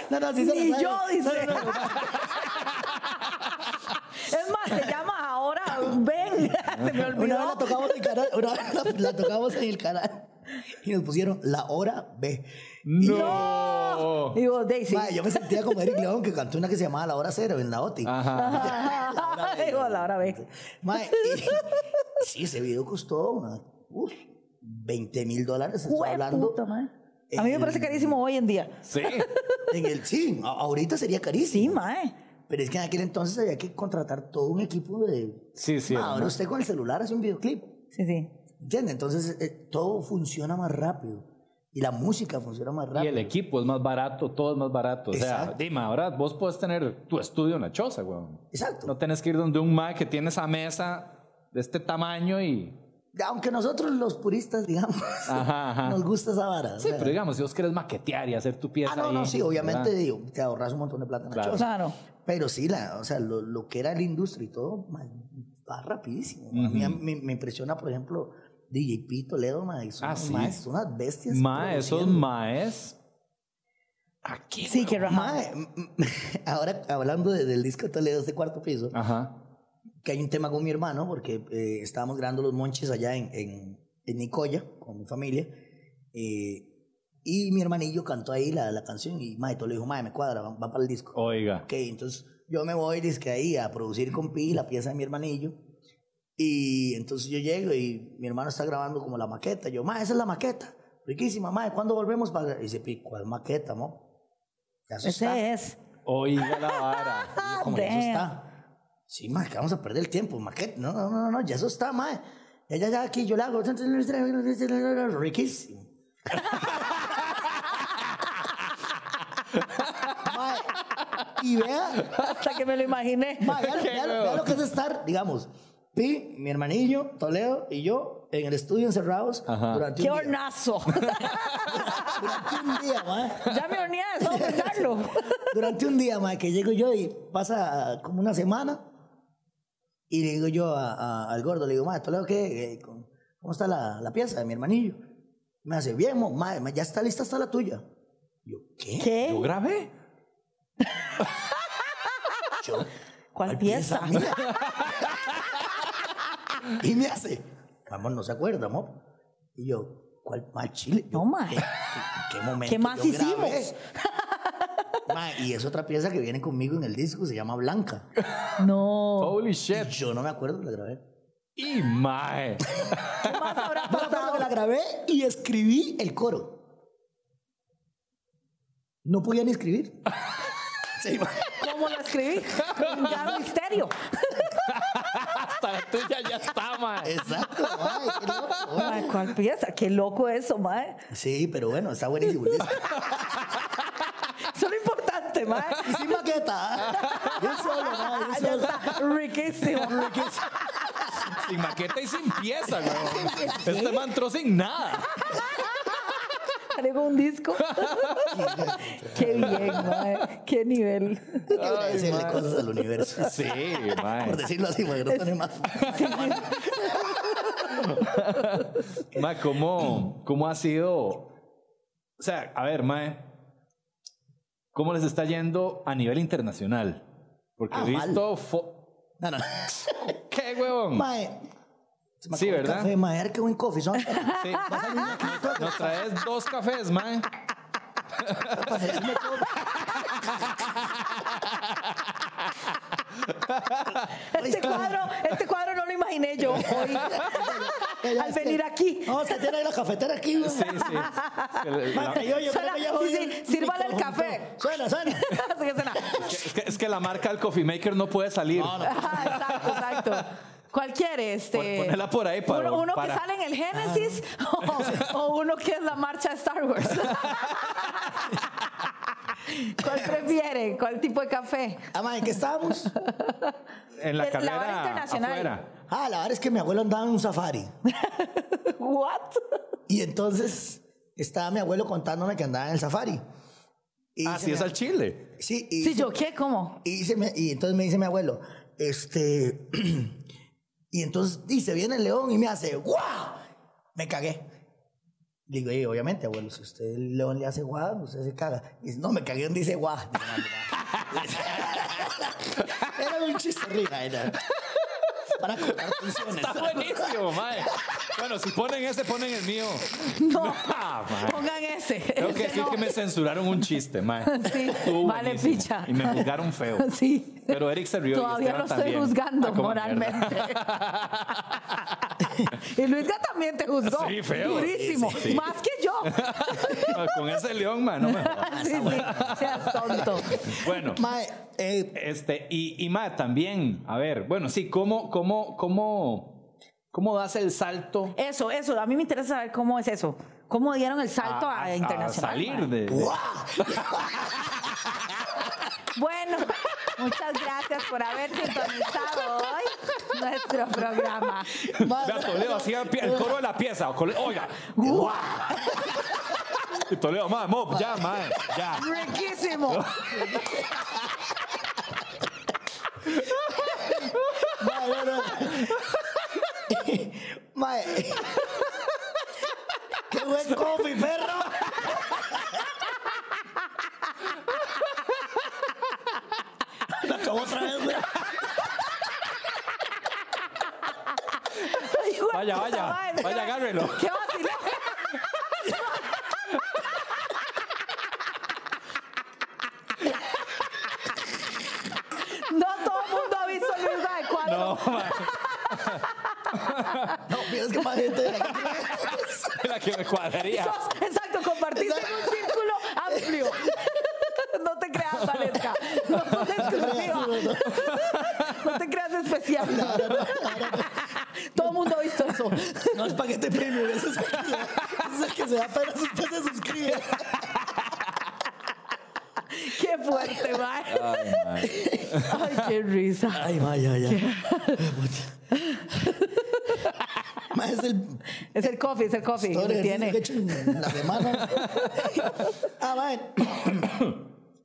[SPEAKER 1] no, no, sí se la
[SPEAKER 3] Ni
[SPEAKER 1] sabe.
[SPEAKER 3] yo, dice.
[SPEAKER 1] No, no, no.
[SPEAKER 3] Es más, se llama ahora Ven. Se me
[SPEAKER 1] Una vez la
[SPEAKER 3] olvidó.
[SPEAKER 1] tocamos en el canal, una vez la, la tocamos en el canal y nos pusieron La Hora B. Y-
[SPEAKER 2] No.
[SPEAKER 3] Y vos, Daisy.
[SPEAKER 1] mae, yo me sentía como Eric León que cantó una que se llamaba La Hora Cero en la OTI.
[SPEAKER 3] Ah,
[SPEAKER 2] Ajá.
[SPEAKER 3] Digo, la hora ve.
[SPEAKER 1] Mae, y- sí, ese video costó una- uf, 20 mil dólares. estoy hablando.
[SPEAKER 3] Puta, madre. A mí me
[SPEAKER 1] el-
[SPEAKER 3] parece carísimo hoy en día.
[SPEAKER 2] Sí.
[SPEAKER 1] En el, sí, a- ahorita sería
[SPEAKER 3] Sí,
[SPEAKER 1] carísimo.
[SPEAKER 3] mae.
[SPEAKER 1] pero es que en aquel entonces había que contratar todo un equipo de.
[SPEAKER 2] Sí, sí.
[SPEAKER 1] Ma, ahora usted con el celular hace un videoclip.
[SPEAKER 3] Sí, sí.
[SPEAKER 1] ¿Entiende? Entonces eh, todo funciona más rápido. Y la música funciona más
[SPEAKER 2] Y
[SPEAKER 1] rápido.
[SPEAKER 2] el equipo es más barato, todo es más barato. O sea,
[SPEAKER 1] Exacto.
[SPEAKER 2] dime, ahora vos puedes tener tu estudio en la choza, weón.
[SPEAKER 1] Exacto.
[SPEAKER 2] No tenés que ir donde un mae que tiene esa mesa de este tamaño y.
[SPEAKER 1] Aunque nosotros los puristas, digamos,
[SPEAKER 2] Ajá, ajá.
[SPEAKER 1] nos gusta esa vara. o
[SPEAKER 2] Sí,
[SPEAKER 1] sea.
[SPEAKER 2] pero digamos, si vos querés maquetear y hacer tu pieza.
[SPEAKER 1] ah, no, no,
[SPEAKER 2] ahí,
[SPEAKER 1] sí, obviamente
[SPEAKER 2] ¿verdad?
[SPEAKER 1] digo, te ahorras un montón de plata en la
[SPEAKER 2] Claro.
[SPEAKER 1] choza.
[SPEAKER 3] Claro.
[SPEAKER 1] Pero sí, la, o sea, lo, lo que era la industria y todo ma, va rapidísimo. A mí me, me impresiona, por ejemplo, DJ Pito, Leo, ma, y son,
[SPEAKER 2] Ah,
[SPEAKER 1] unos
[SPEAKER 2] sí.
[SPEAKER 1] maes, son unas bestias.
[SPEAKER 2] Mae, esos
[SPEAKER 1] produciendo.
[SPEAKER 2] maes. Aquí.
[SPEAKER 3] Sí, que raja.
[SPEAKER 1] Mae, m- m- ahora hablando de- del disco Toledo de cuarto piso,
[SPEAKER 2] Ajá.
[SPEAKER 1] que hay un tema con mi hermano, porque eh, estábamos grabando los monches allá en, en, en Nicoya con mi familia. eh, y mi hermanillo cantó ahí la, la canción y Mae, todo le dijo, Mae, me cuadra, va, va para el disco.
[SPEAKER 2] Oiga.
[SPEAKER 1] Ok, entonces yo me voy que ahí a producir con Pi la pieza de mi hermanillo. Y entonces yo llego y mi hermano está grabando como la maqueta. Yo, ma, esa es la maqueta. Riquísima, ma, ¿cuándo volvemos para...? Y dice Pi, ¿cuál maqueta, mo? Ya eso está.
[SPEAKER 3] Ese es. Ah,
[SPEAKER 2] Oiga la vara.
[SPEAKER 1] Yo, como, ya eso
[SPEAKER 3] damn.
[SPEAKER 1] está. Sí, ma, que vamos a perder el tiempo, maqueta. No, no, no, no, no, ya eso está, ma. Ya, ya, ya, aquí yo la hago. Riquísimo. Ma, y vea
[SPEAKER 3] Hasta que me lo imaginé.
[SPEAKER 1] Ma, vea, vea- vea lo que es estar, digamos, Pi, mi hermanillo, Toledo y yo en el estudio encerrados
[SPEAKER 2] Ajá.
[SPEAKER 1] durante
[SPEAKER 3] ¡Qué
[SPEAKER 1] un día.
[SPEAKER 3] hornazo!
[SPEAKER 1] Durante un día, ma.
[SPEAKER 3] ya me horneé de solo pensarlo.
[SPEAKER 1] Durante un día, ma, que llego yo y pasa como una semana y le digo yo a- a- al gordo, le digo, ma, Toledo, ¿qué? Eh, ¿Cómo cómo está la, la pieza de mi hermanillo? Me hace, bien, mo, ma, ma, ya está lista, está la tuya. Yo, ¿qué?
[SPEAKER 2] Yo
[SPEAKER 3] ¿Qué?
[SPEAKER 2] grabé.
[SPEAKER 1] Yo,
[SPEAKER 3] ¿Cuál pieza?
[SPEAKER 1] mía? y me hace, vamos, no se acuerda, mo. Y yo, ¿cuál más chile? Yo,
[SPEAKER 3] No, ma.
[SPEAKER 1] ¿qué, qué, qué momento
[SPEAKER 3] ¿Qué más
[SPEAKER 1] yo grabé?
[SPEAKER 3] hicimos?
[SPEAKER 1] Ma, y es otra pieza que viene conmigo en el disco, se llama Blanca. Oh.
[SPEAKER 3] No.
[SPEAKER 2] Holy
[SPEAKER 1] Y
[SPEAKER 2] shit.
[SPEAKER 1] Yo no me acuerdo que la grabé.
[SPEAKER 2] Y mae.
[SPEAKER 3] ¿Qué más habrá
[SPEAKER 1] No me acuerdo que la
[SPEAKER 3] pasado?
[SPEAKER 1] grabé y escribí el coro. No podía ni escribir. Sí, ma.
[SPEAKER 3] ¿Cómo la escribí? Un gran misterio.
[SPEAKER 2] Hasta la tuya ya está, mae.
[SPEAKER 1] Exacto, ma, qué loco.
[SPEAKER 3] Ma, ¿Cuál pieza? Qué loco eso, mae.
[SPEAKER 1] Sí, pero bueno, está buenísimo el disco.
[SPEAKER 3] Eso es lo importante, mae. Ah,
[SPEAKER 1] Y sin maqueta. ¿eh? Yo solo, ma, yo
[SPEAKER 3] Ya
[SPEAKER 1] solo.
[SPEAKER 3] está riquísimo.
[SPEAKER 1] Riquísimo.
[SPEAKER 2] sin maqueta y sin pieza, weón. Este man entró sin nada.
[SPEAKER 3] Traigo un disco. qué bien, madre. Qué nivel.
[SPEAKER 1] Hay que agradecerle cosas al universo.
[SPEAKER 2] Sí,
[SPEAKER 1] Por
[SPEAKER 2] mae.
[SPEAKER 1] decirlo así, porque no tiene más.
[SPEAKER 2] Mae, ¿cómo, ¿cómo ha sido? O sea, a ver, mae. ¿Cómo les está yendo a nivel internacional? Porque
[SPEAKER 1] Ah,
[SPEAKER 2] he visto... fo-
[SPEAKER 1] No, no.
[SPEAKER 2] ¿Qué, huevón?
[SPEAKER 3] eh,
[SPEAKER 1] Mae. se me
[SPEAKER 2] Sí,
[SPEAKER 1] acabó el
[SPEAKER 2] ¿verdad?
[SPEAKER 1] Café, mae, qué buen coffee, son.
[SPEAKER 2] Sí.
[SPEAKER 1] Va a salir una que me toca,
[SPEAKER 2] Nos traes dos cafés, mae.
[SPEAKER 1] va a salir una que me toca.
[SPEAKER 3] Este cuadro, este cuadro no lo imaginé yo hoy.
[SPEAKER 1] Ya, ya,
[SPEAKER 3] Al
[SPEAKER 1] es que- Oh.
[SPEAKER 3] venir aquí.
[SPEAKER 1] No, es que tiene ahí la cafetera aquí. güey.
[SPEAKER 2] Sí, sí. Es que la-
[SPEAKER 1] Mata, yo, yo creo
[SPEAKER 3] Suena-
[SPEAKER 1] que ya
[SPEAKER 3] sí,
[SPEAKER 1] jodí
[SPEAKER 3] sí,
[SPEAKER 1] el
[SPEAKER 3] sírvale
[SPEAKER 1] micrófono
[SPEAKER 3] el
[SPEAKER 1] y
[SPEAKER 3] café.
[SPEAKER 1] todo. Suena, suena.
[SPEAKER 3] Así que suena.
[SPEAKER 2] es que- es que la marca del coffee maker no puede salir.
[SPEAKER 3] Ajá, exacto, exacto. ¿Cuál quiere? Este,
[SPEAKER 2] Pon- ponela por ahí para-
[SPEAKER 3] uno, uno
[SPEAKER 2] para- Ah.
[SPEAKER 3] que sale en el Génesis o, o uno que es la marcha de Star Wars. ¿Cuál prefieren? ¿Cuál tipo de café?
[SPEAKER 1] Ah, mae, ¿en qué estábamos?
[SPEAKER 2] En la
[SPEAKER 3] La hora
[SPEAKER 2] carrera
[SPEAKER 3] internacional.
[SPEAKER 2] afuera.
[SPEAKER 1] Ah, la verdad es que mi abuelo andaba en un safari.
[SPEAKER 3] What?
[SPEAKER 1] Y entonces estaba mi abuelo contándome que andaba en el safari. Y
[SPEAKER 2] Ah,
[SPEAKER 1] dice
[SPEAKER 2] sí,
[SPEAKER 1] mi
[SPEAKER 2] es al chile.
[SPEAKER 1] Sí, y,
[SPEAKER 3] Sí,
[SPEAKER 1] dice-
[SPEAKER 3] yo qué, cómo.
[SPEAKER 1] y dice mi- y entonces me dice mi abuelo, este, y entonces dice, viene el león y me hace, ¡guau! Me cagué. Le Digo, "Ey, obviamente, abuelo, si usted el león le hace guau, usted se caga. Y dice, no, me cagué donde dice guau. Digo, "No, no, no". Era un chiste rica, era. Para cortar tensiones.
[SPEAKER 2] Está buenísimo, mae. Bueno, si ponen ese, ponen el mío.
[SPEAKER 3] No.
[SPEAKER 2] Ah, mae.
[SPEAKER 3] Pongan ese.
[SPEAKER 2] Tengo que
[SPEAKER 3] Ese
[SPEAKER 2] decir
[SPEAKER 3] no.
[SPEAKER 2] que me censuraron un chiste, mae.
[SPEAKER 3] Sí,
[SPEAKER 2] Estuvo
[SPEAKER 3] vale
[SPEAKER 2] buenísimo.
[SPEAKER 3] picha.
[SPEAKER 2] Y me juzgaron feo.
[SPEAKER 3] Sí.
[SPEAKER 2] Pero Eric se rió. y
[SPEAKER 3] Todavía
[SPEAKER 2] Esteban
[SPEAKER 3] lo estoy
[SPEAKER 2] también.
[SPEAKER 3] juzgando
[SPEAKER 2] Ah, como
[SPEAKER 3] moralmente.
[SPEAKER 2] mierda.
[SPEAKER 3] y Luisga también te juzgó.
[SPEAKER 2] Sí, feo.
[SPEAKER 3] Durísimo.
[SPEAKER 2] Sí, sí, sí.
[SPEAKER 3] Más que yo.
[SPEAKER 2] Ah, Con ese león, mae. no me jodas.
[SPEAKER 3] sí, sí. Seas tonto.
[SPEAKER 2] Bueno.
[SPEAKER 1] Mae, eh,
[SPEAKER 2] Este, y, y mae, también, a ver, bueno, sí, ¿cómo, cómo, cómo, cómo das el salto
[SPEAKER 3] Eso, eso. A mí me interesa saber cómo es eso. ¿Cómo dieron el salto a, internacional?
[SPEAKER 2] salir de, de-
[SPEAKER 1] ¡guau!
[SPEAKER 3] Bueno, muchas gracias por haber sintonizado hoy nuestro programa.
[SPEAKER 1] Mae,
[SPEAKER 2] Vea, Toledo hacía el pie- el coro de la pieza. o cole- Oiga. Y Toledo, madre, mo, ya, madre, ya.
[SPEAKER 3] Riquísimo.
[SPEAKER 1] Mae, no, no. Mae. ¡Qué buen coffee, perro! Me acabó otra vez, güey.
[SPEAKER 3] Ay, hijo de
[SPEAKER 2] Vaya,
[SPEAKER 3] puta
[SPEAKER 2] vaya,
[SPEAKER 3] madre.
[SPEAKER 2] vaya, agárrelo.
[SPEAKER 3] Qué vacilón. No todo el mundo ha visto el mismo de cuadro.
[SPEAKER 2] No, madre,
[SPEAKER 1] No, piensas que más gente de la que
[SPEAKER 2] la que me cuadraría.
[SPEAKER 3] Sos- exacto, compartiste en un círculo amplio. No te creas, Valesca. No sos exclusiva. No te creas especial. Todo el mundo ha visto eso.
[SPEAKER 1] No es este paquete premium, eso es el que, ese es el que se da apenas usted se suscribe.
[SPEAKER 3] Qué fuerte, va. Ay, qué risa.
[SPEAKER 1] Ay, vaya, ya. Más es el
[SPEAKER 3] Es el coffee, es el coffee.
[SPEAKER 1] Todo
[SPEAKER 3] que
[SPEAKER 1] el
[SPEAKER 3] tiene.
[SPEAKER 1] ejercicio que he hecho en la semana. ah, mae.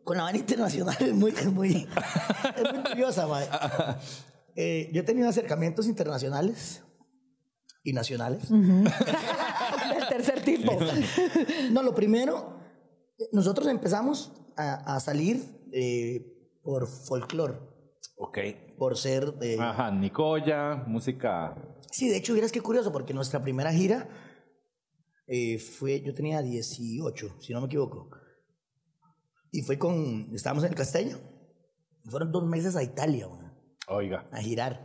[SPEAKER 1] Con la banda internacional es muy, es muy, es muy curiosa, mae. Eh, yo he tenido acercamientos internacionales y nacionales.
[SPEAKER 3] Del tercer tipo.
[SPEAKER 1] No, lo primero, nosotros empezamos a, a salir eh, por folclore,
[SPEAKER 2] Ok.
[SPEAKER 1] por ser... eh,
[SPEAKER 2] Ajá, Nicoya, música.
[SPEAKER 1] Sí, de hecho, vieras qué curioso, porque nuestra primera gira eh, fue, yo tenía 18, si no me equivoco. Y fue con, estábamos en el Castello. Y fueron dos meses a Italia, weón,
[SPEAKER 2] Oiga.
[SPEAKER 1] a girar.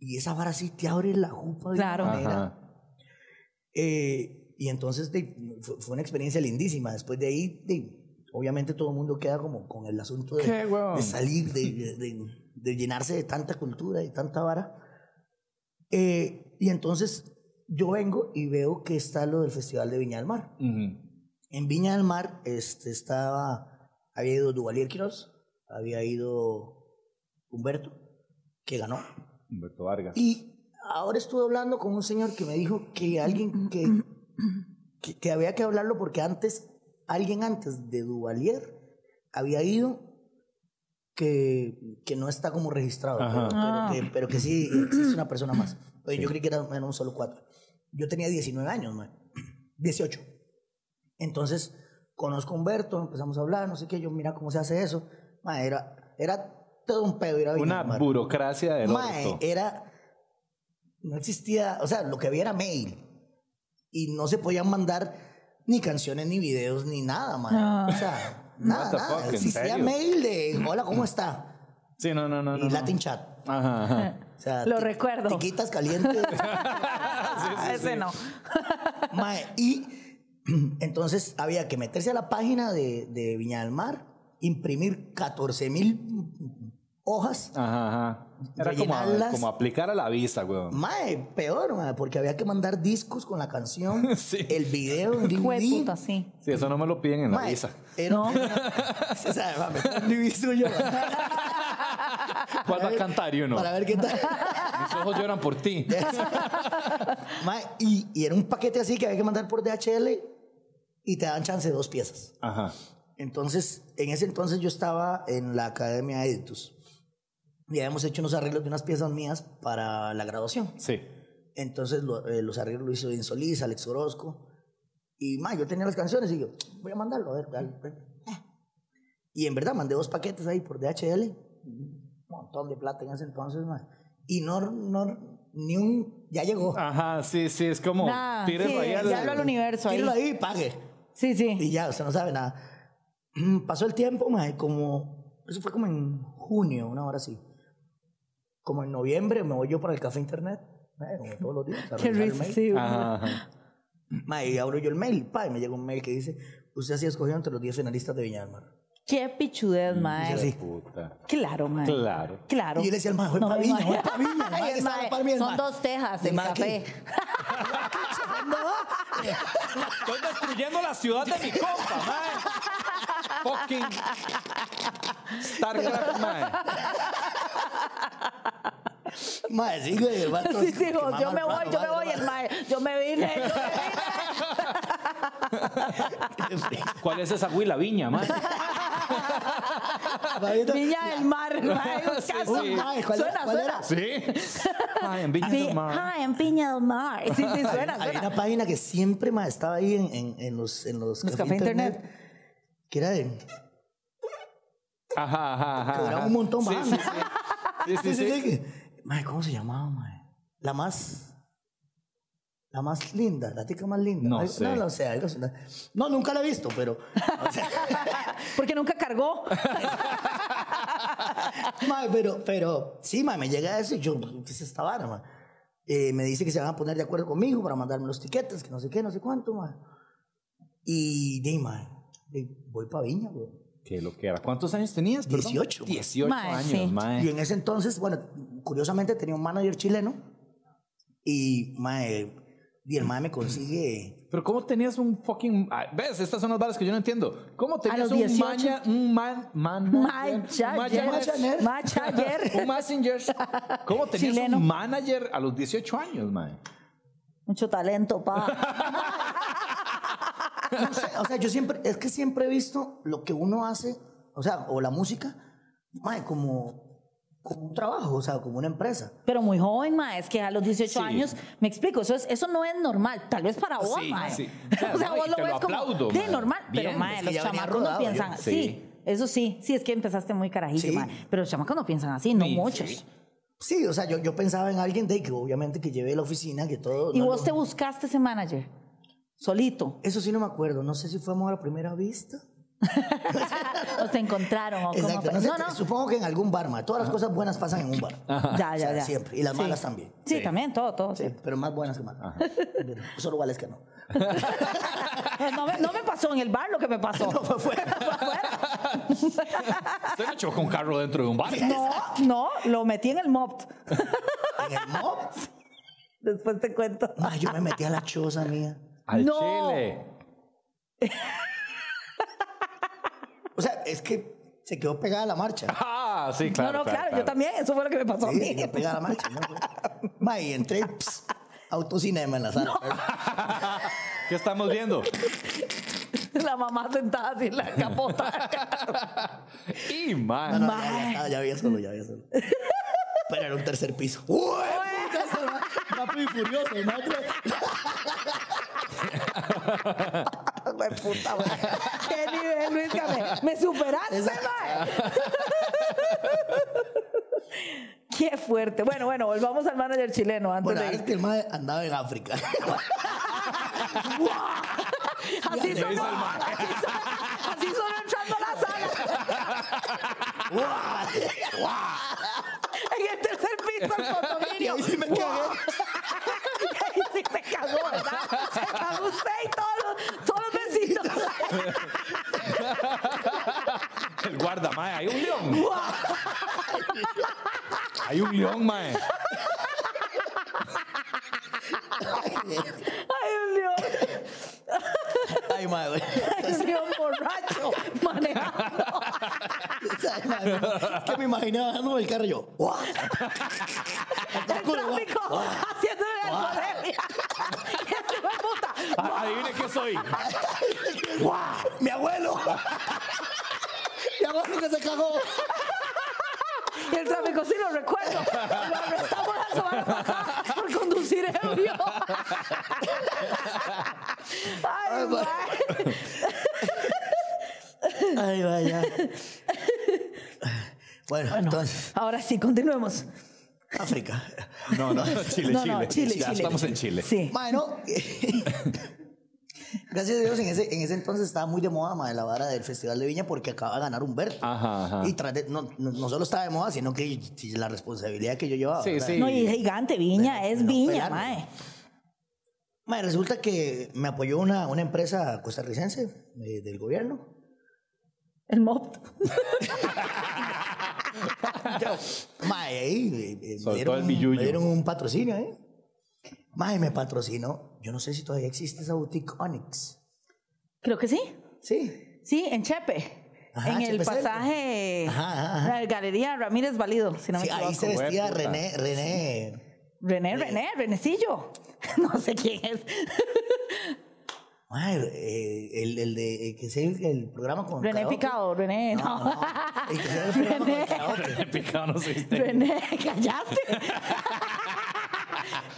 [SPEAKER 1] Y esa vara sí te abre la jupa de una
[SPEAKER 3] Claro.
[SPEAKER 1] manera.
[SPEAKER 2] Ajá.
[SPEAKER 1] Eh, y entonces de- fue, fue una experiencia lindísima. Después de ahí, de- obviamente todo el mundo queda como con el asunto de,
[SPEAKER 2] Qué huevón.
[SPEAKER 1] de salir, de, de- de- de llenarse de tanta cultura y tanta vara. Eh, y entonces yo vengo y veo que está lo del Festival de Viña del Mar.
[SPEAKER 2] Ujú.
[SPEAKER 1] En Viña del Mar este, estaba, había ido Duvalier Quiroz, había ido Humberto, que ganó.
[SPEAKER 2] Humberto Vargas.
[SPEAKER 1] Y ahora estuve hablando con un señor que me dijo que alguien que, que, que había que hablarlo porque antes, alguien antes de Duvalier había ido que, que no está como registrado, pero, pero que, pero que sí existe una persona más. Oye, yo creí que eran, eran un solo cuatro. Yo tenía 19 años, man. 18. Entonces, conozco a Humberto, empezamos a hablar, no sé qué, yo mira cómo se hace eso. Ma, era, era todo un pedo ir a
[SPEAKER 2] Una
[SPEAKER 1] Viña del Mar.
[SPEAKER 2] burocracia del
[SPEAKER 1] Mae, eh,
[SPEAKER 2] orto.
[SPEAKER 1] era. No existía. O sea, lo que había era mail. Y no se podían mandar ni canciones, ni videos, ni nada, mae. O sea, nada,
[SPEAKER 2] What the
[SPEAKER 1] nada.
[SPEAKER 2] fuck, ¿en
[SPEAKER 1] Existía
[SPEAKER 2] serio?
[SPEAKER 1] mail de hola, ¿cómo está?
[SPEAKER 2] Sí, no, no, no.
[SPEAKER 1] Y
[SPEAKER 2] no, no.
[SPEAKER 1] Latin Chat.
[SPEAKER 2] Ajá, ajá.
[SPEAKER 1] O sea,
[SPEAKER 3] Lo
[SPEAKER 1] ti-
[SPEAKER 3] recuerdo. Ah,
[SPEAKER 1] Tiquitas calientes.
[SPEAKER 3] Ese no.
[SPEAKER 1] mae, y entonces había que meterse a la página de, de Viña del Mar, imprimir 14 mil hojas.
[SPEAKER 2] Ajá, ajá. Era como,
[SPEAKER 1] Rellenarlas.
[SPEAKER 2] como aplicar a la vista, weón.
[SPEAKER 1] Mae, peor, mae, porque había que mandar discos con la canción,
[SPEAKER 2] Sí.
[SPEAKER 1] el video en
[SPEAKER 3] Hijo de
[SPEAKER 1] DVD.
[SPEAKER 3] puta, sí.
[SPEAKER 2] Sí, eso no me lo piden en la
[SPEAKER 1] Mae,
[SPEAKER 2] visa.
[SPEAKER 1] Era o sea, mame, un DVD suyo, mae,
[SPEAKER 2] ¿Cuál va a cantar y uno?
[SPEAKER 1] para ver qué tal.
[SPEAKER 2] Mis ojos lloran por ti.
[SPEAKER 1] Mae, y, y era un paquete así que había que mandar por DHL y te daban chance de dos piezas.
[SPEAKER 2] Ajá.
[SPEAKER 1] Entonces, en ese entonces yo estaba en la Academia Editus y habíamos hecho unos arreglos de unas piezas mías para la graduación.
[SPEAKER 2] Sí.
[SPEAKER 1] Entonces lo- eh, los arreglos lo hizo Edwin Solís, Alex Orozco. Y ma, yo tenía las canciones y yo, voy a mandarlo, a ver, dale, dale". Ah. Y en verdad mandé dos paquetes ahí por DHL, un montón de plata en ese entonces, ma. Y no, no, ni un, ya llegó.
[SPEAKER 2] Ajá, sí, sí, es como
[SPEAKER 3] Nada,
[SPEAKER 2] tírelo
[SPEAKER 3] sí,
[SPEAKER 2] ahí al-
[SPEAKER 3] Ah, ya lo al universo ahí.
[SPEAKER 1] Tíralo ahí y pague.
[SPEAKER 3] Sí, sí.
[SPEAKER 1] Y ya, usted no sabe nada. Mm, Pasó el tiempo, ma, y como, eso fue como en junio, una hora así. Como en noviembre me voy yo para el café internet, eh, como todos los días. a
[SPEAKER 3] Qué
[SPEAKER 1] revisar el
[SPEAKER 3] risa,
[SPEAKER 1] mail.
[SPEAKER 3] sí.
[SPEAKER 2] Ajá, ajá.
[SPEAKER 1] Ma, y abro yo el mail, pa, y me llega un mail que dice, usted ha sido escogido entre los 10 finalistas de Viña del Mar.
[SPEAKER 3] Qué pichudez, mae.
[SPEAKER 1] Sí.
[SPEAKER 2] Puta.
[SPEAKER 3] Claro, mae.
[SPEAKER 2] Claro.
[SPEAKER 3] Claro.
[SPEAKER 1] Y yo le decía al mae, voy
[SPEAKER 3] No
[SPEAKER 1] pa'
[SPEAKER 3] me
[SPEAKER 1] Viña, voy
[SPEAKER 3] imagino.
[SPEAKER 1] pa' Viña, el
[SPEAKER 3] Ay,
[SPEAKER 1] mae
[SPEAKER 3] el
[SPEAKER 1] que estaba
[SPEAKER 3] mae,
[SPEAKER 1] par mí, el
[SPEAKER 3] Son
[SPEAKER 1] mae.
[SPEAKER 3] dos tejas,
[SPEAKER 1] El
[SPEAKER 3] el
[SPEAKER 1] mae aquí.
[SPEAKER 3] café.
[SPEAKER 2] Estoy destruyendo la ciudad de mi compa, mae. Fucking StarCraft, mae.
[SPEAKER 1] Mae, sí, güey, el vato
[SPEAKER 3] Sí,
[SPEAKER 1] así
[SPEAKER 3] sí,
[SPEAKER 1] como
[SPEAKER 3] hijo,
[SPEAKER 1] que mamá,
[SPEAKER 3] yo me voy,
[SPEAKER 1] raro,
[SPEAKER 3] yo me
[SPEAKER 1] raro,
[SPEAKER 3] voy, el
[SPEAKER 1] raro.
[SPEAKER 3] mae. Yo me vine. yo me vine.
[SPEAKER 2] ¿Cuál es esa huila viña, mae?
[SPEAKER 1] Mae,
[SPEAKER 3] Viña del Mar, el mae. un
[SPEAKER 2] Sí,
[SPEAKER 3] caso.
[SPEAKER 1] sí. Ay, ¿cuál
[SPEAKER 3] Suena,
[SPEAKER 1] era? ¿Cuál
[SPEAKER 3] suena.
[SPEAKER 1] era?
[SPEAKER 2] Sí. Mae, en viña
[SPEAKER 3] Sí,
[SPEAKER 2] del mar.
[SPEAKER 3] ah, en Viña del Mar. Sí, sí, suena,
[SPEAKER 1] Hay
[SPEAKER 3] suena.
[SPEAKER 1] una página que siempre mae, estaba ahí en, en, en los, en los,
[SPEAKER 3] Los
[SPEAKER 1] café
[SPEAKER 3] café internet.
[SPEAKER 1] que era de,
[SPEAKER 2] Ajá, ajá, ajá.
[SPEAKER 1] duraba
[SPEAKER 2] ajá.
[SPEAKER 1] un montón
[SPEAKER 2] Sí,
[SPEAKER 1] bajando.
[SPEAKER 2] sí, sí. Sí, sí, sí.
[SPEAKER 1] que- Mae, ¿cómo se llamaba, mae? La más... La más linda, la tica más linda.
[SPEAKER 2] No
[SPEAKER 1] Algo-
[SPEAKER 2] sé.
[SPEAKER 1] No, no sé, algo así, no. No, nunca la he visto, pero... o sea,
[SPEAKER 3] Porque nunca cargó.
[SPEAKER 1] Mae, pero, pero, sí, mae, me llega eso y yo, "Pues, ¿qué es esta vara, mae? Eh, me dice que se van a poner de acuerdo conmigo para mandarme los tiquetes, que no sé qué, no sé cuánto, mae. Y, di, mae, di, voy para Viña, güey.
[SPEAKER 2] Qué lo que era. ¿Cuántos años tenías? perdón?
[SPEAKER 1] 18, mae.
[SPEAKER 2] 18
[SPEAKER 3] Mae,
[SPEAKER 2] años,
[SPEAKER 3] sí.
[SPEAKER 1] Y
[SPEAKER 2] mae.
[SPEAKER 1] en ese entonces, bueno, curiosamente tenía un manager chileno y, mae, y el mae me consigue...
[SPEAKER 2] Pero ¿cómo tenías un fucking... ah, ¿Ves? Estas son las balas que yo no entiendo. ¿Cómo tenías
[SPEAKER 3] los
[SPEAKER 2] un
[SPEAKER 3] 18?
[SPEAKER 2] maña... Un man... man
[SPEAKER 3] Macha ayer.
[SPEAKER 1] Machayer.
[SPEAKER 3] Macha
[SPEAKER 2] Un
[SPEAKER 3] ayer.
[SPEAKER 2] messenger. ¿Cómo tenías
[SPEAKER 3] Chileno.
[SPEAKER 2] un manager a los 18 años, mae?
[SPEAKER 3] Mucho talento, pa.
[SPEAKER 1] No sé, o sea, yo siempre, es que siempre he visto lo que uno hace, o sea, o la música, mae, como, como un trabajo, o sea, como una empresa.
[SPEAKER 3] Pero muy joven, ma, es que a los 18
[SPEAKER 2] Sí.
[SPEAKER 3] años, me explico, eso, es, eso no es normal, tal vez para vos,
[SPEAKER 2] Sí,
[SPEAKER 3] ma.
[SPEAKER 2] sí.
[SPEAKER 3] O sea,
[SPEAKER 2] No, y
[SPEAKER 3] vos lo
[SPEAKER 2] te lo
[SPEAKER 3] ves
[SPEAKER 2] aplaudo,
[SPEAKER 3] como de
[SPEAKER 2] ma.
[SPEAKER 3] normal, pero
[SPEAKER 2] Bien,
[SPEAKER 3] ma,
[SPEAKER 1] es que
[SPEAKER 3] los
[SPEAKER 1] ya venía
[SPEAKER 3] chamacos no
[SPEAKER 1] rodado,
[SPEAKER 3] piensan
[SPEAKER 1] yo-
[SPEAKER 3] así.
[SPEAKER 2] Sí.
[SPEAKER 3] Eso sí, sí, es que empezaste muy carajillo,
[SPEAKER 1] Sí.
[SPEAKER 3] ma, pero los chamacos no piensan así, no
[SPEAKER 2] Sí,
[SPEAKER 3] muchos.
[SPEAKER 2] sí.
[SPEAKER 1] Sí, o sea, yo, yo pensaba en alguien de que obviamente que lleve la oficina, que todo.
[SPEAKER 3] Y
[SPEAKER 1] no,
[SPEAKER 3] vos
[SPEAKER 1] no.
[SPEAKER 3] te buscaste ese manager, solito,
[SPEAKER 1] Eso sí no me acuerdo. No sé si fue amor a la primera vista.
[SPEAKER 3] o te encontraron, o cómo
[SPEAKER 1] Exacto. No
[SPEAKER 3] fue.
[SPEAKER 1] sé,
[SPEAKER 3] No, no,
[SPEAKER 1] Supongo que en algún bar, ma. Todas las cosas buenas pasan en un bar.
[SPEAKER 3] ya,
[SPEAKER 1] O
[SPEAKER 3] ya,
[SPEAKER 1] sea,
[SPEAKER 3] ya.
[SPEAKER 1] Siempre. Y las
[SPEAKER 3] Sí.
[SPEAKER 1] malas también.
[SPEAKER 3] Sí, también, todo, todo.
[SPEAKER 1] Sí, pero más buenas que malas. Pero Solo vales que no.
[SPEAKER 3] Pues No, me, no me pasó en el bar lo que me pasó.
[SPEAKER 1] No pues. fue fuera.
[SPEAKER 2] Usted no chocó un carro dentro de un bar.
[SPEAKER 3] No, no, lo metí en el mob.
[SPEAKER 1] En el mob.
[SPEAKER 3] Después te cuento.
[SPEAKER 1] Ma, yo me metí a la choza mía.
[SPEAKER 2] Al
[SPEAKER 3] No.
[SPEAKER 2] chile.
[SPEAKER 1] O sea, es que se quedó pegada a la marcha.
[SPEAKER 2] Ah, Ah, sí, claro.
[SPEAKER 3] no, no, claro,
[SPEAKER 2] claro,
[SPEAKER 3] yo también, eso fue lo que me pasó a
[SPEAKER 1] Sí,
[SPEAKER 3] mí.
[SPEAKER 1] le pega la marcha. ¿no? Ma, y entré, ps, autocinema en la sala.
[SPEAKER 2] ¿Qué estamos viendo?
[SPEAKER 3] La mamá sentada así en la capota.
[SPEAKER 2] Y, man.
[SPEAKER 1] No, no, ya, ya estaba, ya había solo, ya había solo. Pero era un tercer piso. ¡Uy! puta, ese ma- Rápido y furioso, ma, tra-
[SPEAKER 3] Güey, puta, güey. ¡Qué nivel, Luis Carmen! ¡Me superaste,
[SPEAKER 1] Esa-
[SPEAKER 3] mae! ¡Qué fuerte! Bueno, bueno, volvamos al manager chileno antes
[SPEAKER 1] Bueno,
[SPEAKER 3] de
[SPEAKER 1] es que el mae andaba en África.
[SPEAKER 3] Así
[SPEAKER 2] le hizo
[SPEAKER 3] sonó,
[SPEAKER 2] el mae.
[SPEAKER 3] así sonó, así sonó entrando a la sala.
[SPEAKER 1] ¡Guau!
[SPEAKER 3] En el tercer piso del
[SPEAKER 1] Y
[SPEAKER 3] condominio.
[SPEAKER 1] ahí sí me cagué.
[SPEAKER 3] Ahí sí se cagó, ¿verdad? Se cagó usted y todos los, todos los vecinos.
[SPEAKER 2] El guarda, mae. Hay un león. Hay un león, mae.
[SPEAKER 3] ¡Ay, un león!
[SPEAKER 1] Ay, mae, güey.
[SPEAKER 3] ¡Ay, un león borracho! Manejando.
[SPEAKER 1] Ay, mae, güey. Es que me imaginé bajando del carro y yo. ¡Guau!
[SPEAKER 3] El tráfico
[SPEAKER 1] Ah.
[SPEAKER 3] haciendo el
[SPEAKER 1] Guau.
[SPEAKER 3] alcoholemia. ¡Este fue puta!
[SPEAKER 2] A- Ah, Adivine qué soy.
[SPEAKER 1] ¡Mi abuelo! ¡Mi abuelo que se cagó!
[SPEAKER 3] Y el tráfico sí lo recuerdo. Lo arrestamos la semana pasada por conducir ebrio. Ay,
[SPEAKER 1] Ay, ma.
[SPEAKER 3] mae.
[SPEAKER 1] Ay, vaya. Bueno, entonces,
[SPEAKER 3] Ahora sí, continuemos.
[SPEAKER 1] África.
[SPEAKER 2] No, no, Chile,
[SPEAKER 3] No,
[SPEAKER 2] Chile.
[SPEAKER 3] no, Chile,
[SPEAKER 2] Ya
[SPEAKER 3] Chile.
[SPEAKER 2] estamos en Chile.
[SPEAKER 3] Sí.
[SPEAKER 1] Bueno, gracias a Dios, en ese, en ese entonces estaba muy de moda mae, la vara del Festival de Viña porque acaba de ganar Humberto.
[SPEAKER 2] Ajá, ajá.
[SPEAKER 1] Y tras de- no, no, no solo estaba de moda, sino que la responsabilidad que yo llevaba.
[SPEAKER 2] Sí,
[SPEAKER 1] ¿verdad?
[SPEAKER 2] sí.
[SPEAKER 3] No, y es gigante, Viña, es
[SPEAKER 1] no,
[SPEAKER 3] Viña,
[SPEAKER 1] pelarme.
[SPEAKER 3] mae.
[SPEAKER 1] Mae, resulta que me apoyó una, una empresa costarricense eh, del gobierno.
[SPEAKER 3] El mob.
[SPEAKER 1] Mae, ahí eh, eh, me
[SPEAKER 2] Soltó el
[SPEAKER 1] dieron,
[SPEAKER 2] billullo.
[SPEAKER 1] me dieron un patrocinio, ¿eh? Mae, me patrocinó. Yo no sé si todavía existe esa boutique Onyx.
[SPEAKER 3] Creo que sí.
[SPEAKER 1] Sí.
[SPEAKER 3] Sí, en Chepe.
[SPEAKER 1] Ajá,
[SPEAKER 3] en el
[SPEAKER 1] Chepe Centro.
[SPEAKER 3] pasaje.
[SPEAKER 1] Ajá, ajá, ajá.
[SPEAKER 3] La galería Ramírez Valido, si no me
[SPEAKER 1] Sí,
[SPEAKER 3] equivoco.
[SPEAKER 1] ahí se
[SPEAKER 2] equivoco.
[SPEAKER 1] vestía
[SPEAKER 2] Hue puta.
[SPEAKER 1] René, René.
[SPEAKER 3] René, René, Renecillo. No sé quién es.
[SPEAKER 1] Mae, eh, el, el de eh, que es el, el programa con
[SPEAKER 3] René
[SPEAKER 1] karaoke.
[SPEAKER 3] Picado, René.
[SPEAKER 1] No,
[SPEAKER 3] No,
[SPEAKER 1] no. El que hacía el programa con
[SPEAKER 3] René.
[SPEAKER 1] karaoke.
[SPEAKER 2] Picado no soy usted.
[SPEAKER 3] René, callaste.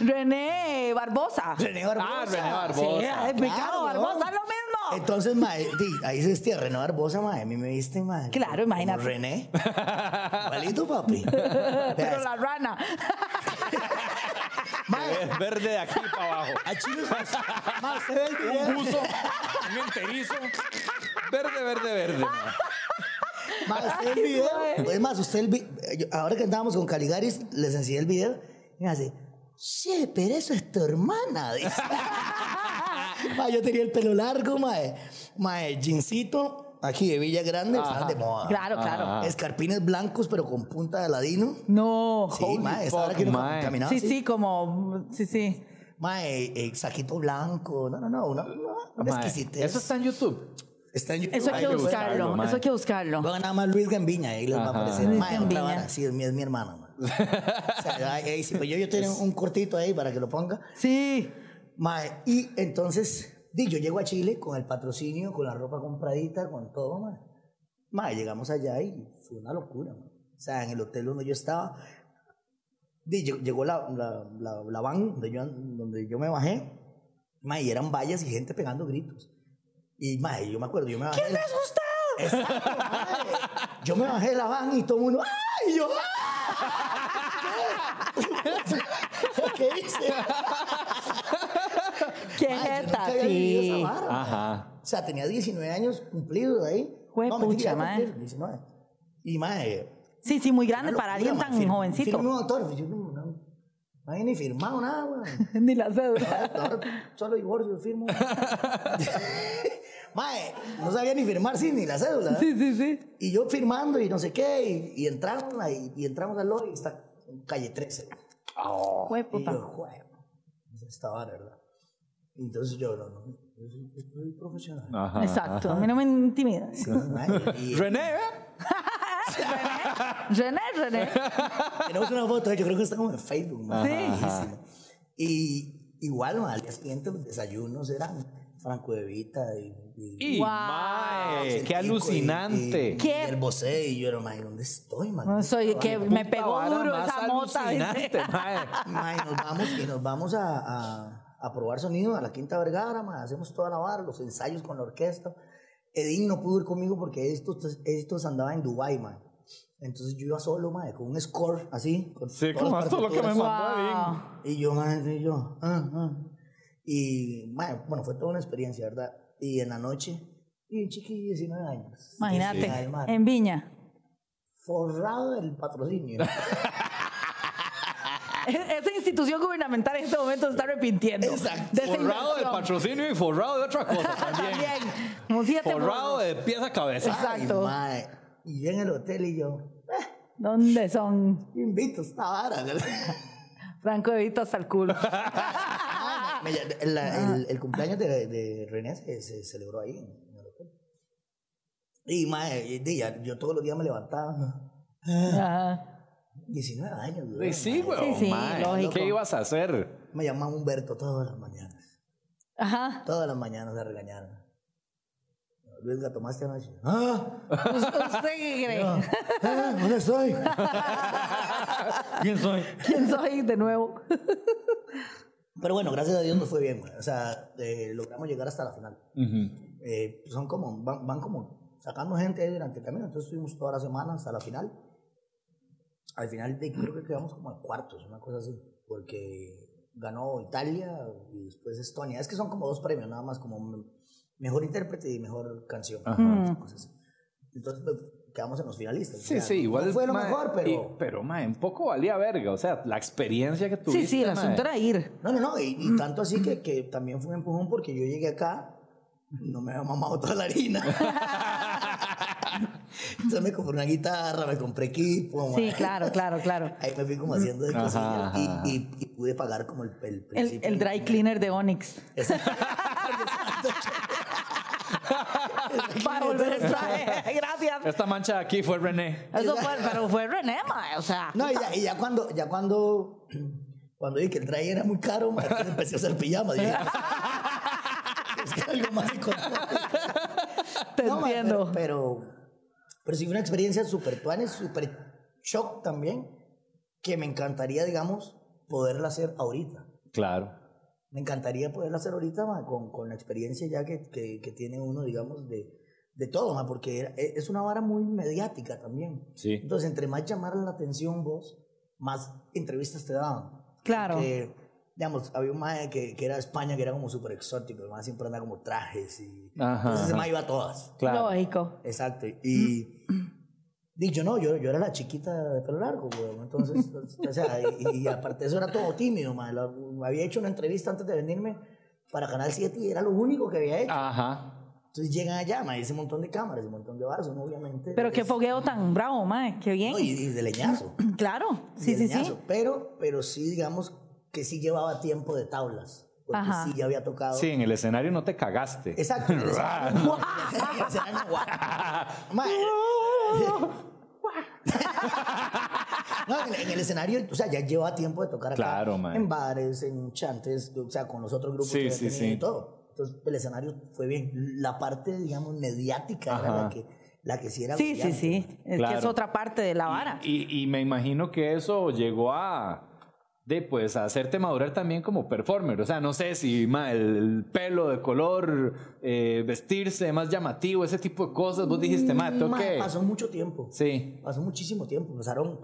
[SPEAKER 3] René Barbosa.
[SPEAKER 1] René Barbosa.
[SPEAKER 2] Ah, René Barbosa.
[SPEAKER 3] Sí, ay, Picado,
[SPEAKER 1] Claro,
[SPEAKER 3] Barbosa,
[SPEAKER 1] weón.
[SPEAKER 3] lo mismo.
[SPEAKER 1] Entonces, mae, di, ahí se vestía René Barbosa, mae. A mí me viste, mae.
[SPEAKER 3] Claro,
[SPEAKER 1] como
[SPEAKER 3] imagínate.
[SPEAKER 1] René. Igualito, papi. Vea,
[SPEAKER 3] Pero la rana.
[SPEAKER 1] Ah, mae,
[SPEAKER 2] Es verde de aquí para abajo.
[SPEAKER 1] a Chile, mae, usted ve el video.
[SPEAKER 2] Un buzo, un enterizo. Verde, verde, verde.
[SPEAKER 1] Más usted el video.
[SPEAKER 3] eh.
[SPEAKER 1] Es más, usted el vi- eh, yo- Ahora que andábamos con Caligaris, les enseñé el video. Y me hace, che, pero eso es tu hermana. dice. Ma, yo tenía el pelo largo, mae. Mae, eh, jeansito, aquí de Villa Grande, estaban de moda.
[SPEAKER 3] Claro, claro.
[SPEAKER 2] Ajá.
[SPEAKER 1] Escarpines blancos, pero con punta de ladino.
[SPEAKER 3] No.
[SPEAKER 1] Sí, mae, esa
[SPEAKER 2] fuck,
[SPEAKER 1] hora que uno
[SPEAKER 2] mae.
[SPEAKER 1] caminaba
[SPEAKER 3] Sí,
[SPEAKER 1] así.
[SPEAKER 3] sí, como. Sí, sí.
[SPEAKER 1] Mae, eh, saquito blanco. No, no, no. Una, una
[SPEAKER 2] Mae,
[SPEAKER 1] exquisitez. Este
[SPEAKER 2] Eso está en YouTube.
[SPEAKER 1] Está en YouTube.
[SPEAKER 3] Eso hay
[SPEAKER 2] Hay
[SPEAKER 3] que
[SPEAKER 2] que buscarlo,
[SPEAKER 3] buscarlo.
[SPEAKER 2] mae.
[SPEAKER 3] Eso hay que buscarlo.
[SPEAKER 1] Pongan nada más Luis Gambiña, ahí les va a
[SPEAKER 2] Ajá.
[SPEAKER 1] aparecer.
[SPEAKER 3] Luis
[SPEAKER 1] Mae, otra
[SPEAKER 3] Gambiña.
[SPEAKER 1] vara, sí, es mi, es mi hermana. mae. O sea, ahí- ahí sí, pues yo, yo tengo un cortito ahí para que lo ponga.
[SPEAKER 3] Sí.
[SPEAKER 1] Mae, y entonces, di, yo llego a Chile con el patrocinio, con la ropa compradita, con todo, mae. Mae, llegamos allá y fue una locura, mae. O sea, en el hotel donde yo estaba, di, lle- llegó la, la, la- la van donde yo, an- donde yo me bajé, mae, y eran vallas y gente pegando gritos. Y, mae, yo me acuerdo, yo me bajé... de la- Exacto, mae. Yo me bajé de la van y todo el mundo, ¡ay! Y yo, ¡ah! ¿Qué hice?
[SPEAKER 3] ¿Quién
[SPEAKER 1] Ay, yo
[SPEAKER 3] es
[SPEAKER 1] nunca
[SPEAKER 3] esta?
[SPEAKER 1] había vivido
[SPEAKER 3] Sí.
[SPEAKER 1] esa vara.
[SPEAKER 2] Ajá.
[SPEAKER 1] O sea, tenía 19 años cumplidos ahí.
[SPEAKER 3] Jue pucha,
[SPEAKER 1] mentira,
[SPEAKER 3] mae.
[SPEAKER 1] cumplí 19. Y mae.
[SPEAKER 3] Sí, sí, muy grande
[SPEAKER 1] una
[SPEAKER 3] para
[SPEAKER 1] locura,
[SPEAKER 3] alguien
[SPEAKER 1] mae.
[SPEAKER 3] tan
[SPEAKER 1] Fir-
[SPEAKER 3] jovencito.
[SPEAKER 1] Firmé un autor. pues, Yo no, no, no había ni firmado nada, weón.
[SPEAKER 3] Ni la cédula.
[SPEAKER 1] Ahora Solo divorcio firmo. mae, no sabía ni firmar, sí, ni la cédula. ¿eh?
[SPEAKER 3] Sí, sí, sí.
[SPEAKER 1] Y yo firmando y no sé qué. Y, y entramos ahí, y entramos al lobby y está en calle 13.
[SPEAKER 3] Fue
[SPEAKER 1] Y yo,
[SPEAKER 3] puta.
[SPEAKER 1] joder, esta vara, ¿verdad? Entonces yo, no, no, yo soy, yo soy profesional.
[SPEAKER 2] Ajá.
[SPEAKER 3] Exacto. A mí no me intimidas.
[SPEAKER 1] Sí, mae, y-
[SPEAKER 2] René, ¿eh?
[SPEAKER 3] René, René.
[SPEAKER 1] Tenemos una foto, yo creo que está como en Facebook. ma.
[SPEAKER 3] Sí.
[SPEAKER 1] Buenísimo. Y igual, ma, al día siguiente los desayunos eran Franco de Vita y, y-
[SPEAKER 2] Y
[SPEAKER 3] Wow.
[SPEAKER 2] mae,
[SPEAKER 1] y-
[SPEAKER 2] Eh, qué alucinante.
[SPEAKER 1] Y, y
[SPEAKER 3] ¿Qué?
[SPEAKER 1] el bocé, y yo era, mae, ¿dónde estoy, mae?
[SPEAKER 3] No, Soy que
[SPEAKER 2] Qué
[SPEAKER 3] me
[SPEAKER 2] puta
[SPEAKER 3] pegó
[SPEAKER 2] vara
[SPEAKER 3] duro
[SPEAKER 2] más
[SPEAKER 3] esa mota. dice.
[SPEAKER 2] alucinante, mae.
[SPEAKER 1] Mae, nos vamos y nos vamos a, a- a probar sonido a la Quinta Vergara, mae, hacemos toda la barra, los ensayos con la orquesta. Edín no pudo ir conmigo porque estos, estos andaba en Dubái, mae. Entonces yo iba solo, mae, con un score así. Con
[SPEAKER 2] Sí,
[SPEAKER 1] todas
[SPEAKER 2] como
[SPEAKER 1] las
[SPEAKER 2] esto lo que me
[SPEAKER 1] partituras.
[SPEAKER 2] mandó
[SPEAKER 3] Wow.
[SPEAKER 2] Edín.
[SPEAKER 1] Y yo, mae, y yo, ah, ah. Y, mae, bueno, fue toda una experiencia, ¿verdad? Y en la noche, y un chiquillo de 19 años.
[SPEAKER 3] Imagínate, Em
[SPEAKER 1] 19, mae,
[SPEAKER 3] en Viña.
[SPEAKER 1] forrado del patrocinio.
[SPEAKER 3] E- Esa institución gubernamental en este momento se está arrepintiendo.
[SPEAKER 1] Exacto.
[SPEAKER 3] de esa
[SPEAKER 2] Forrado del
[SPEAKER 3] inversión.
[SPEAKER 2] patrocinio y forrado de otra cosa también.
[SPEAKER 3] También, como siete
[SPEAKER 2] Forrado
[SPEAKER 3] bonos.
[SPEAKER 2] de pieza a cabeza.
[SPEAKER 3] Exacto.
[SPEAKER 1] Ay, mae. Y yo en el hotel y yo,
[SPEAKER 3] ¿Dónde son?
[SPEAKER 1] Yo invito a esta vara.
[SPEAKER 3] Franco de Vito hasta el culo.
[SPEAKER 1] Ah, me- me- la- el, el cumpleaños de, de René se, se celebró ahí en en el hotel. Y mae, y di, ya- yo todos los días me levantaba.
[SPEAKER 3] Ajá.
[SPEAKER 1] 19 años, güey,
[SPEAKER 2] Sí, sí,
[SPEAKER 1] mae.
[SPEAKER 2] güey.
[SPEAKER 3] sí, lógico.
[SPEAKER 2] ¿Qué ibas a hacer?
[SPEAKER 1] Me llamaba Humberto todas las mañanas.
[SPEAKER 3] Ajá.
[SPEAKER 1] Todas las mañanas a regañarme. Luis, ¿la tomaste anoche? ¿Ah?
[SPEAKER 3] ¿Usted qué cree?
[SPEAKER 1] ah, ah, ¿Dónde estoy?
[SPEAKER 2] ¿Quién soy?
[SPEAKER 3] ¿Quién soy de nuevo?
[SPEAKER 1] Pero bueno, gracias a Dios me fue bien, güey. O sea, eh, logramos llegar hasta la final. Eh, son como, van, van como sacando gente ahí durante el camino. Entonces estuvimos toda la semana hasta la final. Al final de, creo que quedamos como en cuartos, una cosa así. Porque ganó Italia y después Estonia. Es que son como dos premios, nada más, como me- mejor intérprete y mejor canción. una cosa así. Entonces pues, quedamos en los finalistas. O
[SPEAKER 2] Sí,
[SPEAKER 1] sea,
[SPEAKER 2] sí, igual.
[SPEAKER 1] no fue lo
[SPEAKER 2] mae,
[SPEAKER 1] mejor, pero...
[SPEAKER 2] y- pero, mae, un poco valía verga. O sea, la experiencia que tuviste.
[SPEAKER 3] Sí, sí, el
[SPEAKER 2] mae.
[SPEAKER 3] asunto era ir.
[SPEAKER 1] No, no, no, y,
[SPEAKER 3] Mm.
[SPEAKER 1] y tanto así que, que también fue un empujón porque yo llegué acá y no me había mamado toda la harina. Entonces me compré una guitarra, me compré equipo.
[SPEAKER 3] Sí,
[SPEAKER 1] ma.
[SPEAKER 3] claro, claro, claro.
[SPEAKER 1] Ahí me fui como haciendo de
[SPEAKER 2] Ajá,
[SPEAKER 1] cosillas y,
[SPEAKER 2] ajá.
[SPEAKER 1] y- y pude pagar como el, el,
[SPEAKER 3] El, el dry cleaner de Onyx. Para volver a traer. Gracias.
[SPEAKER 2] Esta mancha de aquí fue René.
[SPEAKER 3] Eso fue, pero fue René, mae, o sea.
[SPEAKER 1] No, y ya, y ya cuando, ya cuando, cuando dije que el dry era muy caro, ma, entonces empecé a hacer pijamas. Dije, es que era algo más económico.
[SPEAKER 3] Te
[SPEAKER 1] No, ma,
[SPEAKER 3] entiendo.
[SPEAKER 1] Pero, pero, pero sí fue una experiencia súper tuanes, súper shock también, que me encantaría, digamos, poderla hacer ahorita.
[SPEAKER 2] Claro.
[SPEAKER 1] Me encantaría poderla hacer ahorita ma, con, con la experiencia ya que, que- que tiene uno, digamos, de, de todo, ma, porque era- e- es una vara muy mediática también.
[SPEAKER 2] Sí.
[SPEAKER 1] Entonces, entre más llamar la atención vos, más entrevistas te daban.
[SPEAKER 3] Claro.
[SPEAKER 1] Porque, digamos, había un mae que, que era de España, que era como súper exótico, el mae siempre andaba como trajes y...
[SPEAKER 2] Ajá,
[SPEAKER 1] entonces ese
[SPEAKER 2] ajá.
[SPEAKER 1] mae iba a todas.
[SPEAKER 2] Claro.
[SPEAKER 3] Lógico.
[SPEAKER 1] Exacto. Y,
[SPEAKER 3] Mm.
[SPEAKER 1] y yo no, yo, yo era la chiquita de pelo largo, weón. Entonces, o sea, y, y aparte eso era todo tímido, man. La- había hecho una entrevista antes de venirme para Canal 7 y era lo único que había
[SPEAKER 3] Ah.
[SPEAKER 1] hecho.
[SPEAKER 2] Ajá.
[SPEAKER 1] Entonces llegan allá, man, y ese montón de cámaras, un montón de bares, uno obviamente.
[SPEAKER 3] Pero qué
[SPEAKER 1] es-
[SPEAKER 3] fogueo tan bravo, mae. Qué bien.
[SPEAKER 1] no, y, y de leñazo.
[SPEAKER 3] Claro.
[SPEAKER 1] y
[SPEAKER 3] Sí,
[SPEAKER 1] de
[SPEAKER 3] sí, sí.
[SPEAKER 1] leñazo. Pero, pero sí, digamos que sí llevaba tiempo de tablas. Porque
[SPEAKER 3] Ajá.
[SPEAKER 1] sí ya había tocado.
[SPEAKER 2] Sí, en el escenario no te cagaste.
[SPEAKER 1] Exacto. en el escenario. En el escenario, guau. Ma, No, en el, en el escenario, o sea, ya lleva tiempo de tocar acá.
[SPEAKER 2] Claro, man.
[SPEAKER 1] En bares, en chantes, o sea, con los otros grupos
[SPEAKER 2] Sí,
[SPEAKER 1] que
[SPEAKER 2] sí,
[SPEAKER 1] sí,
[SPEAKER 2] sí.
[SPEAKER 1] y todo. Entonces, el escenario fue bien. La parte, digamos, mediática era
[SPEAKER 2] Ajá.
[SPEAKER 1] la que, la que sí era
[SPEAKER 3] Sí, sí,
[SPEAKER 1] brillante,
[SPEAKER 3] sí. Es que es
[SPEAKER 2] Claro.
[SPEAKER 3] otra parte de la vara.
[SPEAKER 2] Y, y me imagino que eso llegó a de pues a hacerte madurar también como performer, o sea, no sé si ma, el, el pelo de color, eh, vestirse más llamativo, ese tipo de cosas, vos dijiste, ma,
[SPEAKER 1] Ma,
[SPEAKER 2] tengo que...
[SPEAKER 1] Mm, Pasó mucho tiempo.
[SPEAKER 2] Sí,
[SPEAKER 1] Pasó muchísimo tiempo. Pasaron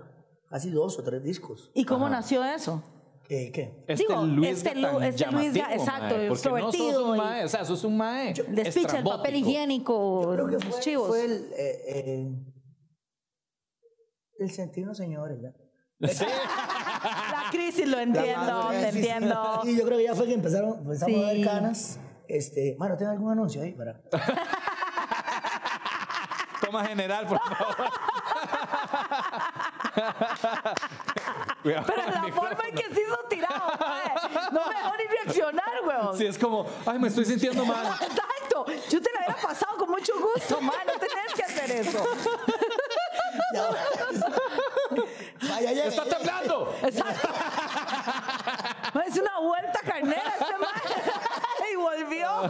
[SPEAKER 1] casi dos o tres discos.
[SPEAKER 3] ¿Y cómo nació eso?
[SPEAKER 1] Eh, ¿Qué?
[SPEAKER 2] este
[SPEAKER 3] Digo,
[SPEAKER 2] Luis
[SPEAKER 3] este
[SPEAKER 2] tan
[SPEAKER 3] Lu- este Luis Ga-
[SPEAKER 2] llamativo,
[SPEAKER 3] exacto,
[SPEAKER 2] ma, porque no sos
[SPEAKER 3] extrovertido
[SPEAKER 2] un
[SPEAKER 3] y-
[SPEAKER 2] mae, o sea, sos un mae
[SPEAKER 3] Despicha el papel
[SPEAKER 2] estrambótico.
[SPEAKER 3] higiénico,
[SPEAKER 1] Creo que
[SPEAKER 3] los
[SPEAKER 1] fue,
[SPEAKER 3] chivos.
[SPEAKER 1] fue el, eh, eh, el sentirnos señores, ¿ya?
[SPEAKER 3] La crisis lo entiendo,
[SPEAKER 1] Sí,
[SPEAKER 3] te
[SPEAKER 1] sí, sí.
[SPEAKER 3] entiendo.
[SPEAKER 1] Y yo creo que ya fue que empezaron, empezamos a
[SPEAKER 3] Sí.
[SPEAKER 1] ver canas. Este, mano, ¿tengo algún anuncio ahí para?
[SPEAKER 2] Toma general, por favor. Cuidado
[SPEAKER 3] Pero
[SPEAKER 2] con el
[SPEAKER 3] la
[SPEAKER 2] micrófono.
[SPEAKER 3] forma en que se hizo tirado, mae, no me dejó ni reaccionar, weón.
[SPEAKER 2] Sí, es como, ay, me estoy sintiendo mal.
[SPEAKER 3] Exacto, yo te la hubiera pasado con mucho gusto, mae, no tenías que hacer eso.
[SPEAKER 1] Ya
[SPEAKER 3] este
[SPEAKER 1] Ah.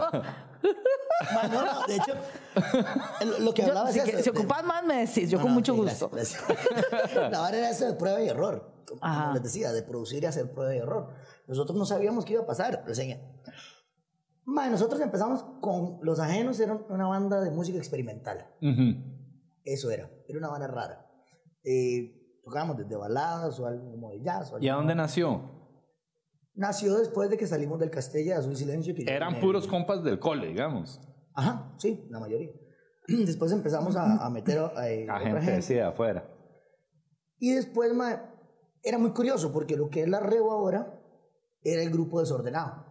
[SPEAKER 1] Ma, no, no, de hecho, el- lo que
[SPEAKER 3] Yo-
[SPEAKER 1] hablaba
[SPEAKER 3] si,
[SPEAKER 1] es
[SPEAKER 3] que-
[SPEAKER 1] eso,
[SPEAKER 3] si
[SPEAKER 1] de-
[SPEAKER 3] ocupas más, me decís. Yo
[SPEAKER 1] No,
[SPEAKER 3] con
[SPEAKER 1] no,
[SPEAKER 3] mucho
[SPEAKER 1] sí,
[SPEAKER 3] gusto.
[SPEAKER 1] gracias, gracias. La vara era eso de prueba y error. Como
[SPEAKER 3] Ajá.
[SPEAKER 1] les decía, de producir y hacer prueba y error. Nosotros no sabíamos qué iba a pasar. reseña. Ma, nosotros empezamos con Los Ajenos, era una banda de música experimental.
[SPEAKER 2] Ujú.
[SPEAKER 1] Eso era. Era una banda rara. Eh, tocábamos desde baladas o algo como de jazz. o
[SPEAKER 2] ¿Y a
[SPEAKER 1] algo.
[SPEAKER 2] dónde nació?
[SPEAKER 1] Nació después de que salimos del Castella de Azul Silencio. que yo
[SPEAKER 2] Eran
[SPEAKER 1] tenía-
[SPEAKER 2] puros compas del cole, digamos.
[SPEAKER 1] Ajá, sí, la mayoría. Después empezamos a, a meter a, eh,
[SPEAKER 2] A
[SPEAKER 1] otra
[SPEAKER 2] gente
[SPEAKER 1] gente.
[SPEAKER 2] así de afuera.
[SPEAKER 1] Y después, mae, era muy curioso porque lo que es la Rebo ahora era el grupo desordenado,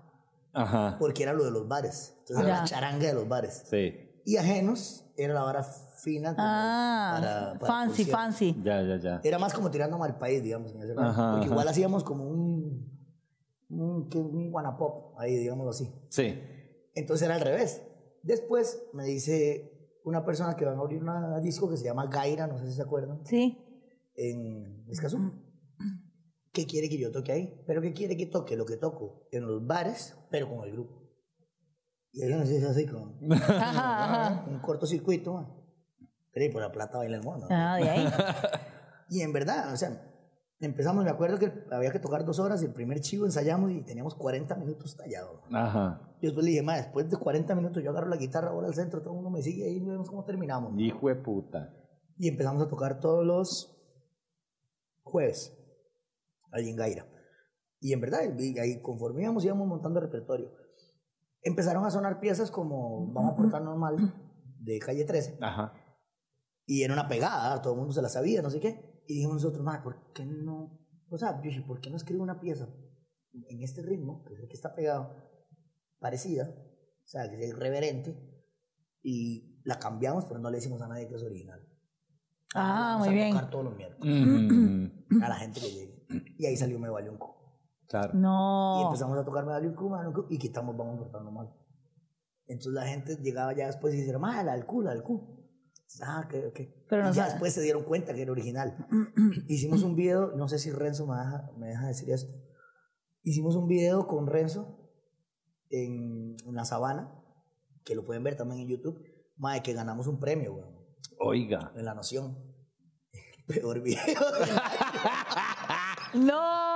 [SPEAKER 2] Ajá.
[SPEAKER 1] porque era lo de los bares. Entonces era
[SPEAKER 3] Ya.
[SPEAKER 1] la charanga de los bares.
[SPEAKER 2] Sí.
[SPEAKER 1] Y ajenos era la vara fina. como
[SPEAKER 3] Ah,
[SPEAKER 1] para- para
[SPEAKER 3] fancy,
[SPEAKER 1] conciertos.
[SPEAKER 3] fancy.
[SPEAKER 2] Ya, ya, ya.
[SPEAKER 1] Era más como tirando mal país, digamos, en ese rato,
[SPEAKER 2] Ajá,
[SPEAKER 1] Porque
[SPEAKER 2] ajá.
[SPEAKER 1] igual hacíamos como un. un, que- un guanapop ahí, digámoslo así.
[SPEAKER 2] Sí.
[SPEAKER 1] Entonces era al revés. Después me dice una persona que van a abrir una disco que se llama Gaira, no sé si se acuerdan.
[SPEAKER 3] Sí.
[SPEAKER 1] en Escazú. ¿Qué quiere que yo toque ahí? ¿Pero qué quiere que toque? Lo que toco en los bares, pero con el grupo. Y ahí nos hizo así con
[SPEAKER 3] Ajá, ajá.
[SPEAKER 1] un cortocircuito. man. Pero y por la plata baila el mono.
[SPEAKER 3] Ah, de ahí.
[SPEAKER 1] Y en verdad, o sea, empezamos, me acuerdo que había que tocar dos horas, el primer chivo ensayamos y teníamos 40 minutos tallados.
[SPEAKER 2] Ajá.
[SPEAKER 1] Yo después le dije, "Ma, después de 40 minutos yo agarro la guitarra, ahora al centro, todo el mundo me sigue ahí y vemos cómo terminamos.
[SPEAKER 2] Hijo de puta.
[SPEAKER 1] Y empezamos a tocar todos los jueves, allí en Gaira. Y en verdad, y ahí conforme íbamos, íbamos montando repertorio. Empezaron a sonar piezas como Vamos a portar normal, de calle 13.
[SPEAKER 2] Ajá.
[SPEAKER 1] Y era una pegada, todo el mundo se la sabía, no sé qué. Y dijimos nosotros, "Ma, ¿por qué no? O sea, yo dije, ¿por qué no escribo una pieza en este ritmo, que es el que está pegado, parecida, o sea, que es reverente? Y la cambiamos, pero no le decimos a nadie que es original.
[SPEAKER 3] Ah,
[SPEAKER 1] Vamos
[SPEAKER 3] muy
[SPEAKER 1] a
[SPEAKER 3] bien. Mm.
[SPEAKER 1] tocar todos los miércoles
[SPEAKER 2] Ujú.
[SPEAKER 1] a la gente que llegue. Y ahí salió Me Vale un Cu.
[SPEAKER 2] Claro.
[SPEAKER 1] Y
[SPEAKER 3] No.
[SPEAKER 1] empezamos a tocar Me Vale un Cu, Me Vale un Cu, y quitamos Vamos Portando Mal. Entonces la gente llegaba ya después y decía, más al Cu, al Cu. Ah, ok, ok.
[SPEAKER 3] Pero
[SPEAKER 1] Y
[SPEAKER 3] no
[SPEAKER 1] ya
[SPEAKER 3] sabe.
[SPEAKER 1] después se dieron cuenta que era original. Hicimos un video, no sé si Renzo me deja, me deja decir esto. Hicimos un video con Renzo en, en la sabana, que lo pueden ver también en YouTube, más de que ganamos un premio, weón,
[SPEAKER 2] Oiga.
[SPEAKER 1] en La Noción. El peor video del
[SPEAKER 3] No.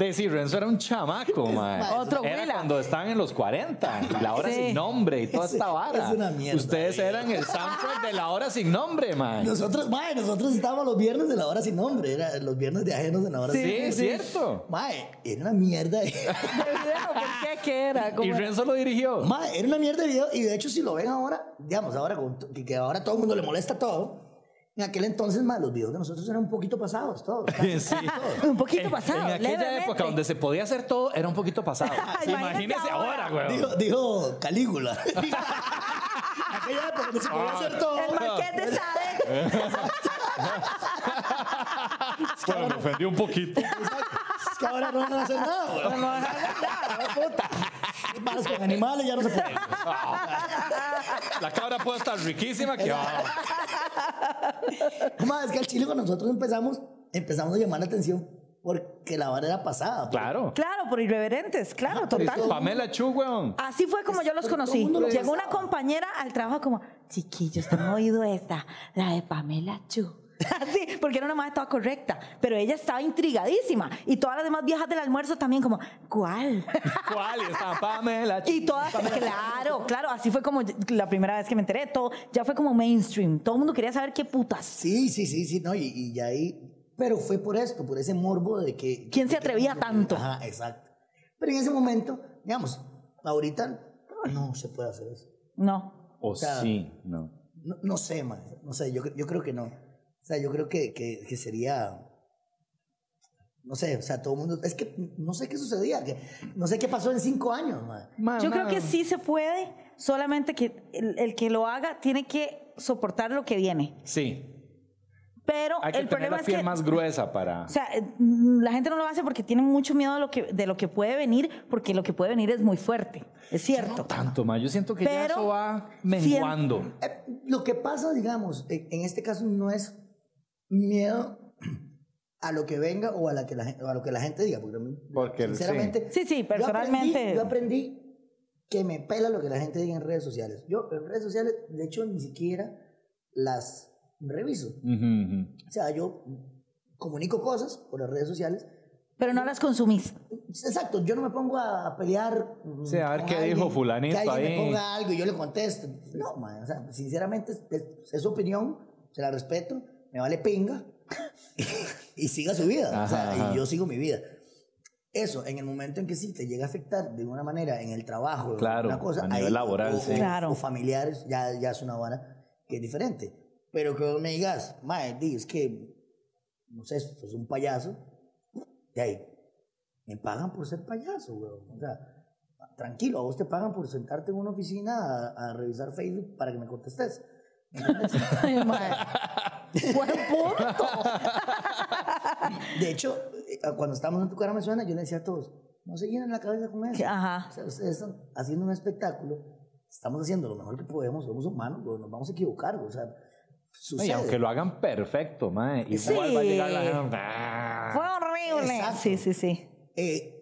[SPEAKER 2] Decir, Renzo era un chamaco, mae.
[SPEAKER 3] Otro
[SPEAKER 2] Era
[SPEAKER 3] huila.
[SPEAKER 2] cuando estaban en los 40, y la hora
[SPEAKER 3] Sí.
[SPEAKER 2] sin nombre y toda esta
[SPEAKER 1] Es-
[SPEAKER 2] vara.
[SPEAKER 1] es una mierda,
[SPEAKER 2] Ustedes
[SPEAKER 1] güey.
[SPEAKER 2] eran el soundtrack de la hora sin nombre, mae.
[SPEAKER 1] Nosotros, mae, nosotros estábamos los viernes de la hora sin nombre, era los viernes de ajenos de la hora
[SPEAKER 2] Sí,
[SPEAKER 1] sin nombre.
[SPEAKER 2] es cierto.
[SPEAKER 1] Mae, era una mierda. de-
[SPEAKER 3] ¿De video? ¿Por qué? ¿Qué era? ¿Cómo
[SPEAKER 2] Y
[SPEAKER 3] era?
[SPEAKER 2] Renzo lo dirigió.
[SPEAKER 1] mae, era una mierda de video y de hecho si lo ven ahora, digamos, ahora con t- que, que ahora todo el mundo le molesta todo. En aquel entonces, mae, los videos de nosotros eran un poquito pasados, todos. casi
[SPEAKER 2] Sí.
[SPEAKER 1] todos.
[SPEAKER 3] Un poquito
[SPEAKER 2] En-
[SPEAKER 3] pasado.
[SPEAKER 2] En aquella
[SPEAKER 3] levemente.
[SPEAKER 2] época donde se podía hacer todo, era un poquito pasado.
[SPEAKER 3] Imagínate
[SPEAKER 2] Imagínese ahora,
[SPEAKER 3] ahora.
[SPEAKER 2] güey.
[SPEAKER 1] Dijo, dijo Calígula. Aquella época que se podía hacer todo.
[SPEAKER 3] El marqués de Sade.
[SPEAKER 2] Bueno, me ofendió un poquito.
[SPEAKER 1] Es que ahora no van a hacer nada, güey.
[SPEAKER 3] No, no, no, no, puta.
[SPEAKER 1] Varas con animales ya no se puede.
[SPEAKER 2] La cabra puede estar riquísima que va.
[SPEAKER 1] Mae, es que al chile cuando nosotros empezamos, empezamos a llamar la atención porque la vara era pasada.
[SPEAKER 2] Claro.
[SPEAKER 3] Claro, por irreverentes, claro, total.
[SPEAKER 2] Pamela Chu, weón.
[SPEAKER 3] Así fue como yo los
[SPEAKER 1] Ah, todo el
[SPEAKER 3] conocí.
[SPEAKER 1] mundo lo
[SPEAKER 3] Llegó una
[SPEAKER 1] pensaba.
[SPEAKER 3] compañera al trabajo como, chiquillos, ¿te han oído esta? La de Pamela Chu. Así, porque era una madre toda correcta, pero ella estaba intrigadísima. Y todas las demás viejas del almuerzo también como, ¿cuál?
[SPEAKER 2] ¿Cuál? Y está Pamela Chu.
[SPEAKER 3] Y todas, claro, claro, así fue como yo- la primera vez que me enteré, todo, ya fue como mainstream, todo el mundo quería saber qué putas,
[SPEAKER 1] Sí, sí, sí, sí, no, y, y ya ahí. Pero fue por esto, por ese morbo de que.
[SPEAKER 3] ¿Quién se atrevía tanto?
[SPEAKER 1] Ajá, exacto. Pero en ese momento, digamos, ahorita ah, no se puede hacer eso.
[SPEAKER 3] no,
[SPEAKER 2] O sí, no.
[SPEAKER 1] No, no sé, man. No sé, yo, yo creo que no. O sea, yo creo que, que, que sería. No sé, o sea, todo el mundo. Es que no sé qué sucedía. que- no sé qué pasó en cinco años, man.
[SPEAKER 2] Ah,
[SPEAKER 3] yo creo que sí se puede, solamente que el, el que lo haga tiene que soportar lo que viene,
[SPEAKER 2] Sí.
[SPEAKER 3] pero
[SPEAKER 2] Hay que
[SPEAKER 3] el
[SPEAKER 2] tener
[SPEAKER 3] problema
[SPEAKER 2] la
[SPEAKER 3] es
[SPEAKER 2] piel
[SPEAKER 3] que
[SPEAKER 2] más gruesa para.
[SPEAKER 3] O sea, eh, mm, la gente no lo hace porque tiene mucho miedo de lo que, de lo que puede venir, porque lo que puede venir es muy fuerte. Es cierto.
[SPEAKER 2] Tanto más. Yo siento que ya
[SPEAKER 3] Pero
[SPEAKER 2] eso va menguando.
[SPEAKER 1] Eh, lo que pasa, digamos, en, en este caso no es miedo a lo que venga o a, la que la, gen- o a lo que la gente diga, porque, a mí,
[SPEAKER 2] Porque el-
[SPEAKER 1] sinceramente...
[SPEAKER 3] Sí, sí,
[SPEAKER 1] yo aprendí-
[SPEAKER 3] personalmente.
[SPEAKER 1] Yo aprendí, que me pela lo que la gente diga en redes sociales. Yo en redes sociales, de hecho, ni siquiera las reviso.
[SPEAKER 2] Ujú, ujú.
[SPEAKER 1] O sea, yo comunico cosas por las redes sociales.
[SPEAKER 4] Pero no las consumís.
[SPEAKER 1] Exacto, yo no me pongo a pelear. mm,
[SPEAKER 2] Sí, a ver
[SPEAKER 1] con
[SPEAKER 2] qué dijo fulanito
[SPEAKER 1] que alguien
[SPEAKER 2] ahí.
[SPEAKER 1] me ponga algo y yo le contesto. No, man, o sea, sinceramente es, es- es su opinión, se la respeto, me vale pinga y siga su vida. o sea,
[SPEAKER 2] Ajá, ajá.
[SPEAKER 1] y yo sigo mi vida. Eso, en el momento en que sí te llega a afectar de una manera en el trabajo,
[SPEAKER 2] Claro,
[SPEAKER 1] una cosa,
[SPEAKER 2] a nivel laboral,
[SPEAKER 1] o,
[SPEAKER 2] sí.
[SPEAKER 1] o-
[SPEAKER 4] Claro.
[SPEAKER 1] o familiares, ya, ya es una vara que es diferente. Pero que vos me digas, mae, di, es que, no sé, sos un payaso, de ahí, me pagan por ser payaso, weón. O sea, tranquilo, a vos te pagan por sentarte en una oficina a, a revisar Facebook para que me contestes.
[SPEAKER 4] Ay, mae. Buen punto.
[SPEAKER 1] De hecho, eh, cuando estábamos en tu cara me suena, yo le decía a todos, no se llenen la cabeza con eso.
[SPEAKER 4] Ajá.
[SPEAKER 1] O sea, ustedes están haciendo un espectáculo, estamos haciendo lo mejor que podemos, somos humanos, weón, nos vamos a equivocar, o sea, sucede.
[SPEAKER 2] Y aunque lo hagan perfecto, mae, igual va a llegar la gente. ¡ah!
[SPEAKER 4] Fue horrible.
[SPEAKER 1] Exacto.
[SPEAKER 4] Sí, sí, sí.
[SPEAKER 1] Eh,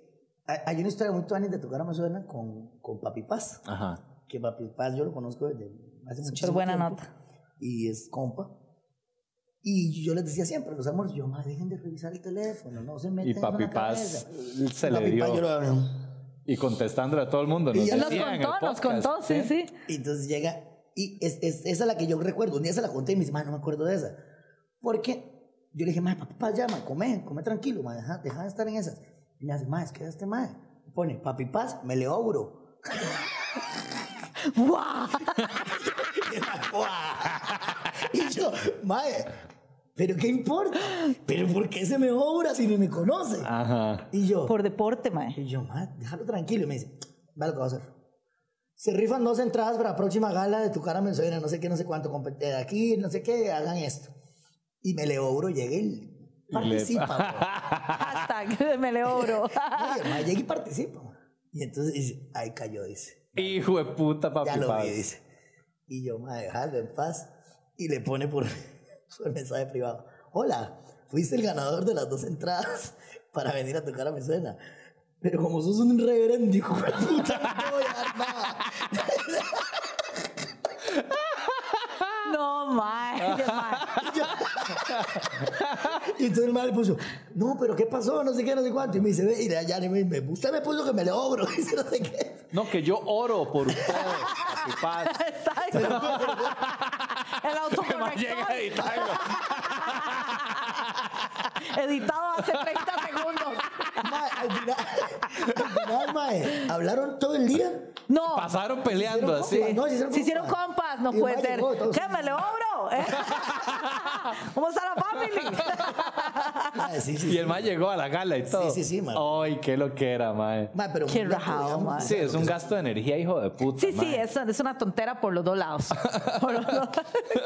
[SPEAKER 1] hay hay una historia muy tuanis de tu cara me suena con, con Papi Paz,
[SPEAKER 2] Ajá.
[SPEAKER 1] que Papi Paz yo lo conozco desde hace muchísimo
[SPEAKER 4] Súper buena
[SPEAKER 1] tiempo.
[SPEAKER 4] nota.
[SPEAKER 1] y es compa. Y yo les decía siempre, los amores, yo, más dejen de revisar el teléfono, no se metan
[SPEAKER 2] Y
[SPEAKER 1] en la
[SPEAKER 2] Papi Paz
[SPEAKER 1] cabeza".
[SPEAKER 2] se le
[SPEAKER 1] Papi Paz, yo
[SPEAKER 2] dio.
[SPEAKER 1] lo abro.
[SPEAKER 2] Y contestándole a todo el mundo.
[SPEAKER 1] Y
[SPEAKER 2] Nos
[SPEAKER 1] ya
[SPEAKER 4] Nos
[SPEAKER 2] decía en el
[SPEAKER 4] contó, nos
[SPEAKER 2] podcast, ¿eh?
[SPEAKER 4] contó, sí, sí.
[SPEAKER 1] Y entonces llega, y es, es- esa es la que yo recuerdo. Un día se la conté y me dice, "Ma, no me acuerdo de esa. Porque yo le dije, ma, papi, paz, llama, come, come tranquilo, ma, deja, deja de estar en esas. Y me hace, ma, es que este ma. Pone, papi, paz, me le obro.
[SPEAKER 4] ¡Guau!
[SPEAKER 1] y yo, mae, ¿pero qué importa? ¿Pero por qué se me obra si ni me conoce?
[SPEAKER 2] Ah. Ajá.
[SPEAKER 1] Y yo,
[SPEAKER 4] Por deporte, mae.
[SPEAKER 1] Y yo, ma, déjalo tranquilo. Y me dice, vale, lo que va a hacer. Se rifan dos entradas para la próxima gala de tu cara me suena, no sé qué, no sé cuánto, compet- eh, aquí, no sé qué, hagan esto. Y me le obro, llega y participa. güey.
[SPEAKER 4] Hashtag, me le oro.
[SPEAKER 1] No, y el ma llega y participa. güey. Y entonces dice, ahí cayó, dice.
[SPEAKER 2] Hijo de puta, papi.
[SPEAKER 1] Ya lo
[SPEAKER 2] Paz.
[SPEAKER 1] vi, dice. Y yo, ma, dejadlo en paz. Y le pone por, por mensaje privado. Hola, fuiste el ganador de las dos entradas para venir a tocar a mi suena. Pero como sos un reverendo, hijo de puta, no te voy a dar nada.
[SPEAKER 4] No, mae. Qué mae.
[SPEAKER 1] Y entonces el madre puso, no, pero ¿qué pasó? No sé qué, no sé cuánto. Y me dice, ve, y ya me dice, usted me puso que me le obro. Y dice, no sé qué.
[SPEAKER 2] No, que yo oro por ustedes, papi Paz.
[SPEAKER 4] Exacto. El autocorrector
[SPEAKER 2] editarlo.
[SPEAKER 4] editado hace 30 segundos.
[SPEAKER 1] Mae, al final, al final, mae, hablaron todo el día.
[SPEAKER 4] No.
[SPEAKER 2] Pasaron peleando
[SPEAKER 1] Hicieron compas,
[SPEAKER 2] así.
[SPEAKER 1] no, se hicieron
[SPEAKER 4] Se hicieron compas, no
[SPEAKER 1] Y el
[SPEAKER 4] puede
[SPEAKER 1] mae
[SPEAKER 4] ser.
[SPEAKER 1] llegó, todos-
[SPEAKER 4] ¿Qué me le obro? ¿Eh? ¿Cómo está la familia?
[SPEAKER 1] Mae, sí, sí,
[SPEAKER 2] Y el
[SPEAKER 1] sí.
[SPEAKER 2] mae llegó a la gala y todo.
[SPEAKER 1] sí, sí, mae.
[SPEAKER 2] Ay, qué lo que era, mae.
[SPEAKER 1] Mae, pero
[SPEAKER 4] Qué
[SPEAKER 1] un loco,
[SPEAKER 4] rajado,
[SPEAKER 1] digamos,
[SPEAKER 4] mae.
[SPEAKER 1] o
[SPEAKER 2] Sí,
[SPEAKER 1] sea,
[SPEAKER 2] es un gasto de energía, hijo de puta.
[SPEAKER 4] Sí, sí,
[SPEAKER 2] mae.
[SPEAKER 4] es, es una tontera por los dos lados. Por los dos-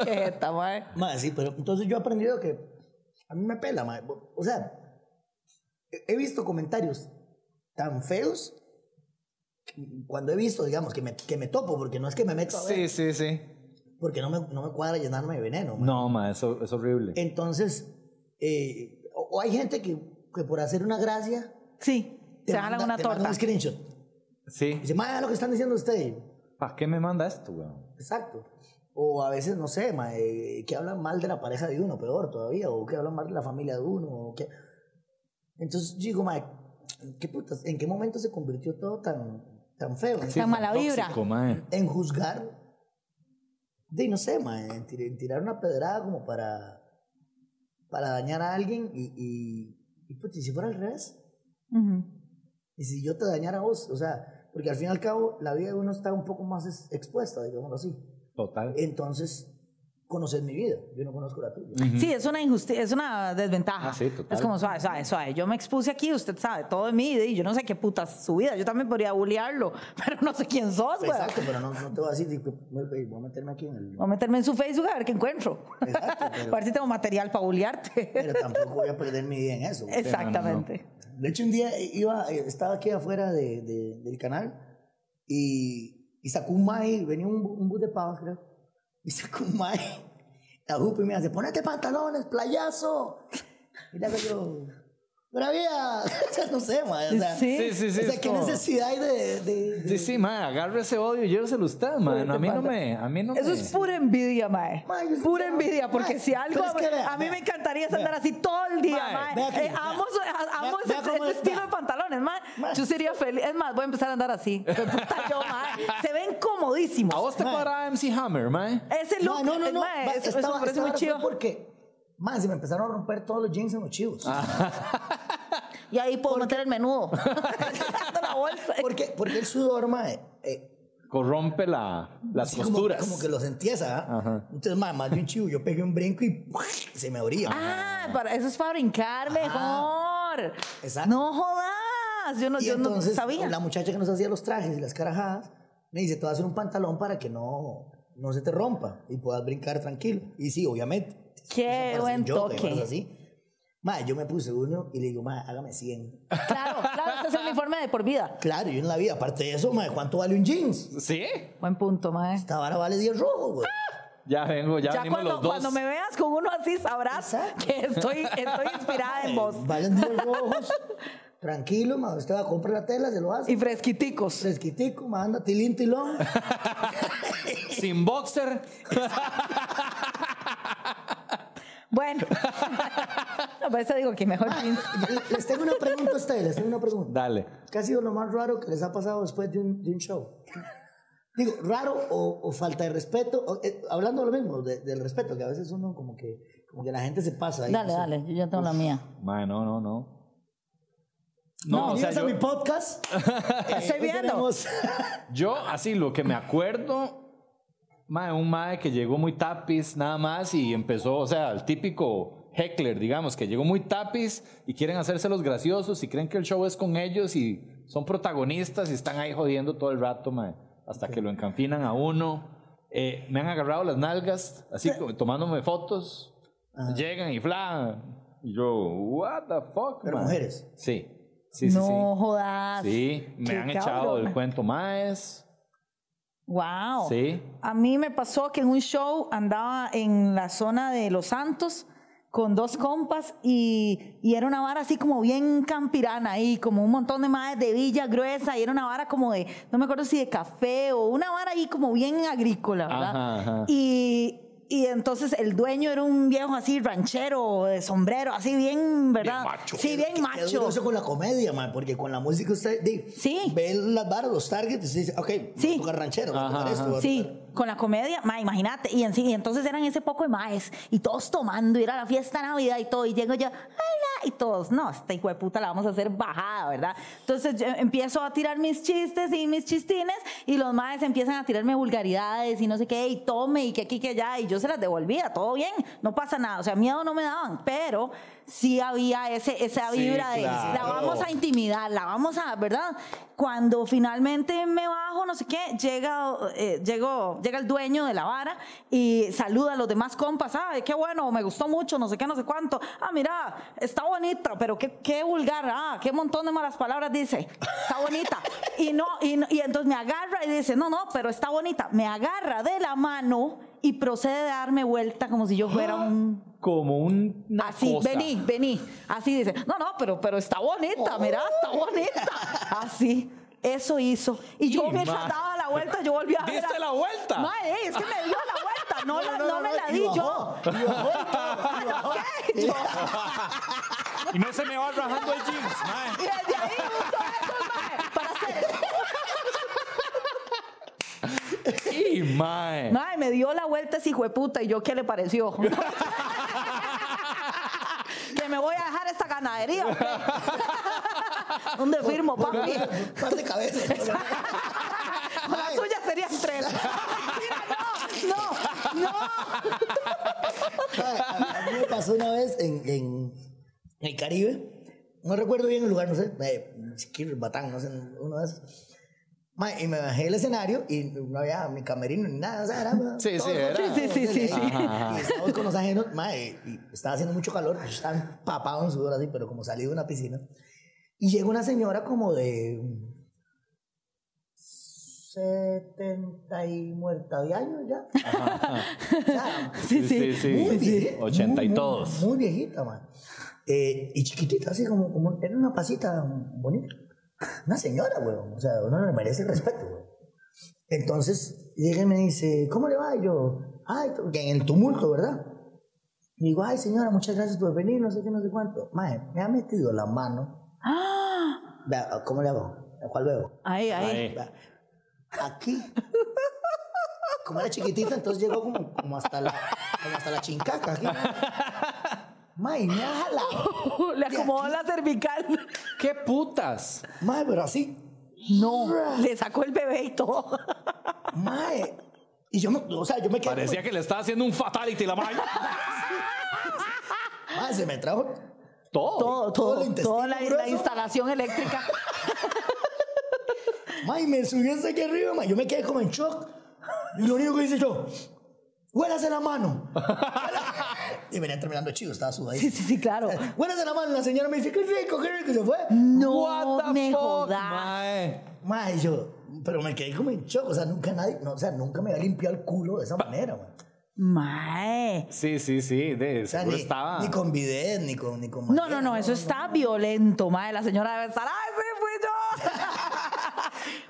[SPEAKER 4] Qué jeta, mae.
[SPEAKER 1] Mae, sí, pero entonces yo he aprendido que a mí me pela, mae. O sea, he- he visto comentarios tan feos que cuando he visto, digamos, que me, que me topo, porque no es que me meto a ver,
[SPEAKER 2] Sí, sí, sí.
[SPEAKER 1] porque no me, no me cuadra llenarme de veneno. mae.
[SPEAKER 2] No, mae, eso es horrible.
[SPEAKER 1] Entonces, eh, o, o hay gente que, que por hacer una gracia
[SPEAKER 4] Sí, se jalan
[SPEAKER 1] manda-
[SPEAKER 4] una
[SPEAKER 1] te manda
[SPEAKER 4] torta.
[SPEAKER 1] un screenshot.
[SPEAKER 2] Sí.
[SPEAKER 1] Dice, mae, vea lo que están diciendo ustedes.
[SPEAKER 2] ¿Para qué me manda esto, weón?
[SPEAKER 1] Exacto. O a veces, no sé, ma, eh, que hablan mal de la pareja de uno, peor todavía, o que hablan mal de la familia de uno, o que... Entonces yo digo, ma, ¿qué putas? ¿En qué momento se convirtió todo tan, tan feo?
[SPEAKER 2] Sí,
[SPEAKER 4] Tan mala vibra.
[SPEAKER 2] tóxico, mae.
[SPEAKER 1] En juzgar, de no sé, ma, en, tir- en tirar una pedrada como para, para dañar a alguien y, y, y, puta, ¿y si fuera al revés,
[SPEAKER 4] Ujú.
[SPEAKER 1] y si yo te dañara a vos, o sea, porque al fin y al cabo la vida de uno está un poco más es- expuesta, digámoslo así.
[SPEAKER 2] Total.
[SPEAKER 1] Eh, Entonces, conoces mi vida, yo no conozco la tuya.
[SPEAKER 4] Sí, es una injusticia, es una desventaja.
[SPEAKER 2] Ah, sí, total.
[SPEAKER 4] Es como suave, suave, suave. Yo me expuse aquí, usted sabe todo de mí, y yo no sé qué putas su vida. Yo también podría bullearlo, pero no sé quién sos, güey.
[SPEAKER 1] Exacto, pero no, no te voy a decir, digo, "Muy bien, voy a meterme aquí en el...
[SPEAKER 4] Voy a meterme en su Facebook a ver qué encuentro.
[SPEAKER 1] Exacto,
[SPEAKER 4] A
[SPEAKER 1] pero,
[SPEAKER 4] ver si tengo material para bullearte.
[SPEAKER 1] pero tampoco voy a perder mi día en eso.
[SPEAKER 4] Exactamente.
[SPEAKER 1] De hecho, un día iba, eh, estaba aquí afuera de- de- del canal y, y sacó un mae, venía un, bu- un bus de pavas, creo, y sacó un mae, la jupa y me hace, ponete pantalones, playazo. Y le hago yo, ¡Bravía! O sea, no sé, madre. O sea,
[SPEAKER 3] Sí.
[SPEAKER 2] Sí, sí, sí.
[SPEAKER 1] o sea,
[SPEAKER 2] es
[SPEAKER 1] ¿qué
[SPEAKER 2] como-
[SPEAKER 1] necesidad hay de, de- de-
[SPEAKER 2] Sí, sí, ma, agarre ese odio y lléveselo usted, ma. No, a mí no me. A mí no
[SPEAKER 3] Eso
[SPEAKER 2] me-
[SPEAKER 3] es pura envidia, mae.
[SPEAKER 1] Mae, yo sí
[SPEAKER 3] Pura
[SPEAKER 1] sé,
[SPEAKER 3] envidia,
[SPEAKER 1] mae.
[SPEAKER 3] porque si algo.
[SPEAKER 1] Pero es que vea,
[SPEAKER 3] a mí
[SPEAKER 1] vea.
[SPEAKER 3] me encantaría andar así todo el día,
[SPEAKER 2] Mae,
[SPEAKER 3] mae.
[SPEAKER 1] vea aquí,
[SPEAKER 3] Eh,
[SPEAKER 1] vea.
[SPEAKER 3] amo su- a- amo
[SPEAKER 1] Vea- vea
[SPEAKER 3] ese,
[SPEAKER 1] cómo
[SPEAKER 3] ese
[SPEAKER 1] es,
[SPEAKER 3] estilo
[SPEAKER 1] vea.
[SPEAKER 3] de pantalones, mae.
[SPEAKER 1] Mae.
[SPEAKER 3] Yo sería feliz. Es más, voy a empezar a andar así. Puta yo, mae. Se ven comodísimos.
[SPEAKER 2] A vos te
[SPEAKER 1] Ma.
[SPEAKER 2] cuadra MC Hammer, ma.
[SPEAKER 3] Ese
[SPEAKER 1] no,
[SPEAKER 3] look,
[SPEAKER 1] no,
[SPEAKER 3] eh,
[SPEAKER 1] no, no.
[SPEAKER 3] mae,
[SPEAKER 1] Va,
[SPEAKER 3] eso, eso
[SPEAKER 1] estaba-
[SPEAKER 3] me parece
[SPEAKER 1] estaba
[SPEAKER 3] muy chido.
[SPEAKER 1] Porque, más, se me empezaron a romper todos los jeans en los chivos.
[SPEAKER 3] Ah.
[SPEAKER 5] Y ahí puedo meter el menudo.
[SPEAKER 3] La bolsa.
[SPEAKER 1] Porque, porque el sudor, mae, eh,
[SPEAKER 2] Corrompe la, las
[SPEAKER 1] sí, como-
[SPEAKER 2] costuras.
[SPEAKER 1] Como, que los entiesa. ¿ah? Entonces, mae, más de un chivo, yo pegué un brinco y se me abría.
[SPEAKER 3] Ah, para, eso es para brincar mejor.
[SPEAKER 1] Exacto.
[SPEAKER 3] No jodas. Yo no,
[SPEAKER 1] y
[SPEAKER 3] yo no
[SPEAKER 1] entonces,
[SPEAKER 3] sabía.
[SPEAKER 1] la muchacha que nos hacía los trajes y las carajadas, me dice, te voy a hacer un pantalón para que no, no se te rompa y puedas brincar tranquilo. Y sí, obviamente.
[SPEAKER 3] Qué
[SPEAKER 1] Eso parece
[SPEAKER 3] buen
[SPEAKER 1] un yoga y
[SPEAKER 3] toque.
[SPEAKER 1] cosas así. Mae, yo me puse uno y le digo, mae, hágame 100.
[SPEAKER 3] Claro, claro, este es el uniforme de por vida.
[SPEAKER 1] Claro, yo en la vida, aparte de eso, mae, ¿cuánto vale un jeans?
[SPEAKER 2] ¿Sí?
[SPEAKER 3] Buen punto, mae.
[SPEAKER 1] Esta vara vale 10 rojos, güey.
[SPEAKER 2] Ya vengo, ya,
[SPEAKER 3] Ya
[SPEAKER 2] venimos
[SPEAKER 3] cuando,
[SPEAKER 2] los dos.
[SPEAKER 3] cuando me veas con uno así sabrás
[SPEAKER 1] Exacto.
[SPEAKER 3] que estoy, estoy inspirada en vos.
[SPEAKER 1] Valen 10 rojos. Tranquilo, mae, usted va a comprar la tela, se lo hace.
[SPEAKER 3] Y fresquiticos.
[SPEAKER 1] Fresquitico, mae, anda tilín, tilón.
[SPEAKER 2] Sin boxer.
[SPEAKER 3] Bueno, No, por eso digo que mejor jeans.
[SPEAKER 1] les tengo una pregunta a ustedes, les tengo una pregunta.
[SPEAKER 2] Dale.
[SPEAKER 1] ¿Qué ha sido lo más raro que les ha pasado después de un, de un show? Digo, raro o, o falta de respeto, o, eh, hablando de lo mismo, de- del respeto, que a veces uno como que, como que la gente se pasa. Ahí,
[SPEAKER 5] Dale,
[SPEAKER 1] no sé.
[SPEAKER 5] dale, yo ya tengo la mía.
[SPEAKER 2] Ma, no, no, no.
[SPEAKER 1] No,
[SPEAKER 2] o sea,
[SPEAKER 1] bienvenidos
[SPEAKER 2] yo,
[SPEAKER 1] a mi podcast. Eh,
[SPEAKER 3] Estoy
[SPEAKER 1] hoy
[SPEAKER 3] viendo.
[SPEAKER 1] tenemos-
[SPEAKER 2] yo así lo que me acuerdo, ma, un mae que llegó muy tapiz nada más y empezó, o sea, el típico heckler, digamos, que llegó muy tapiz y quieren hacerse los graciosos y creen que el show es con ellos y son protagonistas y están ahí jodiendo todo el rato, mae, hasta que lo encanfinan a uno. Eh, me han agarrado las nalgas, así como tomándome fotos.
[SPEAKER 1] Ah.
[SPEAKER 2] Llegan y fla. Y yo, what the fuck,
[SPEAKER 1] Pero
[SPEAKER 2] mae?"
[SPEAKER 1] mujeres.
[SPEAKER 2] Sí, sí, sí.
[SPEAKER 3] no
[SPEAKER 2] sí.
[SPEAKER 3] jodas.
[SPEAKER 2] Sí, me
[SPEAKER 3] Qué
[SPEAKER 2] han echado
[SPEAKER 3] cabrón.
[SPEAKER 2] del cuento más.
[SPEAKER 3] Wow.
[SPEAKER 2] Sí.
[SPEAKER 3] A mí me pasó que en un show andaba en la zona de Los Santos con dos compas y, y era una vara así como bien campirana ahí, como un montón de madres de villa gruesa y era una vara como de, no me acuerdo si de café o una vara ahí como bien agrícola, ¿verdad?
[SPEAKER 2] Ajá, ajá.
[SPEAKER 3] Y, y entonces el dueño era un viejo así ranchero, de sombrero, así bien, ¿verdad?
[SPEAKER 2] macho.
[SPEAKER 3] Sí, bien
[SPEAKER 1] Qué
[SPEAKER 3] macho.
[SPEAKER 1] duro Eso con la comedia, man, porque con la música usted di,
[SPEAKER 3] Sí.
[SPEAKER 1] ve las barras, los targets y dice, ok, voy
[SPEAKER 3] Sí.
[SPEAKER 1] a tocar ranchero, voy a
[SPEAKER 2] Ajá,
[SPEAKER 1] tocar esto,
[SPEAKER 2] ajá.
[SPEAKER 1] voy a
[SPEAKER 3] Sí,
[SPEAKER 1] tocar-
[SPEAKER 3] con la comedia, ma, imagínate. Y, en sí- y entonces eran ese poco de maes, y todos tomando, y era la fiesta de Navidad y todo. Y llego yo, hola, y todos, no, esta hijo de puta la vamos a hacer bajada, ¿verdad? Entonces yo empiezo a tirar mis chistes y mis chistines, y los maes empiezan a tirarme vulgaridades y no sé qué, y tome, y que aquí, que allá, y yo se las devolvía, todo bien, no pasa nada. O sea, miedo no me daban, pero sí había ese, esa
[SPEAKER 2] Sí,
[SPEAKER 3] vibra de la
[SPEAKER 2] claro.
[SPEAKER 3] vamos a intimidad, la vamos a, ¿verdad? Cuando finalmente me bajo, no sé qué, llega, eh, llegó, llega el dueño de la vara y saluda a los demás compas, ah, qué bueno, me gustó mucho, no sé qué, no sé cuánto, ah, mira, está bonita, pero qué, qué vulgar, ah, qué montón de malas palabras dice, está bonita. Y, no, y, no- y entonces me agarra y dice, no, no, pero está bonita, me agarra de la mano y procede a darme vuelta como si yo fuera
[SPEAKER 2] ¡Ah!
[SPEAKER 3] un...
[SPEAKER 2] Como un. una
[SPEAKER 3] Así,
[SPEAKER 2] cosa.
[SPEAKER 3] vení, vení. Así dice, no, no, pero, pero está bonita, mirá, está bonita. Así, eso hizo. Y yo
[SPEAKER 2] Y
[SPEAKER 3] mientras
[SPEAKER 2] ma-
[SPEAKER 3] daba la vuelta, yo volví a ver.
[SPEAKER 2] ¿Diste
[SPEAKER 3] a-
[SPEAKER 2] la vuelta?
[SPEAKER 3] Mae, ey, es que me dio la vuelta, no, la- no me la
[SPEAKER 1] y
[SPEAKER 3] di yo.
[SPEAKER 1] bajó, y bajó y todo, y bajó.
[SPEAKER 2] Y no se me va rajando el jeans, mae.
[SPEAKER 3] Y desde ahí usó eso, mae, para hacer.
[SPEAKER 2] Y mae.
[SPEAKER 3] Mae, me dio la vuelta ese hijo de puta. ¿Y yo qué le pareció? que me voy a dejar esta ganadería. hombre. ¿Dónde firmo, papi?
[SPEAKER 1] Un par de cabezas.
[SPEAKER 3] La
[SPEAKER 1] Ay.
[SPEAKER 3] suya sería tres. Mira, no, no, no.
[SPEAKER 1] Ay, A, a mí me pasó una vez en, en- en el Caribe, no recuerdo bien el lugar, no sé, eh, Siquirres, Batán, no sé, uno de esos. Ma, y me bajé del escenario y no había ni camerino ni nada, o sea, era,
[SPEAKER 2] Sí,
[SPEAKER 1] todo
[SPEAKER 2] sí,
[SPEAKER 1] el
[SPEAKER 2] era.
[SPEAKER 1] concierto,
[SPEAKER 3] Sí, sí, sí,
[SPEAKER 1] ¿entiendes?
[SPEAKER 3] sí, sí.
[SPEAKER 1] Ahí, Y estábamos con los ajenos, ma, y, y estaba haciendo mucho calor, yo estaba empapado en sudor así, pero como salí de una piscina. Y llega una señora como de 70 y muerta de años ya. O sea,
[SPEAKER 3] Sí, sí.
[SPEAKER 2] sí.
[SPEAKER 1] muy vieja,
[SPEAKER 2] 80 y
[SPEAKER 1] muy,
[SPEAKER 2] todos.
[SPEAKER 1] Muy, muy viejita, man. Eh, y chiquitita, así como, como- era una pasita bonita. Una señora, weón. O sea, uno le merece el respeto, weón. Entonces llega y me dice, ¿cómo le va? Y yo, ay, porque en el tumulto, ¿verdad? Y digo, ay, señora, muchas gracias por venir, no sé qué, no sé cuánto. Mae, me ha metido la mano.
[SPEAKER 3] ¡Ah!
[SPEAKER 1] Vea, ¿Cómo le hago? ¿A cuál veo?
[SPEAKER 3] Ahí, ahí.
[SPEAKER 2] Ahí.
[SPEAKER 1] Va. Aquí. Como era chiquitita, entonces llegó como, como hasta la como hasta la chincaca aquí. May, me ha jalado.
[SPEAKER 3] Le acomodó la cervical.
[SPEAKER 2] ¡Qué putas!
[SPEAKER 1] May, pero así.
[SPEAKER 3] No, le sacó el bebé y todo.
[SPEAKER 1] May. Y yo me, o sea, yo me quedé.
[SPEAKER 2] Parecía que le estaba haciendo un fatality la madre.
[SPEAKER 1] como, "Mae, se me trajo
[SPEAKER 2] Todo.
[SPEAKER 3] Todo,
[SPEAKER 1] todo
[SPEAKER 3] todo.
[SPEAKER 1] el intestino
[SPEAKER 3] toda la, la
[SPEAKER 1] grueso.
[SPEAKER 3] instalación eléctrica.
[SPEAKER 1] May, me subió hasta aquí arriba, may. Yo me quedé como en shock. Y lo único que hice yo, huélase la mano. y venía terminando chido, estaba
[SPEAKER 3] Sí,
[SPEAKER 1] sudadito.
[SPEAKER 3] sí, sí, claro.
[SPEAKER 1] Huélase la mano. La señora me dice, qué rico, qué rico. Y se fue.
[SPEAKER 3] No me jodas.
[SPEAKER 2] mae.
[SPEAKER 1] Mae, yo, pero me quedé como en shock. O sea, nunca nadie, no, o sea, nunca me había limpiado el culo de esa manera, man.
[SPEAKER 3] Mae.
[SPEAKER 2] Sí, sí, sí. De
[SPEAKER 1] O sea,
[SPEAKER 2] seguro
[SPEAKER 1] ni,
[SPEAKER 2] estaba.
[SPEAKER 1] ni con bidet, ni con, ni con
[SPEAKER 3] No,
[SPEAKER 1] manguera,
[SPEAKER 3] no, no, eso está violento, mae. La señora debe estar, ¡ay,
[SPEAKER 1] Mae,
[SPEAKER 3] sí, fui yo!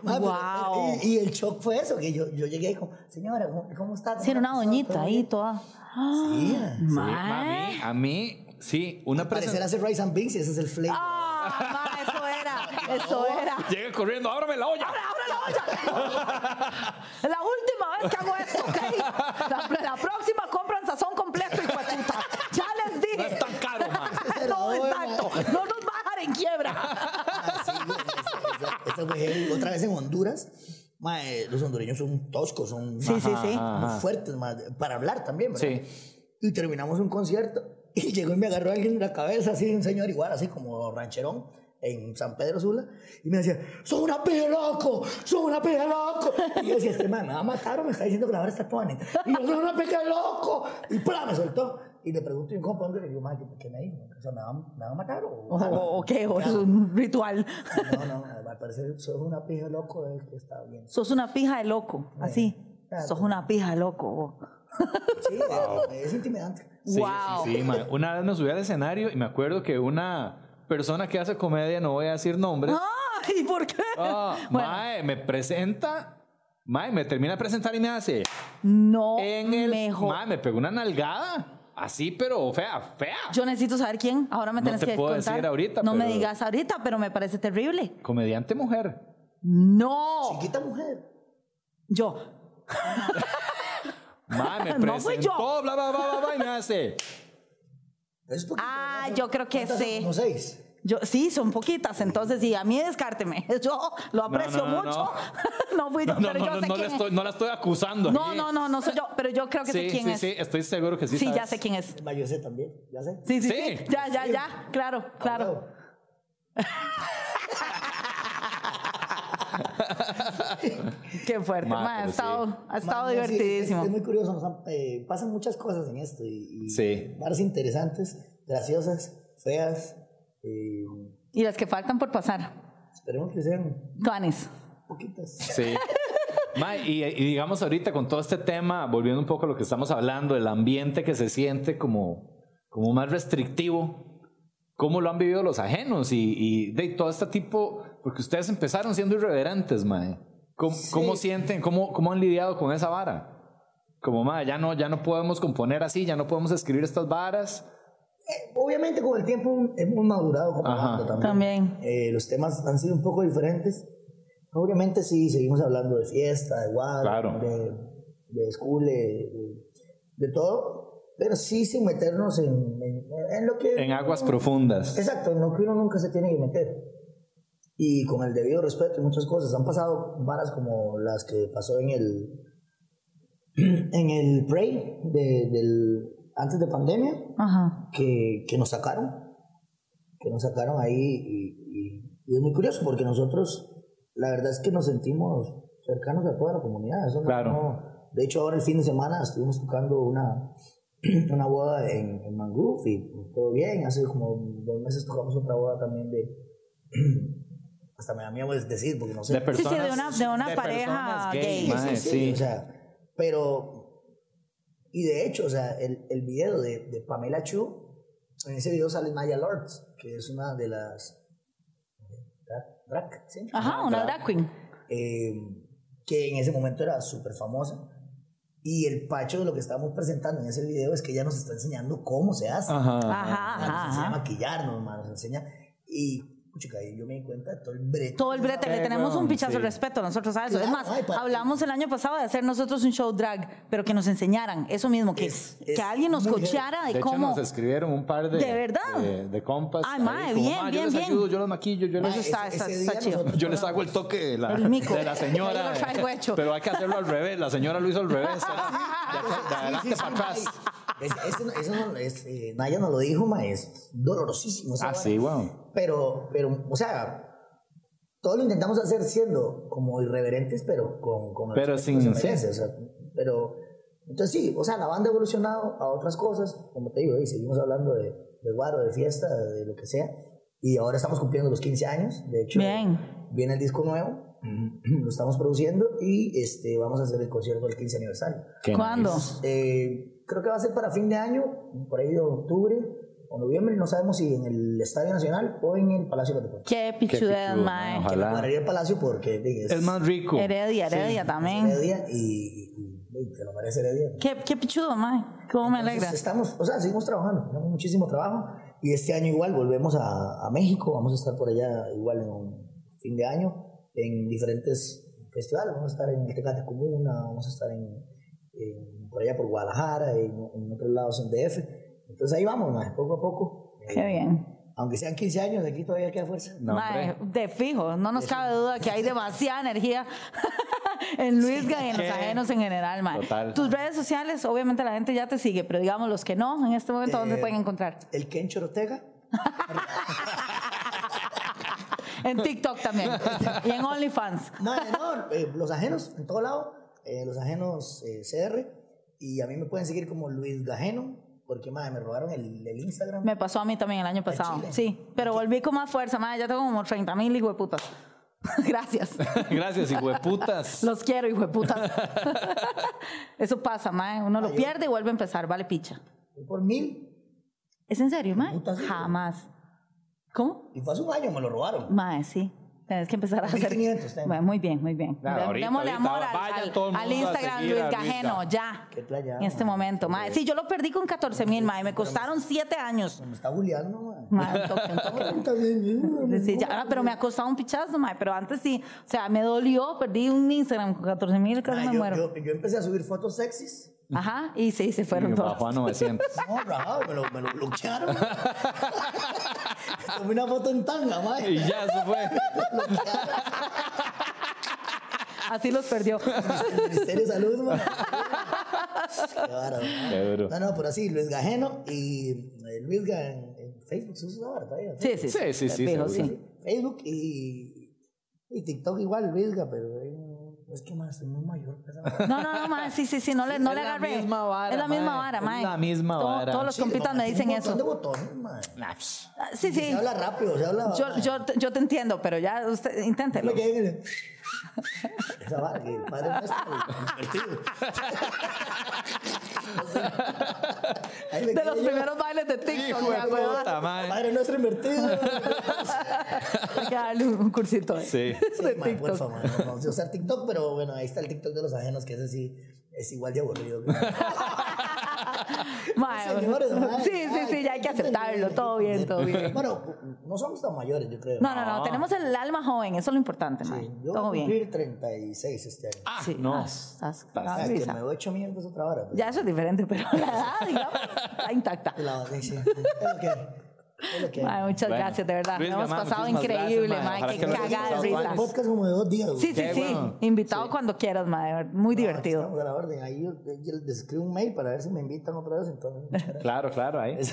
[SPEAKER 1] pero- eh,
[SPEAKER 3] ¡Wow!
[SPEAKER 1] y, y el shock fue eso, que yo, yo llegué y como, señora, ¿cómo, cómo está?
[SPEAKER 3] Sí, era una
[SPEAKER 1] ¿Cómo está?
[SPEAKER 3] doñita
[SPEAKER 1] ¿Todo
[SPEAKER 3] ahí
[SPEAKER 1] bien?"
[SPEAKER 3] toda.
[SPEAKER 1] Sí, mae.
[SPEAKER 2] Sí,
[SPEAKER 3] Mae.
[SPEAKER 2] mami, a mí, sí, una
[SPEAKER 1] Parecer
[SPEAKER 2] persona.
[SPEAKER 1] hace Rice and Beans y ese es el flavor.
[SPEAKER 3] ¡Ah, mae, eso era! Eso era.
[SPEAKER 2] Llega corriendo, ábrame la olla.
[SPEAKER 3] ¡Abre la olla! Es la última vez que hago esto, ¿ok? La, la próxima compran sazón completo y puta. Ya les dije.
[SPEAKER 2] No es tan caro, mae.
[SPEAKER 3] No,
[SPEAKER 1] Pero,
[SPEAKER 3] exacto. No nos va a dejar en quiebra.
[SPEAKER 1] Ah, sí, güey, esa- esa- esa fue heavy. Otra vez en Honduras, mae, los hondureños son toscos, son
[SPEAKER 3] Sí, sí, sí.
[SPEAKER 1] muy fuertes, mae, para hablar también, ¿verdad?
[SPEAKER 2] Sí.
[SPEAKER 1] Y terminamos un concierto y llegó y me agarró alguien de la cabeza, así un señor igual, así como rancherón en San Pedro Sula, y me decía, ¡Sos una pija loco! ¡Sos una pija loco! Y yo decía, este man me va a matar o me está diciendo que la vara está toda neta. Y yo, ¡Sos una pija loco! Y ¡plá! me soltó. Y le pregunto, ¿y un compa dónde? Y le digo, "Mae, ¿qué- ¿qué me dijo? O sea, ¿me va, me va a matar o...?
[SPEAKER 3] O, o- o qué,
[SPEAKER 1] ¿Qué
[SPEAKER 3] o oh, es
[SPEAKER 1] hago?"
[SPEAKER 3] un ritual.
[SPEAKER 1] No, no, al parecer sos una pija loco de que está bien.
[SPEAKER 3] Sos una pija de loco, así.
[SPEAKER 1] claro.
[SPEAKER 3] Sos una pija de loco. oh. vos.
[SPEAKER 1] Sí, eh, es intimidante.
[SPEAKER 2] Sí,
[SPEAKER 3] Wow.
[SPEAKER 2] sí, sí, mae. Una vez me subí al escenario y me acuerdo que una persona que hace comedia, no voy a decir nombres,
[SPEAKER 3] Ay, ¿por qué?
[SPEAKER 2] ah,
[SPEAKER 3] Bueno,
[SPEAKER 2] mae, me presenta, mae, me termina de presentar y me hace
[SPEAKER 3] no
[SPEAKER 2] en el
[SPEAKER 3] Oh, mejor.
[SPEAKER 2] mae, me pegó una nalgada, así pero fea, fea.
[SPEAKER 3] Yo necesito saber quién. Ahora me
[SPEAKER 2] No
[SPEAKER 3] tenés
[SPEAKER 2] te
[SPEAKER 3] que
[SPEAKER 2] puedo
[SPEAKER 3] contar.
[SPEAKER 2] decir ahorita,
[SPEAKER 3] no me
[SPEAKER 2] pero-
[SPEAKER 3] digas ahorita, pero me parece terrible.
[SPEAKER 2] Comediante mujer.
[SPEAKER 3] No.
[SPEAKER 1] Chiquita mujer.
[SPEAKER 3] Yo.
[SPEAKER 2] Mae, me
[SPEAKER 3] No fui yo.
[SPEAKER 2] presentó, bla bla bla bla bla y me hace.
[SPEAKER 1] Es poquito,
[SPEAKER 3] Ah,
[SPEAKER 1] ¿no?
[SPEAKER 3] yo creo que
[SPEAKER 1] ¿Cuántas son?
[SPEAKER 3] sé.
[SPEAKER 1] Como seis.
[SPEAKER 3] Yo, sí, son poquitas, entonces sí, a mí descárteme. Yo lo aprecio
[SPEAKER 2] no, no,
[SPEAKER 3] mucho. No, fui yo,
[SPEAKER 2] No, no,
[SPEAKER 3] pero yo
[SPEAKER 2] no,
[SPEAKER 3] sé
[SPEAKER 2] no, le
[SPEAKER 3] quién
[SPEAKER 2] estoy, no la estoy acusando.
[SPEAKER 3] es. No,
[SPEAKER 2] aquí.
[SPEAKER 3] no, no, no soy yo, pero yo creo que sé
[SPEAKER 2] Sí,
[SPEAKER 3] quién
[SPEAKER 2] sí,
[SPEAKER 3] es.
[SPEAKER 2] sí, estoy seguro que sí.
[SPEAKER 3] Sí, ya
[SPEAKER 2] sabes.
[SPEAKER 3] sé quién es.
[SPEAKER 1] Ma, Yo sé también, ya sé.
[SPEAKER 3] Sí, sí,
[SPEAKER 2] Sí.
[SPEAKER 3] sí, Ya, ya, ya. Claro, claro. Qué fuerte.
[SPEAKER 2] Ma,
[SPEAKER 3] ma, ha
[SPEAKER 2] pero
[SPEAKER 3] estado,
[SPEAKER 2] sí.
[SPEAKER 3] ha
[SPEAKER 1] Ma,
[SPEAKER 3] estado
[SPEAKER 1] no, sí,
[SPEAKER 3] divertidísimo.
[SPEAKER 1] es, es muy curioso, nos han- eh, pasan muchas cosas en esto. Y, y
[SPEAKER 2] Sí.
[SPEAKER 1] varas interesantes, graciosas, feas. eh,
[SPEAKER 3] Y las que faltan por pasar.
[SPEAKER 1] esperemos que sean
[SPEAKER 3] Tuanis.
[SPEAKER 1] poquitas.
[SPEAKER 2] Sí. Ma, y, y digamos ahorita con todo este tema, volviendo un poco a lo que estamos hablando, el ambiente que se siente como, como más restrictivo, ¿cómo lo han vivido los ajenos? Y, y de todo este tipo, porque ustedes empezaron siendo irreverentes, mae. ¿Cómo, cómo sienten, cómo, cómo han lidiado con esa vara? Como, mae, ya no, ya no podemos componer así, ya no podemos escribir estas varas.
[SPEAKER 1] Obviamente con el tiempo hemos madurado como
[SPEAKER 2] Ajá.
[SPEAKER 1] banda también.
[SPEAKER 3] También.
[SPEAKER 1] Eh, los temas han sido un poco diferentes. Obviamente sí, seguimos hablando de fiesta, de guad,
[SPEAKER 2] Claro.
[SPEAKER 1] de, de school, de, de- de todo, pero sí sin meternos en, en, en lo que...
[SPEAKER 2] En aguas profundas.
[SPEAKER 1] Exacto, en lo que uno nunca se tiene que meter. Y con el debido respeto y muchas cosas. Han pasado varas como las que pasó en el... En el Prey, de- del, antes de pandemia,
[SPEAKER 3] Ajá.
[SPEAKER 1] que, que nos sacaron, que nos sacaron ahí y, y- y es muy curioso porque nosotros la verdad es que nos sentimos cercanos a toda la comunidad. Eso no-
[SPEAKER 2] Claro.
[SPEAKER 1] no- de hecho ahora el fin de semana estuvimos tocando una, una boda en, en Mangrove y pues, todo bien, hace como dos meses tocamos otra boda también de... Hasta me da miedo decir porque no sé.
[SPEAKER 2] De personas,
[SPEAKER 3] de una- de una pareja
[SPEAKER 2] personas
[SPEAKER 3] gay.
[SPEAKER 1] Sí, sí,
[SPEAKER 2] mae,
[SPEAKER 1] sí,
[SPEAKER 2] sí.
[SPEAKER 1] O sea, pero. Y de hecho, o sea, el, el video de, de Pamela Chu En ese video sale Maya Lords, que es una de las. drag- drag, ¿sí?
[SPEAKER 3] Ajá, una drag queen.
[SPEAKER 1] eh, que en ese momento era súper famosa. Y el pacho de lo que estamos presentando en ese video es que ella nos está enseñando cómo se hace.
[SPEAKER 2] Ajá.
[SPEAKER 3] Ajá,
[SPEAKER 1] Nos
[SPEAKER 3] ajá,
[SPEAKER 1] enseña a
[SPEAKER 3] ajá.
[SPEAKER 1] maquillarnos, ma, nos enseña. Y, puchica, ahí yo me di cuenta de todo el brete.
[SPEAKER 3] Todo el brete, le
[SPEAKER 2] Qué
[SPEAKER 3] tenemos un
[SPEAKER 2] huevón,
[SPEAKER 3] pichazo de
[SPEAKER 2] sí.
[SPEAKER 3] respeto nosotros a eso.
[SPEAKER 1] Eh, Claro,
[SPEAKER 3] es más,
[SPEAKER 1] ay, para-
[SPEAKER 3] hablamos el año pasado de hacer nosotros un show drag, pero que nos enseñaran eso mismo, que,
[SPEAKER 1] Es- es
[SPEAKER 3] que alguien nos
[SPEAKER 1] muy
[SPEAKER 3] cocheara de,
[SPEAKER 2] De hecho,
[SPEAKER 3] cómo...
[SPEAKER 2] nos escribieron un par de.
[SPEAKER 3] ¿De verdad?
[SPEAKER 2] De, de compas.
[SPEAKER 3] Ay,
[SPEAKER 2] ahí,
[SPEAKER 3] mae,
[SPEAKER 2] como,
[SPEAKER 3] bien,
[SPEAKER 2] "Ma,
[SPEAKER 3] bien,
[SPEAKER 2] Yo les
[SPEAKER 3] bien.
[SPEAKER 2] ayudo, yo los maquillo, yo
[SPEAKER 1] Ma,
[SPEAKER 2] les.
[SPEAKER 3] eso está-
[SPEAKER 1] ese-
[SPEAKER 3] está-
[SPEAKER 1] ese
[SPEAKER 3] está
[SPEAKER 1] día
[SPEAKER 3] chido.
[SPEAKER 1] nosotros
[SPEAKER 2] Yo les hago el toque de la,
[SPEAKER 3] El mico.
[SPEAKER 2] de la señora.
[SPEAKER 3] Yo lo traigo hecho.
[SPEAKER 2] Pero hay que hacerlo al revés. La señora lo hizo al revés. De, acá- de
[SPEAKER 1] Ah, Sí,
[SPEAKER 2] adelante
[SPEAKER 1] sí,
[SPEAKER 2] para
[SPEAKER 1] ma,
[SPEAKER 2] atrás.
[SPEAKER 1] y ese- ese no- eso no- es, eh, Naya nos lo dijo, ma, es dolorosísimo. esa
[SPEAKER 2] Ah,
[SPEAKER 1] vara.
[SPEAKER 2] sí, wow.
[SPEAKER 1] Pero, pero, o sea, todo lo intentamos hacer siendo como irreverentes, pero con, con el
[SPEAKER 2] Pero
[SPEAKER 1] respeto
[SPEAKER 2] sin-
[SPEAKER 1] que se merece, o sea, pero, entonces sí, o sea, la banda ha evolucionado a otras cosas, como te digo, y seguimos hablando de, de guaro, de fiesta, de lo que sea, y ahora estamos cumpliendo los 15 años, de hecho,
[SPEAKER 3] Bien.
[SPEAKER 1] viene el disco nuevo, lo estamos produciendo y este, vamos a hacer el concierto del 15 aniversario.
[SPEAKER 2] Qué
[SPEAKER 3] ¿Cuándo?
[SPEAKER 2] nice.
[SPEAKER 1] Eh, creo que va a ser para fin de año, por ahí de octubre o noviembre, no sabemos si en el Estadio Nacional o en el Palacio de los Deportes.
[SPEAKER 3] Qué pichuda,
[SPEAKER 2] pichudo,
[SPEAKER 3] mae.
[SPEAKER 2] mae,
[SPEAKER 3] qué
[SPEAKER 2] ojalá. Uh,
[SPEAKER 1] Cuadraría el Palacio porque de, es,
[SPEAKER 2] Es Ah. más rico.
[SPEAKER 3] Heredia, Heredia también.
[SPEAKER 1] Heredia y, y- y te lo merece Heredia.
[SPEAKER 3] Qué, qué pichudo, mae. Cómo me alegra.
[SPEAKER 1] Entonces, este, estamos, o sea, seguimos trabajando, tenemos muchísimo trabajo y este año igual volvemos a, a México, vamos a estar por allá igual en un fin de año en diferentes festivales, vamos a estar en el Tecate Comuna, vamos a estar en, en- por allá por Guadalajara, en, en otros lados en DF, entonces ahí vamos, mae, poco a poco, Eh,
[SPEAKER 3] Qué bien.
[SPEAKER 1] aunque sean 15 años, aquí todavía queda fuerza.
[SPEAKER 2] No,
[SPEAKER 3] Mae,
[SPEAKER 2] hombre.
[SPEAKER 3] de fijo, no nos cabe duda que hay demasiada energía en Luisga y en los
[SPEAKER 2] Sí.
[SPEAKER 3] ajenos en general, mae.
[SPEAKER 2] Total.
[SPEAKER 3] Tus redes sociales, obviamente la gente ya te sigue, pero digamos los que no, en este momento, ¿dónde
[SPEAKER 1] Eh,
[SPEAKER 3] pueden encontrar?
[SPEAKER 1] El Kencho Ortega,
[SPEAKER 3] En TikTok también. y en OnlyFans.
[SPEAKER 1] Madre, no, eh, los ajenos, en todo lado, eh, los ajenos eh, CR, y a mí me pueden seguir como Luis Gajeno, porque madre, me robaron el, el Instagram.
[SPEAKER 3] Me pasó a mí también el año pasado.
[SPEAKER 1] Chile.
[SPEAKER 3] Sí, pero volví con más fuerza, mae. Ya tengo como 30 mil hijo de putas. Gracias.
[SPEAKER 2] Gracias, hijo de putas.
[SPEAKER 3] Los quiero, hijo de putas. Eso pasa, mae. Uno lo
[SPEAKER 1] Ay, yo-
[SPEAKER 3] pierde y vuelve a empezar, vale picha.
[SPEAKER 1] Fue Por mil,
[SPEAKER 3] ¿Es en serio, mae?
[SPEAKER 1] puta, sí.
[SPEAKER 3] Jamás. ¿Cómo?
[SPEAKER 1] y fue hace un año, me lo robaron.
[SPEAKER 3] Mae, sí. Tenés que empezar a hacer.
[SPEAKER 1] 1500 tengo.
[SPEAKER 3] Mae, muy bien, muy bien.
[SPEAKER 2] Claro,
[SPEAKER 3] Dem-
[SPEAKER 2] ahorita,
[SPEAKER 3] Démosle
[SPEAKER 2] ahorita,
[SPEAKER 3] amor al,
[SPEAKER 2] vaya
[SPEAKER 3] al-
[SPEAKER 2] todo el
[SPEAKER 3] al
[SPEAKER 2] mundo a
[SPEAKER 3] Instagram
[SPEAKER 2] seguir
[SPEAKER 3] Luis
[SPEAKER 2] a Luis
[SPEAKER 3] Gajeno,
[SPEAKER 2] Ga-
[SPEAKER 3] ya.
[SPEAKER 1] Qué playa,
[SPEAKER 3] En este
[SPEAKER 1] mae,
[SPEAKER 3] momento, mae. Sí, yo lo perdí con 14 mil, mae. Me costaron 7 años.
[SPEAKER 1] Me está bulleando, madre. Ah,
[SPEAKER 3] Mae, un toque, un toque.
[SPEAKER 1] Está bien, eh,
[SPEAKER 3] Sí, ya, ah, pero me ha costado un pichazo, mae, pero antes sí, o sea, me dolió, perdí un Instagram con 14 mil, casi
[SPEAKER 1] Mae,
[SPEAKER 3] me
[SPEAKER 1] Ah, yo,
[SPEAKER 3] muero.
[SPEAKER 1] yo- yo empecé a subir fotos sexys.
[SPEAKER 3] Ajá, y sí, se fueron
[SPEAKER 2] Y
[SPEAKER 3] todos.
[SPEAKER 2] Bajó a 900.
[SPEAKER 1] No, rajado, me lo, me lo bloquearon. Tomé una foto en tanga,
[SPEAKER 2] Y
[SPEAKER 1] madre.
[SPEAKER 2] ya se fue.
[SPEAKER 3] Así los perdió.
[SPEAKER 1] El Ministerio de Salud, madre. Qué bárbaro, mae.
[SPEAKER 2] Qué duro.
[SPEAKER 1] No, no, pero sí, Luis Gajeno y eh, Luis Ga en, en Facebook, se usa ahora todavía.
[SPEAKER 3] Sí, sí,
[SPEAKER 2] Sí, sí, sí,
[SPEAKER 3] fijo,
[SPEAKER 2] seguro.
[SPEAKER 1] Facebook y, y TikTok igual, Luis Ga, pero eh, es que más, soy muy mayor. ¿sabes?
[SPEAKER 3] No, no, no, mae, sí, sí, sí, no le, no
[SPEAKER 2] Es
[SPEAKER 3] le
[SPEAKER 2] la
[SPEAKER 3] agarré.
[SPEAKER 2] misma vara,
[SPEAKER 3] es la misma
[SPEAKER 2] mae,
[SPEAKER 3] vara,
[SPEAKER 2] es
[SPEAKER 3] mae.
[SPEAKER 2] la misma
[SPEAKER 3] Todo-
[SPEAKER 2] vara.
[SPEAKER 3] Todos los
[SPEAKER 1] Sí,
[SPEAKER 3] compitas
[SPEAKER 1] no,
[SPEAKER 3] me
[SPEAKER 1] tiene
[SPEAKER 3] dicen
[SPEAKER 1] un montón
[SPEAKER 3] eso.
[SPEAKER 1] de botones, mae.
[SPEAKER 2] Nah, pss.
[SPEAKER 3] Ah, Sí, sí.
[SPEAKER 1] Se habla rápido, se habla.
[SPEAKER 3] Yo, yo, te- yo te entiendo, pero ya usted, inténtelo.
[SPEAKER 1] Me quedé en el... Esa vara, que el padre nuestro, el divertido. No sé. Ahí me
[SPEAKER 3] De
[SPEAKER 1] quedé
[SPEAKER 3] los
[SPEAKER 1] yo,
[SPEAKER 3] primeros bailes de TikTok,
[SPEAKER 2] Hijo de
[SPEAKER 3] ya, huevón.
[SPEAKER 2] puta, mae.
[SPEAKER 1] Padre nuestro invertido.
[SPEAKER 3] Hay que darle un cursito. eh.
[SPEAKER 2] Sí.
[SPEAKER 1] Sí,
[SPEAKER 3] De
[SPEAKER 1] mae,
[SPEAKER 3] TikTok.
[SPEAKER 1] porfa, mae, no vamos a usar TikTok, pero bueno, ahí está el TikTok de los ajenos, que ese sí es igual de aburrido.
[SPEAKER 3] Mae,
[SPEAKER 1] Señores, mae,
[SPEAKER 3] sí, sí,
[SPEAKER 1] ay,
[SPEAKER 3] sí, ya hay que
[SPEAKER 1] qué
[SPEAKER 3] aceptarlo.
[SPEAKER 1] entretenido.
[SPEAKER 3] Todo bien, todo bien.
[SPEAKER 1] Bueno, no somos tan mayores, yo creo.
[SPEAKER 3] No, no, no,
[SPEAKER 2] No.
[SPEAKER 3] tenemos el alma joven, eso es lo importante, mae.
[SPEAKER 1] Yo
[SPEAKER 3] Todo
[SPEAKER 1] voy a
[SPEAKER 3] bien.
[SPEAKER 1] cumplir 36 este año.
[SPEAKER 2] Ah,
[SPEAKER 3] Sí,
[SPEAKER 2] no.
[SPEAKER 3] ah, estás-
[SPEAKER 1] O
[SPEAKER 3] estás
[SPEAKER 1] sea, que
[SPEAKER 3] risa.
[SPEAKER 1] me voy hecho mierda es otra hora. pues.
[SPEAKER 3] Ya eso es diferente, pero la edad, digamos, está intacta.
[SPEAKER 1] La sí, sí. Es lo que hay. Es lo que hay.
[SPEAKER 3] Mae, muchas
[SPEAKER 2] Bueno.
[SPEAKER 3] gracias, de verdad.
[SPEAKER 2] Luis,
[SPEAKER 3] Lo hemos
[SPEAKER 2] mamá,
[SPEAKER 3] pasado
[SPEAKER 2] muchísimas
[SPEAKER 3] increíble,
[SPEAKER 2] gracias, mae.
[SPEAKER 3] mae.
[SPEAKER 2] Ojalá
[SPEAKER 3] Qué
[SPEAKER 2] que lo hayas
[SPEAKER 3] cagada de
[SPEAKER 2] pasado
[SPEAKER 3] risa.
[SPEAKER 2] bien.
[SPEAKER 1] Podcast como de dos días. güey. Ah,
[SPEAKER 3] Sí, sí,
[SPEAKER 2] Qué
[SPEAKER 3] sí.
[SPEAKER 2] bueno.
[SPEAKER 3] Invitado cuando quieras, mae. Muy
[SPEAKER 1] No,
[SPEAKER 3] divertido.
[SPEAKER 1] Estamos a la orden. Ahí yo, yo les escribo un mail para ver si me invitan otra vez. Entonces, muchas gracias.
[SPEAKER 2] Claro, claro, ahí.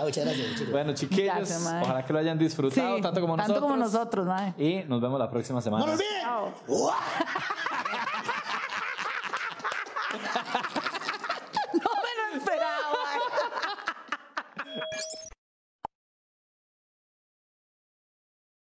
[SPEAKER 1] Ah, muchas gracias, chicos.
[SPEAKER 2] Bueno, chiquillos,
[SPEAKER 3] Gracias, mae.
[SPEAKER 2] ojalá que lo hayan disfrutado
[SPEAKER 3] Sí,
[SPEAKER 2] tanto como
[SPEAKER 3] tanto
[SPEAKER 2] nosotros.
[SPEAKER 3] como nosotros, mae.
[SPEAKER 2] Y nos vemos la próxima semana.
[SPEAKER 1] ¡No lo olviden!
[SPEAKER 3] Chao.
[SPEAKER 1] ¡Uah!